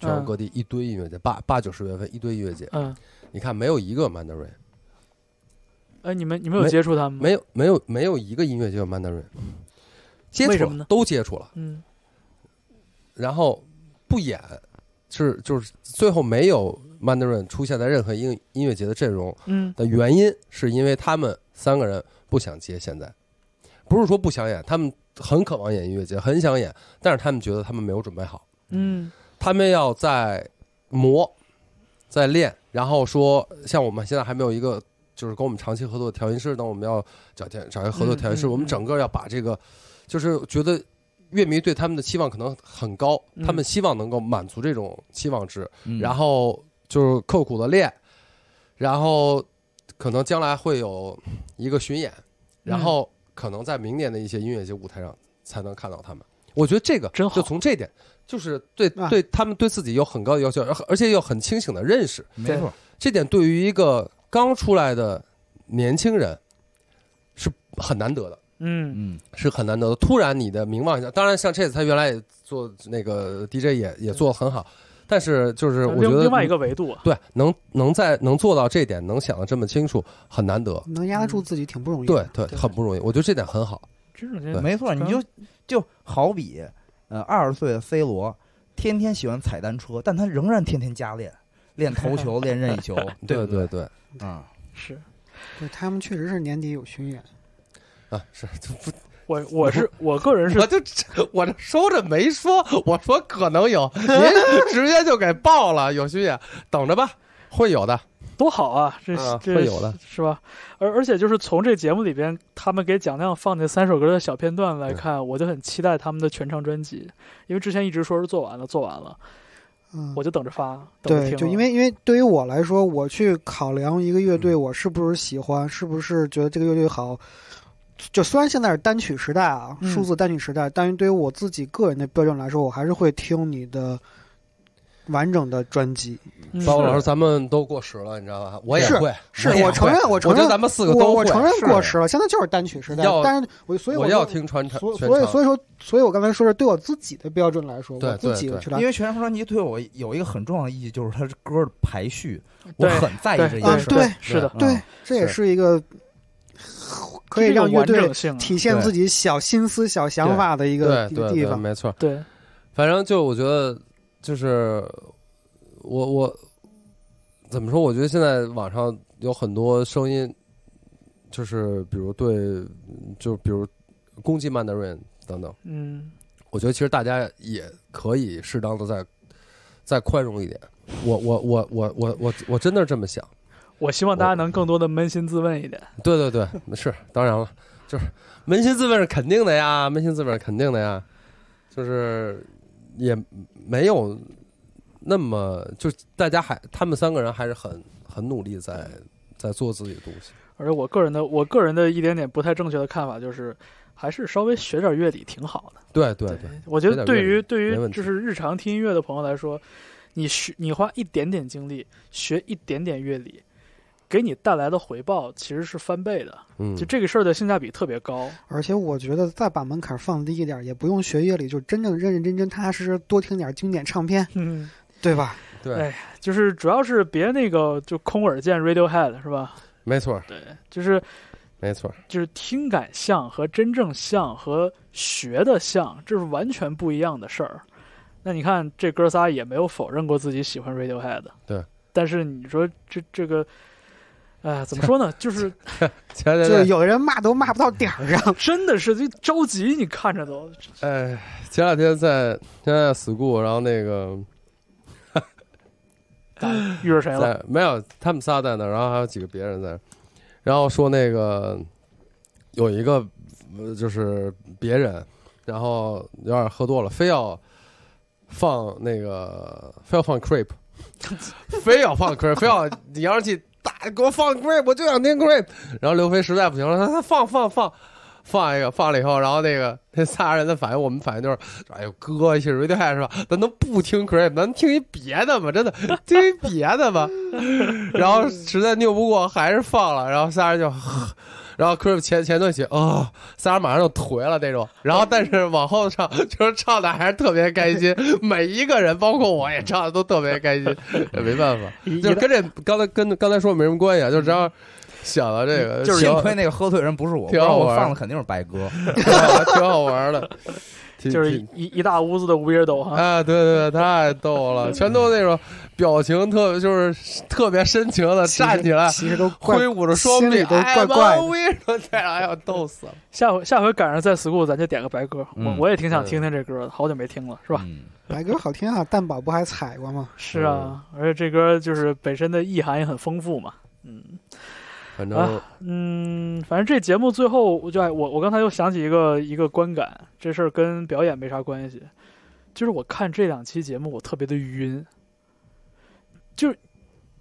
全国嗯各地一堆音乐节，八八九十月份一堆音乐节，嗯，你看没有一个曼德瑞，哎，你们你们有没接触他们吗？没有没有没有一个音乐节有曼德瑞，接为触什么了呢都接触了。嗯，然后不演，是就是最后没有 Mandarin 出现在任何音音乐节的阵容嗯的原因，是因为他们三个人不想接。现在不是说不想演，他们很渴望演音乐节，很想演，但是他们觉得他们没有准备好，嗯他们要在磨，在练，然后说像我们现在还没有一个。就是跟我们长期合作的调音师，等我们要找调找一个合作调音师，嗯嗯我们嗯整个要把这个，就是觉得乐迷对他们的期望可能很高，嗯他们希望能够满足这种期望值，嗯然后就是刻苦的练，然后可能将来会有一个巡演，然嗯后可能在明年的一些音乐节舞台上才能看到他们。我觉得这个真好就从这点，就是对啊对他们对自己有很高的要求，而而且有很清醒的认识。没错，这点对于一个刚出来的年轻人是很难得的。嗯嗯，是很难得的。突然你的名望一下，当然像这次他原来也做那个 DJ 也也做的很好，但是就是我觉另得另外一个维度啊，对能能在能做到这点，能想的这么清楚，很难得。能压得住自己挺不容易嗯的。对对，对很不容易。我觉得这点很好。这种人对没错，刚你就就好比呃二十岁的 C 罗，天天喜欢踩单车，但他仍然天天加练，练头球，练任意球，对不 对对对啊，是对他们确实是年底有巡演，啊，是就不我我是我个人 是我就我这收着没说，我说可能 有，您直接就给报了，有巡演，等着吧， 会有的。多好啊！这、啊这会有的是吧？而而且就是从这节目里边，他们给蒋亮放那三首歌的小片段来看，我就很期待他们的全唱专辑，因为之前一直说是做完了，做完了，嗯，我就等着发，等着对，听。就因为因为对于我来说，我去考量一个乐嗯队，我是不是喜欢，是不是觉得这个乐队好。就虽然现在是单曲时代啊，嗯数字单曲时代，但是对于我自己个人的标准来说，我还是会听你的完整的专辑。嗯包老师，咱们都过时了，你知道吧？我也是会，是也我承认会我我承觉得认咱们四个我都我会。承认是过时了，现在就是单曲时代要。但是我所以我我要说听传唱，所全所以唱所以说所以我刚才说的，对我自己的标准来说，对我自己对对去来因为全张专辑对我有一个很重要的意义，就是它是歌的排序，我对很在意这啊件，事。对是的，嗯对，这也是一个可以让乐这个完队整性啊，体现对自己小心思、小想法的一个对一对个地对，方。没错。对，反正就我觉得，就是我我怎么说？我觉得现在网上有很多声音，就是比如对，就比如攻击曼德瑞等等。嗯，我觉得其实大家也可以适当的再再宽容一点。我我我我我我我真的是这么想。我希望大家能更多的扪心自问一点。对对对，是当然了，就是扪心自问是肯定的呀，扪心自问是肯定的呀，就是也没有那么就大家还他们三个人还是很很努力在在做自己的东西，而且我个人的我个人的一点点不太正确的看法就是，还是稍微学点乐理挺好的。对对对，我觉学得点对乐于理对没于问题就是日常听音乐的朋友来说，你学你花一点点精力学一点点乐理，给你带来的回报其实是翻倍的。嗯就，这个事儿的性价比特 别高。而且我觉得再把门槛放低一点，也不用学乐理，就真正认认真真、踏踏实实多听点经典唱片，嗯，对吧？对哎，就是主要是别那个就空耳见 Radiohead 是吧？没错儿对，就是没错儿，就是听感像和真正像和学的像，这是完全不一样的事儿。那你看这哥仨也没有否认过自己喜欢 Radiohead，对。但是你说这这个，哎、怎么 说呢？就是前两就是天有的人骂都骂不到点儿上。真的是就着急，你看着都，哎，前两天在前两天在 school，然后那个哎遇着谁了？在没有他们仨在那儿，然后还有几个别人在那儿，然后说那个有一个呃就是别人，然后有点喝多了，非要放那个非要放 creep，非要放 creep，非 要你要是去大给我放 creep，我就想听 creep。然后刘飞实在不行了，他放放放放一个，放了以后，然后那个那仨人的反应，我们反应就是，哎呦哥，一些 r a d i o 是吧？咱能不听 creep，咱听一别的吧，真的听一别的吧。然后实在拗不过，还是放了，然后仨人就。 然后 creep 前前段曲啊、哦，仨人马上就颓了那种。然后但是往后唱，就是唱的还是特别开心，每一个人，包括我也唱的都特别开心，也没办法。一就一是跟这刚才跟刚才说没什么关系啊，就只要想到这嗯 个，就是挺幸好亏那个喝醉人不是我，不挺然好玩我放的肯定是白鸽。挺好挺好玩的，挺就是挺一一大屋子的 weirdo 哈。啊，对对对，太逗了，全都那种表情特就是特别深情的其实站起来，其实都怪挥舞着双心臂，里都怪怪哎的妈为什么这样？哎呀，逗死了！下回下回赶上在 school，咱就点个白歌。我嗯我也挺想对听听这歌的，好久没听了，是吧？嗯白鸽好听啊，蛋宝不还踩过吗？是啊，而且这歌就是本身的意涵也很丰富嘛。嗯 反正、啊嗯，反正这节目最后，我就哎，我我刚才又想起一个一个观感，这事儿跟表演没啥关系，就是我看这两期节目，我特别的晕，就是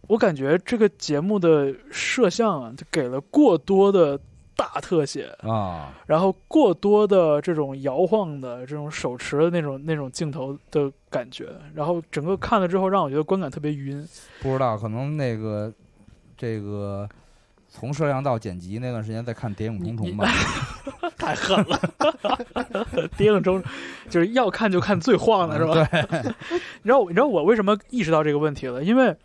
我感觉这个节目的摄像啊，就给了过多的大特写，啊，然后过多的这种摇晃的、这种手持的那种那种镜头的感觉，然后整个看了之后让我觉得观感特别晕。不知道，可能那个这个从摄像到剪辑那段时间在看《谍影重重》 吧。太狠了， 谍影中就是要看就看最晃嗯的是吧？对。 你知道我你知道我为什么意识到这个问题了？因为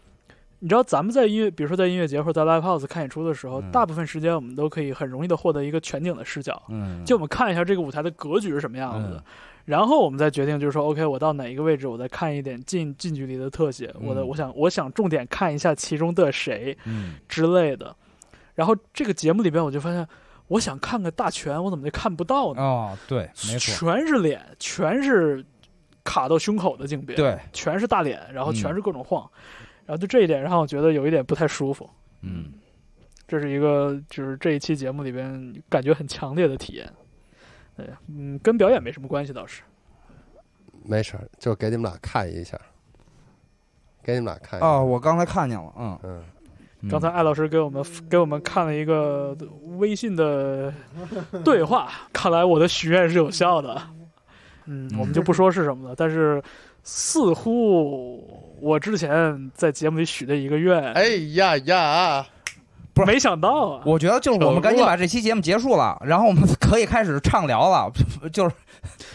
你知道咱们在音乐，比如说在音乐节或者在 live house 看演出的时候，嗯大部分时间我们都可以很容易的获得一个全景的视角，嗯，就我们看一下这个舞台的格局是什么样子的。嗯然后我们再决定，就是说，OK，我到哪一个位置，我再看一点近近距离的特写，我的嗯我想我想重点看一下其中的谁，嗯之类的。然后这个节目里边，我就发现，我想看个大全，我怎么就看不到呢？哦，对，没错，全是脸，全是卡到胸口的镜边，对，全是大脸，然后嗯全是各种晃，然后就这一点让我觉得有一点不太舒服。嗯，这是一个就是这一期节目里边感觉很强烈的体验。对，嗯，跟表演没什么关系倒是。没事儿，就给你们俩看一下，给你们俩看一下。哦，我刚才看见了，嗯嗯，嗯，嗯刚才艾老师给我们给我们看了一个微信的对 话，看来我的许愿是有效的。嗯，我们就不说是什么了，但是似乎我之前在节目里许的一个愿，哎呀呀，不是没想到啊，我觉得就是我们赶紧把这期节目结束了，然后我们可以开始畅聊了， 就是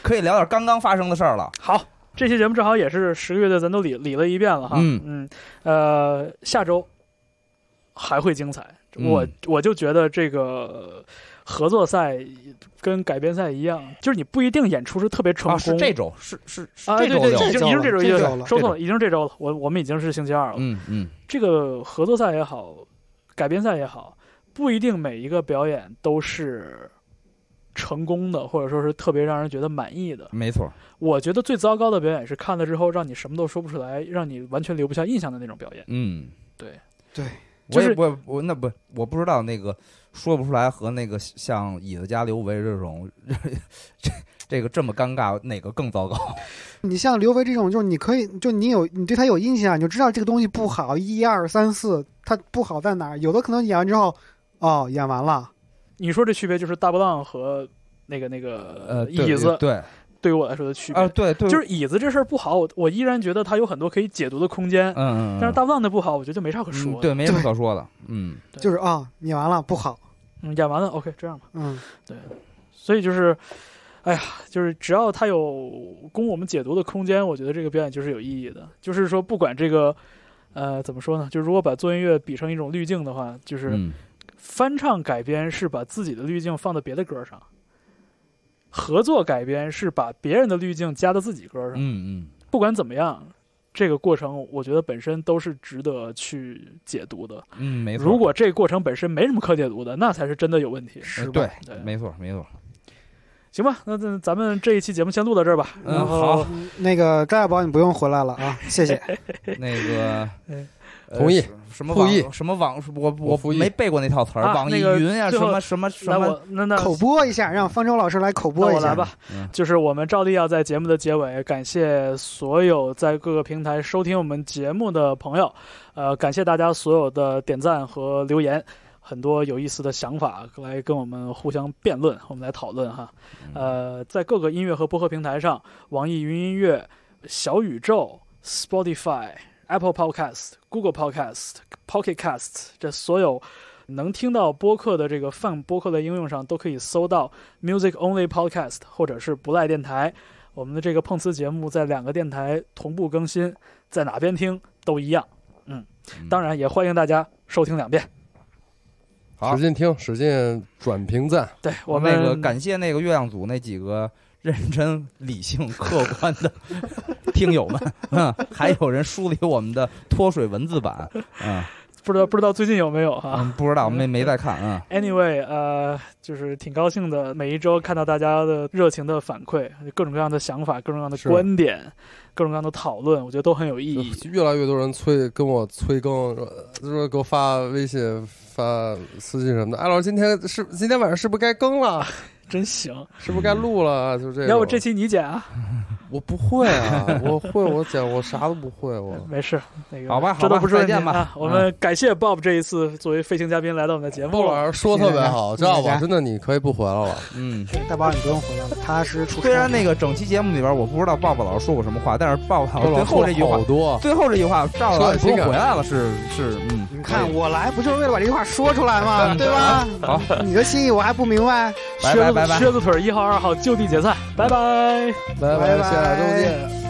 可以聊点刚刚发生的事儿了。好，这期节目正好也是十个乐队，咱都理理了一遍了哈。嗯呃，下周还会精彩。我嗯我就觉得这个合作赛跟改编赛一样，就是你不一定演出是特别成功。啊，是这周，是是是啊，这对周对对，六已这周经已了经这周这一周了，这了说错周了，已经是这周了。我我们已经是星期二了。嗯嗯，这个合作赛也好，改编赛也好，不一定每一个表演都是成功的，或者说是特别让人觉得满意的。没错，我觉得最糟糕的表演是看了之后让你什么都说不出来，让你完全留不下印象的那种表演。嗯，对对，我就也是我我那不我不知道那个说不出来和那个像椅子加刘维这种 这这个这么尴尬哪个更糟糕？你像刘维这种，就是你可以，就你有你对他有印象，你就知道这个东西不好，一二三四，它不好在哪儿。有的可能演完之后，哦，演完了，你说这区别就是大波浪和那个那 个呃，对椅子对对于我来说的区别，啊对对，就是椅子这事儿不好，我我依然觉得它有很多可以解读的空间，嗯嗯，但是大波浪的不好，我觉得就没啥可说嗯的。对没什么对可说的，嗯对就是啊、哦，演完了不好，嗯，演完了，OK，这样吧。嗯，所以就是，哎呀，就是只要它有供我们解读的空间，我觉得这个表演就是有意义的。就是说，不管这个，呃，怎么说呢？就如果把做音乐比成一种滤镜的话，就是。嗯翻唱改编是把自己的滤镜放到别的歌上，合作改编是把别人的滤镜加到自己歌上。嗯不管怎么样，这个过程我觉得本身都是值得去解读的。嗯嗯，没错，如果这个过程本身没什么可解读的，那才是真的有问题。呃是吧？对对没错没错，行吧，那那咱们这一期节目先录到这儿吧。嗯然后好，嗯那个张亚宝，你不用回来了啊，谢谢。那 个嗯呃同意什什么复议网什么网，我我复议没背过那套词儿，啊网易那个云呀，最什后么什么什来么，我那那口播一下，让方舟老师来口那播一我下。来吧。嗯就是我们照例要在节目的结尾，感谢所有在各个平台收听我们节目的朋友，呃，感谢大家所有的点赞和留言，很多有意思的想法来跟我们互相辩论，我们来讨论哈。嗯呃，在各个音乐和播客平台上，网易云音乐、小宇宙、Spotify、Apple Podcast、Google Podcast、Pocket Cast 这所有能听到播客的这个泛播客的应用上，都可以搜到 Music Only Podcast 或者是不赖电台。我们的这个碰瓷节目在两个电台同步更新，在哪边听都一样。嗯，当然也欢迎大家收听两遍。好使劲听，使劲转评赞，对我们那个感谢那个月亮组那几个认真、理性、客观的听友们，嗯，还有人梳理我们的脱水文字版，嗯，不知道不知道最近有没有哈、嗯不知道没没在看啊， Anyway，呃，就是挺高兴的，每一周看到大家的热情的反馈，各种各样的想法，各种各样的是观点，各种各样的讨论，我觉得都很有意义。就越来越多人催跟我催更，说说给我发微信、发私信什么的。哎，老师，今天是今天晚上是不是该更了？真行，是不是该录了？就这种。要不这期你剪啊？我不会啊，我会，我讲我啥都不会，我 没事，那个好吧这好都吧不是问题再见吧嗯啊。我们感谢 Bob 这一次作为飞行嘉宾来到我们的节鲍目了。老师说特别好，知谢谢大道家吧？真的，你可以不回来了。嗯。大宝，你不用回来了，踏踏实实出虽然声。那个整期节目里边我不知道鲍勃老师说过什么话，但是鲍勃老鲍师老啊最师后这句说了话好，多，最后这句话，赵老师不用回来了，是是嗯，你看我来不就是为了把这句话说出来吗？对吧？好，你的心意我还不明白。拜靴拜子拜拜。靴子腿一号、二号就地解散，拜拜。拜拜拜下周见。